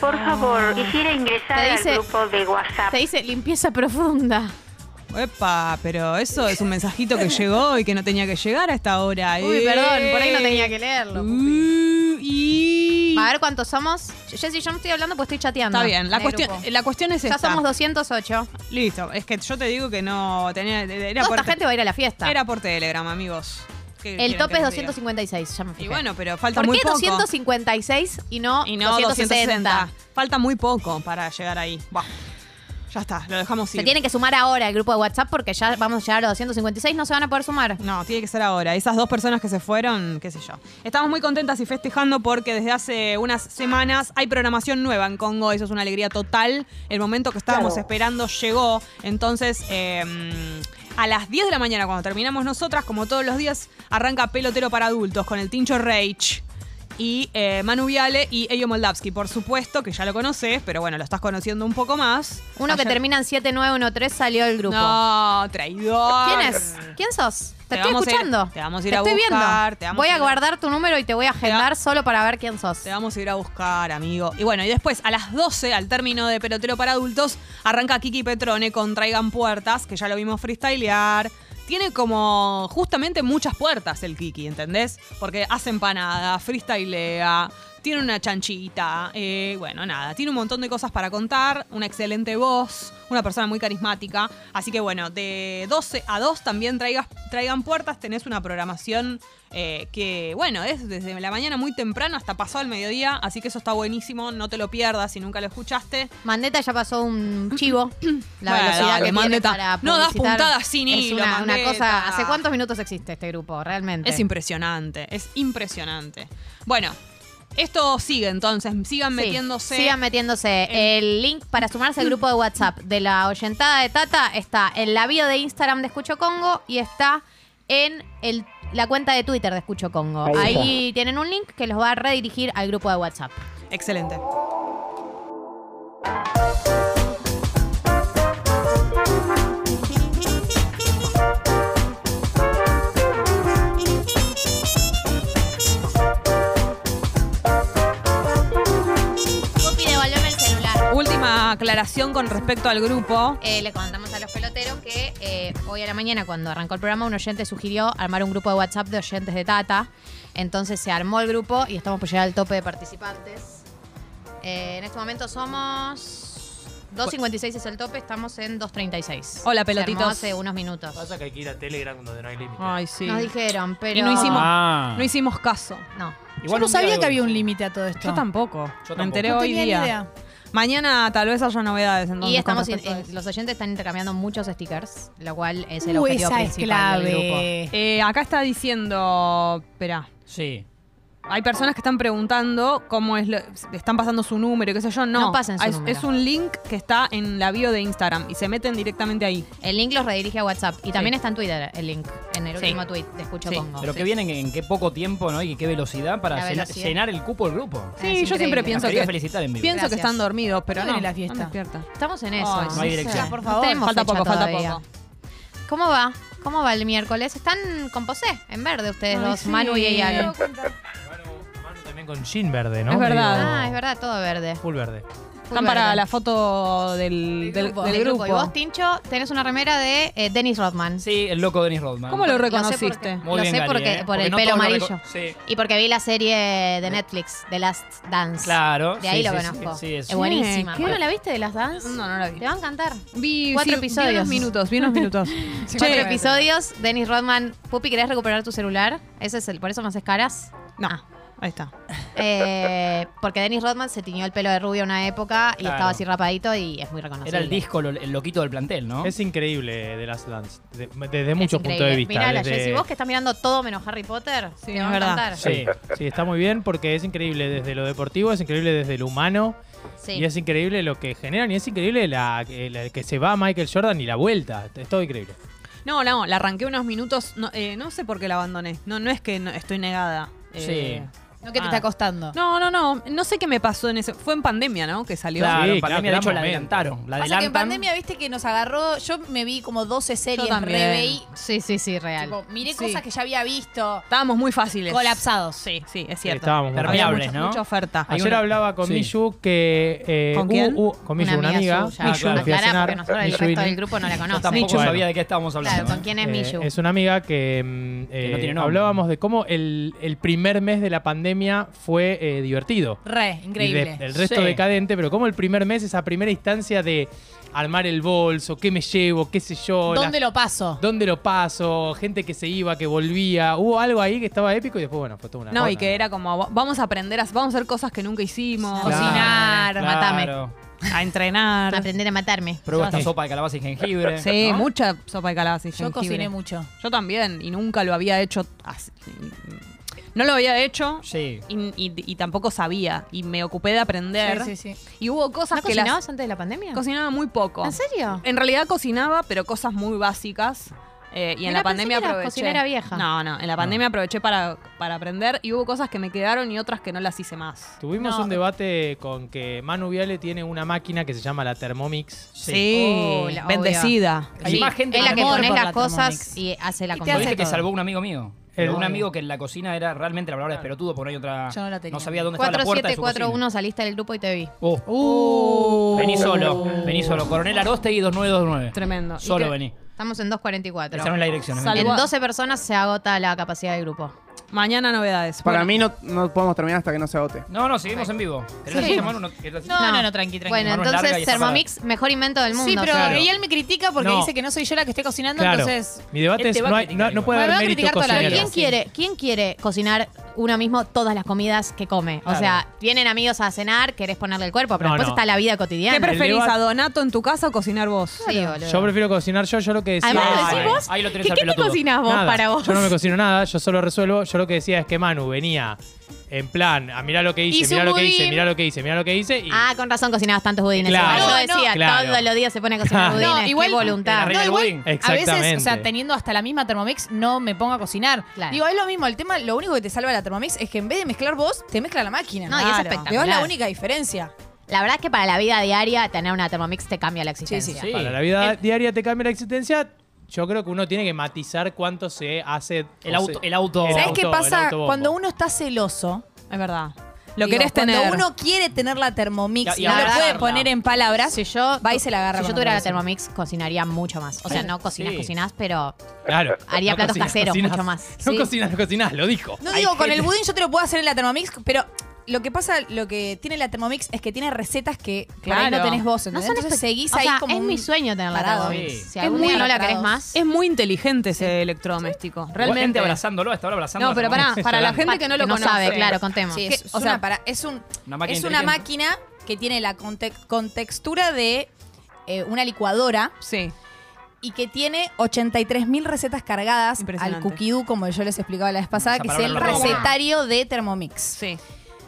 I: Por favor, quisiera ingresar
A: Te
I: al
A: dice-
I: grupo de WhatsApp.
A: Te dice limpieza profunda.
B: Epa, pero eso es un mensajito que llegó y que no tenía que llegar a esta hora.
A: Uy,
B: eh. uh,
A: perdón, por ahí no tenía que leerlo.
B: Mm. y...
A: A ver cuántos somos. Jessy, yo no estoy hablando porque estoy chateando.
B: Está bien, la
A: en el
B: cuestión-
A: grupo.
B: la cuestión es
A: ya
B: esta.
A: somos 208.
B: Listo, es que yo te digo que no tenía. Era
A: Toda
B: por
A: esta gente va a ir a la fiesta.
B: Era por Telegram, amigos. ¿Qué
A: El
B: quieren
A: tope
B: que
A: es
B: les diga?
A: 256, ya me fijé.
B: Y bueno, pero falta
A: ¿Por
B: muy
A: qué
B: poco.
A: 256 y no,
B: Y no
A: 260?
B: 260. Falta muy poco para llegar ahí. Buah. Ya está, lo dejamos ir.
A: Se tiene que sumar ahora el grupo de WhatsApp porque ya vamos a llegar a los 256, no se van a poder sumar.
B: No, tiene que ser ahora. Esas dos personas que se fueron, qué sé yo. Estamos muy contentas y festejando porque desde hace unas semanas hay programación nueva en Congo. Eso es una alegría total. El momento que estábamos
O: Claro.
B: esperando llegó. Entonces, eh, a las 10 de la mañana, cuando terminamos nosotras, como todos los días, arranca Pelotero para Adultos con el Tincho Rage. Y eh, Manu Viale y Elio Moldavsky, por supuesto, que ya lo conoces, pero bueno, lo estás conociendo un poco más.
A: Uno que
B: Ayer-
A: termina en 7913 salió del grupo.
B: No, traidor.
A: ¿Quién es? ¿Quién sos? Te,
B: Te
A: estoy
B: vamos a ir-
A: escuchando.
B: te vamos a
A: Te
B: ir a
A: estoy
B: buscar,
A: viendo.
B: te vamos
A: Voy
B: a
A: a
B: ir a-
A: guardar tu número y te voy a agendar solo para ver quién sos.
B: Te vamos a ir a buscar, amigo. Y bueno, y después a las 12, al término de Pelotero para Adultos, arranca Kiki Petrone con Traigan Puertas, que ya lo vimos freestylear. Tiene como justamente muchas puertas el Kiki, ¿entendés? Porque hace empanada, freestylea, tiene una chanchita, eh, bueno, nada, tiene un montón de cosas para contar, una excelente voz, una persona muy carismática. Así que bueno, de 12 a 2 también traigas, traigan puertas, tenés una programación eh, que, bueno, es desde la mañana muy temprano hasta pasado el mediodía, así que eso está buenísimo, no te lo pierdas si nunca lo escuchaste.
A: Mandeta ya pasó un chivo. La
B: Bueno,
A: velocidad
B: dale,
A: que
B: Mandetta.
A: tiene para
B: No das
A: publicitar
B: puntadas sin
A: Es
B: hilo,
A: una, una
B: Mandetta.
A: cosa. ¿Hace cuántos minutos existe este grupo? Realmente.
B: Es impresionante, es impresionante. Bueno, esto sigue entonces, sigan
A: Sí,
B: metiéndose.
A: Sigan metiéndose. El link para sumarse al grupo de WhatsApp de la oyentada de Tata está en la bio de Instagram de Escucho Congo y está en el- la cuenta de Twitter de Escucho Congo.
B: Ahí
A: Ahí, tienen un link que los va a redirigir al grupo de WhatsApp.
B: Excelente.
N: Pupi, devolveme el celular.
B: Última aclaración con respecto al grupo.
A: Eh, le contamos a los peloteros que eh, hoy a la mañana, cuando arrancó el programa, un oyente sugirió armar un grupo de WhatsApp de oyentes de Tata. Entonces se armó el grupo y estamos por llegar al tope de participantes. Eh, en este momento somos 2.56 es el tope, estamos en 2.36.
B: Hola,
A: Se armó
B: pelotitos.
A: hace unos minutos.
P: Pasa que hay que ir a Telegram donde no hay límite.
B: Ay, sí.
A: Nos dijeron, pero...
B: Y no hicimos,
P: Ah.
B: no hicimos caso.
A: No.
P: Igual no un día sabía de que había
Q: un límite a todo esto.
B: Yo tampoco. Me enteré
Q: No
B: hoy
Q: tenía ni
B: día.
Q: idea.
B: Mañana tal vez haya novedades. entonces,
A: Y estamos
B: con
A: in-
B: respecto a
A: en-
B: eso.
A: los oyentes están intercambiando muchos stickers, lo cual es el
B: Uh,
A: objetivo
B: esa es
A: principal del
B: clave.
A: grupo.
B: Eh, acá está diciendo. Espera.
M: Sí.
B: Hay personas que están preguntando cómo es. lo- están pasando su número, y qué sé yo. No,
A: No pasen su
B: es,
A: número.
B: es un link que está en la bio de Instagram y se meten directamente ahí.
A: El link los redirige a WhatsApp y también está en Twitter el link, en el
B: Sí.
A: último tweet de Escucho
B: Sí.
A: Congo.
M: Pero
A: Sí.
M: que vienen en qué poco tiempo, ¿no? Y qué velocidad para
A: La
M: llenar,
A: velocidad.
M: llenar el cupo del grupo.
A: Ah,
B: Sí, yo siempre pienso
M: Los quería
B: que-
M: felicitar en vivo.
B: Pienso que están dormidos, pero
A: ¿Cuándo
B: no.
A: viene la
B: fiesta?
A: Estamos en eso.
B: Ay,
M: No hay sí, dirección. sí.
A: por
M: Por
A: favor.
M: favor.
B: Falta poco, falta poco.
A: ¿Cómo va? ¿Cómo va el miércoles? Están con Posé, en verde ustedes
Q: Ay,
A: dos,
Q: sí.
A: Manu y Eyal.
Q: Me doy cuenta.
P: También con Shin verde, ¿no?
B: Es verdad.
P: Medio
A: Ah, es verdad, todo verde.
P: Full verde.
B: Están para la foto del, del- del
A: Ah, Del
B: grupo.
A: Y vos, Tincho, tenés una remera de eh, Dennis Rodman.
M: Sí, el loco Dennis Rodman.
A: ¿Cómo lo Lo sé reconociste? porque-
M: Muy
A: lo
M: bien,
A: sé
M: Gali,
A: porque-
M: ¿eh?
A: por
M: Porque
A: el
M: no
A: pelo
M: todos lo
A: amarillo.
M: reco- Sí.
A: Y porque vi la serie de Netflix, The Last Dance.
M: Claro,
A: De ahí
M: sí,
A: lo
M: sí,
A: conozco.
M: sí, sí, es-
A: es buenísima.
B: ¿Qué?
A: ¿Vos no la viste de Last Dance?
B: No, no la vi.
A: Te va a encantar.
B: Vi,
A: Cuatro
B: sí, Vi
A: episodios.
B: unos minutos, vi unos minutos.
A: Sí, Cuatro episodios, Dennis Rodman. Pupi, ¿querés recuperar tu celular? Ese es el, por eso me haces caras.
B: No, ahí está.
A: Eh, porque Dennis Rodman se tiñó el pelo de rubio una época y
M: Claro.
A: estaba así rapadito y es muy
I: Ah,
A: reconocido.
M: Era el disco, lo- el loquito del plantel, ¿no?
P: Es increíble The Last Dance, de- desde muchos puntos de
A: Increíble.
P: vista.
A: Mirala,
P: desde-
A: Jessy, vos que estás mirando todo menos Harry Potter, te va a
B: es verdad.
A: encantar.
P: Sí, sí, está muy bien porque es increíble desde lo deportivo, es increíble desde lo humano
A: Sí.
P: y es increíble lo que generan y es increíble la, eh, la que se va Michael Jordan y la vuelta. Es todo increíble.
B: No, no, la arranqué unos minutos. No, eh, no sé por qué la abandoné. No, no es que no- estoy negada. Eh,
P: sí.
A: No que te
B: Ah.
A: está costando.
B: No, no, no. No sé qué me pasó en ese. Fue en pandemia, ¿no? Que salió.
M: Claro, en pandemia, de hecho, la adelantaron.
N: Pasa que
M: La
N: en
M: adelantan.
N: pandemia, viste que nos agarró. Yo me vi como 12 series,
B: Yo también.
N: reveí.
A: Sí, sí, sí, real.
N: tipo, miré
B: Sí.
N: cosas que ya había visto.
B: Estábamos muy fáciles.
N: Colapsados.
B: Sí, sí, es
P: Sí,
B: cierto.
P: estábamos muy
B: Había
P: permeables,
B: mucha,
P: ¿no?
B: Mucha oferta.
P: Ah, Ayer hablaba con
M: Sí.
P: Miyu que. eh,
B: ¿Con quién?
P: hubo- hubo- con Miyu, una amiga.
A: suya. Ah, claro.
P: la fui a
A: Aclará,
P: cenar,
A: porque nosotros el
P: Miyu
A: resto
P: Ili.
A: del grupo no la conoce.
M: Tampoco
P: Bueno.
M: sabía de qué estábamos hablando.
A: Claro, ¿con
M: ¿eh?
A: quién es
P: Eh,
A: Miyu?
P: es una amiga que, mm, eh,
M: tiene nombre.
P: hablábamos de cómo el, el primer mes de la pandemia fue eh, divertido.
N: Re, increíble.
P: Y de- el resto
M: Sí.
P: decadente, pero como el primer mes, esa primera instancia de armar el bolso, qué me llevo, qué sé yo,
N: ¿Dónde
P: la-
N: lo paso?
P: dónde lo paso, gente que se iba, que volvía, hubo algo ahí que estaba épico y después, bueno, fue toda una...
B: No, y que era como, va- vamos a aprender, a, vamos a hacer cosas que nunca hicimos.
A: Claro, Cocinar, claro.
B: matame. A entrenar.
A: Aprender a matarme.
M: Pruebo esta
P: Sí.
M: sopa de calabaza y jengibre.
B: Sí,
M: ¿no?
B: mucha sopa de calabaza y
N: Yo
B: jengibre.
N: cociné mucho.
B: Yo también, y nunca lo había hecho así. No lo había hecho
M: Sí.
B: y, y- y tampoco sabía. Y me ocupé de aprender.
N: Sí, sí, sí.
B: Y hubo cosas
A: ¿No
B: que las-
A: cocinabas antes de la pandemia?
B: Cocinaba muy poco.
A: ¿En serio?
B: En realidad cocinaba, pero cosas muy básicas. eh, y en
A: Mirá,
B: la
A: pensé
B: pandemia
A: que eras
B: aproveché.
A: cocinera vieja.
B: No, no. En la pandemia aproveché para, para aprender y hubo cosas que me quedaron y otras que no las hice más.
P: Tuvimos
N: No.
P: un debate con que Manu Viale tiene una máquina que se llama la Thermomix.
B: Sí.
A: Oh, la-
B: bendecida.
M: Hay más gente
A: es la que
M: amor
A: pones
M: por
A: las cosas
N: Thermomix.
A: y hace la
N: Y te
M: Lo
A: comida.
N: hace
M: viste que
N: todo.
M: salvó un amigo mío.
P: El-
M: un amigo que en la cocina era realmente la palabra pelotudo porque no hay otra.
N: Yo no la tenía.
M: sabía dónde estaba la puerta de su cocina.
A: 4741 saliste del grupo y te vi.
M: Oh. Vení solo, vení solo. Coronel Arostegui 2929.
B: Uh. Tremendo. Y
M: Solo
B: te-
M: vení.
A: Estamos en 244.
M: Esa no es la dirección. es
B: Salvo-
M: mentira.
A: En 12 personas se agota la capacidad del grupo.
B: Mañana novedades.
C: Para
B: Bueno,
C: mí no, no podemos terminar hasta que no se agote.
M: No, no, seguimos en vivo. ¿Querés
A: Sí.
M: así, Manu? ¿No? ¿Querés así?
N: No, no, no, tranqui, tranqui.
A: Bueno,
M: Mano larga y
A: entonces
M: está
A: Thermomix, mejor invento del mundo.
N: sí, pero
M: claro.
N: él me critica porque
P: No.
N: dice que no soy yo la que estoy cocinando,
P: Claro.
N: entonces.
P: Mi debate
M: Él
P: es,
M: te va
P: no,
M: a
P: hay- no-
M: criticar
P: no puede
N: igual. Me va a
P: haber mérito
N: criticar toda la vida.
A: Pero
P: cocinero.
A: ¿quién quiere, ¿quién quiere cocinar uno mismo todas las comidas que come? O
M: Claro.
A: sea, vienen amigos a cenar, querés ponerle el cuerpo, pero
P: No,
A: después
P: no.
A: está la vida
B: ¿Qué
A: cotidiana.
B: preferís,
P: debate-
B: a Donato en tu casa o cocinar vos?
A: Sí, boludo.
P: Yo prefiero cocinar yo, yo lo que decía...
A: Además, lo
M: Ay,
A: decís vos.
M: ahí lo tenés
A: ¿Qué,
M: al
A: qué te
M: pelotudo.
A: cocinás vos
P: Nada,
A: para vos?
P: Yo no me cocino nada, yo solo resuelvo. Yo lo que decía es que Manu venía en plan, a mirá lo que hice,
N: Hice
P: mirá
N: un
P: lo que hice,
N: budín.
P: mirá lo que hice, mirá lo que hice. Y
A: Ah, con razón cocinabas tantos budines.
P: Claro.
A: Igual
N: No,
A: yo decía,
P: no. Claro.
A: todos los días se pone a cocinar
P: No,
A: budines.
N: igual-
A: qué voluntad.
M: Arriba
N: No,
M: el
N: igual,
M: budín.
N: a veces,
P: Exactamente.
N: o sea, teniendo hasta la misma Thermomix, no me pongo a cocinar.
A: Claro.
N: Digo, es lo mismo, el tema, lo único que te salva la Thermomix es que en vez de mezclar vos, te mezcla la máquina.
A: No, y es
N: Claro.
A: espectacular.
N: Pero es la única diferencia.
A: La verdad es que para la vida diaria tener una Thermomix te cambia la existencia.
M: Sí.
P: Para la vida diaria te cambia la existencia. Yo creo que uno tiene que matizar cuánto se hace.
M: El
P: o
M: auto,
P: se-
M: el auto.
P: El
N: ¿Sabés
P: auto-
N: qué pasa?
P: autobombo.
N: Cuando uno está celoso,
B: Es verdad. Lo
N: digo,
B: querés tener.
N: Cuando uno quiere tener la Thermomix
M: Y-
N: y,
M: y
N: no lo puede
M: abrazarla.
N: poner en palabras,
A: Si yo,
N: va y se la agarra.
A: si yo
N: con
A: tuviera la
N: otra persona.
A: Thermomix, cocinaría mucho más. O sea, no cocinas,
M: Sí.
A: cocinas, pero
P: Claro.
A: Haría platos
P: cocinas,
A: caseros,
P: cocinas.
A: mucho más.
P: No
A: Sí.
P: cocinas, no cocinas, lo dijo.
N: No digo, con el budín yo te lo puedo hacer en la Thermomix, pero lo que pasa, lo que tiene la Thermomix es que tiene recetas que por ahí no
B: Claro.
N: tenés vos,
A: no
N: ¿entendés?
A: son
N: Entonces
A: espe-
N: seguís
A: o
N: ahí
A: sea,
N: como
A: es
N: un
A: mi sueño tener la
N: parado.
A: Thermomix.
M: Sí.
A: Si algún día
N: muy
A: no la
N: parado.
A: querés más,
B: Es muy inteligente ese electrodoméstico.
M: Realmente.
B: Realmente.
M: abrazándolo, hasta ahora abrazando.
B: No, pero pará, para la gente que no lo
A: no
B: conoce.
A: sabe, claro, contemos.
N: Sí,
B: ¿Qué?
N: es,
B: O
N: es
B: sea,
N: una para- es un-
M: Una máquina
N: es una
M: inteligente.
N: máquina que tiene la conte- contextura de eh, una licuadora
B: Sí.
N: y que tiene 83.000 recetas cargadas al
B: Impresionante.
N: cookidoo, como yo les explicaba la vez pasada,
M: Esa
N: que es
M: palabra
N: el
M: la rompo.
N: recetario de Thermomix.
B: Sí.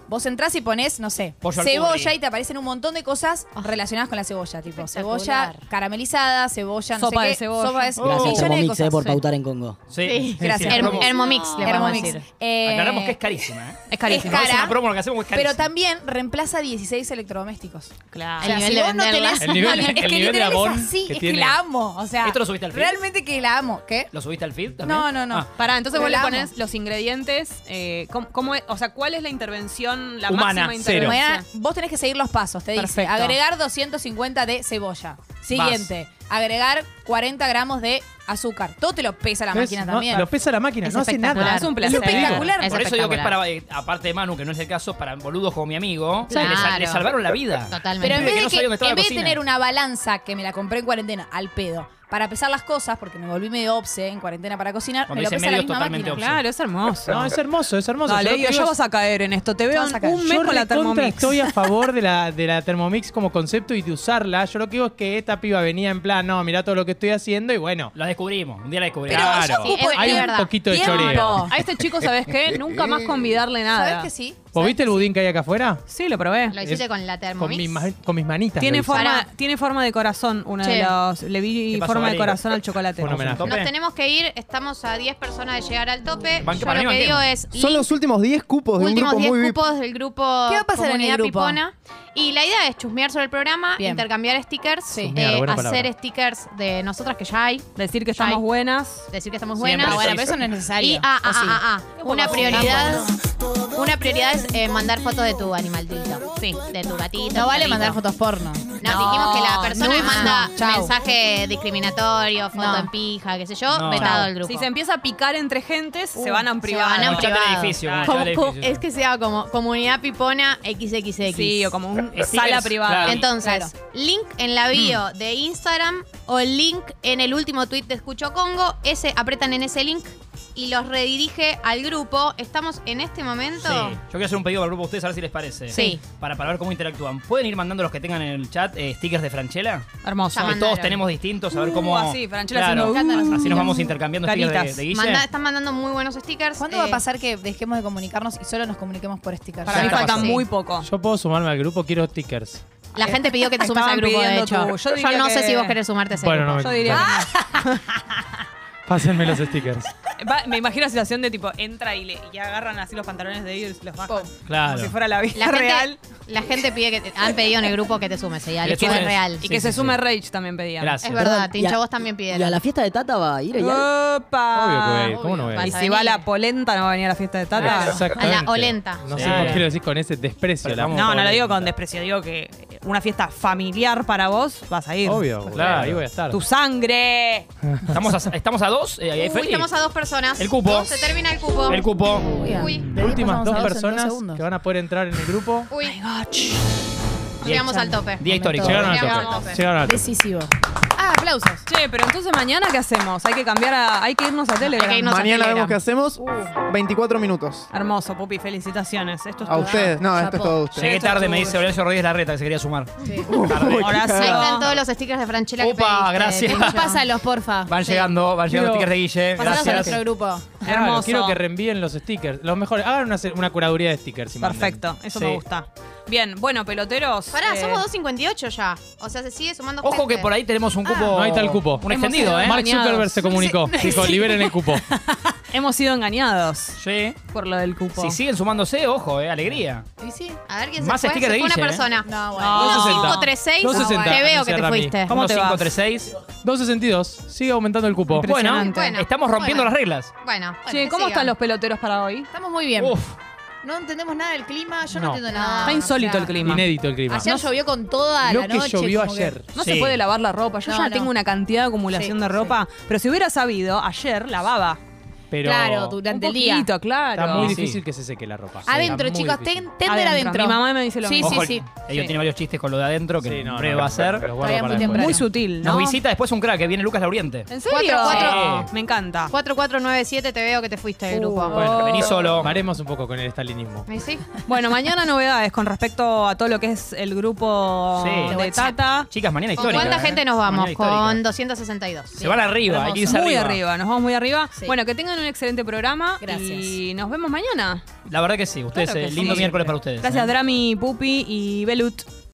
N: Vos entrás y pones, no sé,
M: Pollo al
N: cebolla
M: curry.
N: y te aparecen un montón de cosas relacionadas con la cebolla, tipo
A: Ah. Espectacular.
N: cebolla caramelizada, cebolla, no
B: Sopa
N: sé
B: de
N: qué,
B: cebolla.
N: sopa de cebolla,
H: Gracias,
N: millones de
H: Thermomix, eh,
N: cosas.
H: por
N: Sí.
H: pautar en Congo.
M: Sí,
N: Sí, gracias.
M: la
A: Herm-
M: promo.
A: Hermomix le vamos a
N: Thermomix.
A: decir.
N: Eh,
M: Aclaramos que es carísima, ¿eh?
B: Es carísimo.
N: Es
M: No es una
N: cara,
M: promo, lo que hacemos es carísimo.
N: Pero también reemplaza 16 electrodomésticos.
B: Claro.
A: El nivel de venderla.
P: El nivel-
N: es
P: el
N: que
P: nivel de
N: literal
P: amor
N: es así,
P: que
N: es
P: tiene.
N: que la amo. O sea,
M: ¿Esto lo subiste al feed?
N: realmente que la amo. ¿Qué?
M: ¿Lo subiste al feed también?
N: No, no, no.
M: Ah.
B: Pará, entonces
N: Pero
B: vos le
N: la
B: pones
N: amo.
B: los ingredientes. eh, ¿cómo, cómo es? o sea, ¿cuál es la intervención, la
M: Humana,
B: máxima
P: cero.
B: intervención?
N: Mañana vos tenés que seguir los pasos. Te dice
B: Perfecto.
N: agregar 250 de cebolla. Siguiente, agregar 40 gramos de azúcar. Todo te lo pesa la
P: ¿Ves?
N: máquina
P: No,
N: también.
P: lo pesa la máquina,
A: Es
P: no hace
A: espectacular.
P: nada.
B: Es un
N: es
B: placer.
N: espectacular.
A: Es
M: Por eso digo que es
A: espectacular.
M: para, eh, aparte de Manu, que no es el caso, para boludos como mi amigo, que le, sal-
A: Claro.
M: le salvaron la vida.
A: Totalmente.
N: Pero en
M: Pibe
N: vez
M: que
N: de, que-
M: no sabía dónde estaba
N: en
M: la
N: vez de
M: cocina.
N: tener una balanza que me la compré en cuarentena al pedo para pesar las cosas, porque me volví medio obse en cuarentena para cocinar,
M: Cuando
N: me lo
M: dice
N: pesa la
M: medio es
N: misma
M: totalmente
N: máquina.
M: obse.
B: Claro, es hermoso.
P: No, es hermoso, es hermoso.
B: Dale,
P: Yo lo
B: Guido,
P: que
B: ya
P: digo es-
B: vas a caer en esto. Te veo
N: vas a
B: en
N: caer.
B: un mes
P: yo
B: con la
P: recontra
B: Thermomix.
P: estoy a favor de la, de la Thermomix como concepto y de usarla. Yo lo que digo es que esta piba venía en plan, no, mirá todo lo que estoy haciendo y bueno.
M: La descubrimos, un día la descubrimos.
N: Pero
P: claro,
N: yo ocupo-
A: Sí, es-
P: hay
A: es
P: un
A: verdad.
P: poquito de
N: Tiempo.
P: choreo.
B: A este chico, Oh. ¿sabes qué? Nunca más convidarle nada.
N: ¿Sabes que sí?
P: ¿Vos viste el budín que hay acá afuera?
B: Sí, lo probé.
A: Lo hiciste con la
P: Con,
A: Thermomix.
P: mis ma- con mis manitas. lo
B: Tiene
P: hice.
B: forma, tiene forma de corazón, una
A: Che.
B: de los. Le vi
P: ¿Qué pasó,
B: forma de
P: Vali?
B: corazón al chocolate.
P: Fue un homenaje.
A: Nos tenemos que ir, estamos a 10 personas de llegar al tope.
C: Banque
A: Yo
C: para
A: lo
C: mí,
A: que digo es
C: banquemos. Son los últimos 10 cupos de un
A: últimos
C: grupo
A: 10
C: muy VIP.
A: cupos del grupo
N: ¿Qué va a pasar en el
A: Comunidad
N: grupo?
A: Pipona. Y la idea es chusmear sobre el programa,
N: Bien.
A: intercambiar stickers, eh,
N: Chusmear, buena
A: hacer
N: palabra.
A: stickers de nosotras que ya hay.
B: Decir que estamos buenas.
A: Decir que estamos
N: Siempre
A: buenas.
N: Ah, bueno, pero eso no es necesario.
A: Y ah,
N: ¿O
A: ah,
N: sí?
A: ah, ah,
N: Un
A: una
N: poco
A: prioridad. Una prioridad es eh, mandar fotos de tu animal Sí, de tu gatito.
N: No vale
A: tu perrito.
N: mandar fotos porno.
A: No, dijimos que la persona que
N: no.
A: manda
N: Chau.
A: mensaje discriminatorio, foto
N: No.
A: en pija, qué sé yo,
N: No.
A: vetado
N: Chau.
A: el grupo.
B: Si se empieza a picar entre gentes, Uh, se van a un privado.
A: van a un
B: Como echate el
A: privado.
B: edificio, como
A: Como-
B: echate el
A: como-
B: edificio.
A: es que sea como comunidad pipona XXX.
B: Sí, o como un- sala privada. claro.
A: Entonces,
B: Claro.
A: link en la bio de Instagram o el link en el último tweet de Escucho Congo. Ese, apretan en ese link y los redirige al grupo. Estamos en este momento.
M: Sí. Yo quiero hacer un pedido para el grupo de ustedes, a ver si les parece.
A: Sí.
M: Para, para ver cómo interactúan. ¿Pueden ir mandando los que tengan en el chat eh, stickers de Franchella?
B: Hermoso.
M: Que todos tenemos distintos, a ver
B: Uh,
M: cómo.
B: así, Franchella
M: Claro.
B: haciendo, uh,
M: Así nos vamos intercambiando stickers de, de Guille.
A: Manda- están mandando muy buenos stickers. Eh,
N: ¿Cuándo va a pasar que dejemos de comunicarnos y solo nos comuniquemos por stickers?
B: Para mí
P: Está
B: falta
P: pasando.
B: muy poco.
P: Yo puedo sumarme al grupo, quiero stickers.
A: La gente pidió que te sumes
B: Estaban
A: al grupo, de
B: pidiendo
A: hecho.
B: tú. Yo
A: Yo,
B: diría
A: no sé
B: que-
A: si vos querés sumarte a ese
P: Bueno,
A: grupo.
P: no me- Yo diría que Pásenme los stickers.
B: Va- me imagino la situación de tipo, entra y, le, y agarran así los pantalones de ellos y los bajan.
P: Claro.
B: Como si fuera la vida
A: La gente,
B: real.
A: la gente pide que te- han pedido en el grupo que te sumes, ella.
B: Y
A: Es
B: que se-
A: real.
B: Y que se sume Rage también pedían.
A: Es verdad,
H: Perdón, y
A: Tincha,
H: a-
A: vos también Ah, pidieron.
H: ¿Y a la fiesta de Tata va a ir?
M: Ah.
H: ella?
B: ¡Opa!
P: Obvio que voy a
M: Eh,
P: ir, ¿cómo no voy a ir?
B: Y
P: Vas a
B: si va
A: venir.
B: la polenta, no va a venir a la fiesta de Tata.
P: Exactamente.
A: Ah, A la olenta.
P: No sé
M: Sí.
P: por qué lo decís con ese desprecio. la
B: No, no
P: pobre.
B: lo digo con desprecio, digo que una fiesta familiar para vos vas a ir.
P: Obvio, boludo,
M: Claro.
P: ahí voy a estar.
B: Tu sangre.
M: Estamos a, estamos a dos. eh, ahí hay
A: Uy,
M: Feli.
A: estamos a dos personas.
M: El cupo.
A: No, se termina el cupo.
M: El cupo.
A: Uy,
P: Las últimas
A: pasamos a
P: dos
A: dos en dos
P: personas que van a poder entrar en el grupo.
A: uy. Llegamos al tope.
M: Día histórico.
P: Llegaron al
A: Llegamos
P: tope.
A: al tope.
P: Llegaron al tope.
N: Decisivo.
B: Ah, aplausos. Che, pero entonces mañana qué hacemos? Hay que cambiar a. Hay que irnos a Telegram.
A: Hay que irnos a
C: Mañana
A: Telegram.
C: vemos qué hacemos. 24 minutos.
B: Hermoso, Pupi, felicitaciones. Esto es
C: A
B: todo.
C: ustedes. No, esto es todo de ustedes.
M: Llegué tarde, me dice Horacio Rodríguez Larreta, que se quería sumar.
A: Ahí están
B: Horacio.
A: todos los stickers de Franchella que
M: Opa,
A: pediste,
M: gracias.
A: Tincho.
N: Pásalos, porfa.
M: Van llegando, van llegando los
P: Quiero-
M: stickers de Guille.
N: Pásalos a
M: Gracias.
N: nuestro grupo.
P: Claro,
B: Hermoso.
P: Quiero que reenvíen los stickers. Los mejores. Hagan una, una curaduría de stickers. y manden.
B: Perfecto, eso
P: Sí.
B: me gusta. Bien, bueno, peloteros.
A: Pará,
B: eh,
A: somos 2.58 ya. O sea, se sigue sumando
M: Ojo
A: gente.
M: que por ahí tenemos un cupo.
P: No hay tal cupo.
M: Un extendido, ¿eh?
P: Mark Zuckerberg se comunicó. Dijo, liberen el cupo.
B: Hemos sido engañados
M: Sí.
B: por lo del cupo.
M: Si siguen sumándose, ojo, eh, alegría.
N: ¿Y sí?
A: A ver quién se
M: Más
A: fue. Se
M: stickers de
A: fue una
M: Guille, ¿eh?
A: persona.
N: No, bueno.
B: No.
A: 1536. Te veo que te fuiste.
M: ¿Cómo
B: te vas?
M: 536.
P: 262. Sigue aumentando el cupo.
M: Bueno,
B: Impresionante. Bueno,
M: estamos rompiendo
A: bueno.
M: las reglas.
A: Bueno,
B: Che, ¿cómo están los peloteros para hoy?
N: Estamos muy bien.
M: Uf,
N: No entendemos nada del clima, yo no,
P: No.
N: entiendo nada.
B: Está insólito
N: O sea,
B: el clima.
P: Inédito el clima.
N: Ayer llovió con toda
P: Lo
N: la
P: que
N: noche.
P: llovió
N: como que-
P: ayer.
B: No
M: Sí.
B: se puede lavar la ropa. Pues Yo
N: No,
B: ya
N: no.
B: tengo una cantidad de acumulación
N: Sí,
B: de
N: sí.
B: ropa. Pero si hubiera sabido, ayer lavaba.
P: Pero
N: Claro, durante
B: un
N: el día.
B: poquito, claro.
P: está muy
M: Sí.
P: difícil que se seque la ropa.
N: Adentro,
P: Está muy
N: chicos,
P: difícil.
N: ten, tender adentro.
B: Mi mamá me dice lo
N: Sí,
B: mismo.
M: ojo,
N: sí.
M: Ellos
B: Sí.
M: tienen varios chistes con lo de adentro que
P: Sí, no,
M: en
P: no,
M: breve
P: no,
M: va a
P: pero-
M: ser.
P: pero los guardo
N: Todavía
P: para
N: muy
P: después.
N: temprano.
B: Muy sutil,
M: Nos
B: ¿no?
M: visita después un crack que viene Lucas Lauriente.
B: ¿En serio?
A: Cuatro, cuatro.
B: Sí. Me encanta.
A: 4497 te veo que te fuiste del grupo.
M: Uh, Bueno, vení solo.
P: Paremos un poco con el estalinismo.
A: ¿Me sí?
B: Bueno, mañana novedades con respecto a todo lo que es el grupo
M: Sí.
B: de Tata.
M: Chicas, mañana
A: ¿Con
M: histórica.
A: cuánta
M: ¿eh?
A: gente nos vamos?
M: Mañana histórica.
A: Con 262.
M: Se van arriba, hay que irse
B: Muy
M: arriba.
B: arriba, nos vamos muy arriba.
N: Sí.
B: Bueno, que tengan un excelente programa.
N: Gracias.
B: Y nos vemos mañana.
M: La verdad que sí, ustedes,
B: Claro que
M: eh, lindo
B: sí.
M: miércoles para ustedes.
B: Gracias,
M: ¿eh?
B: Drami, Pupi y Belut.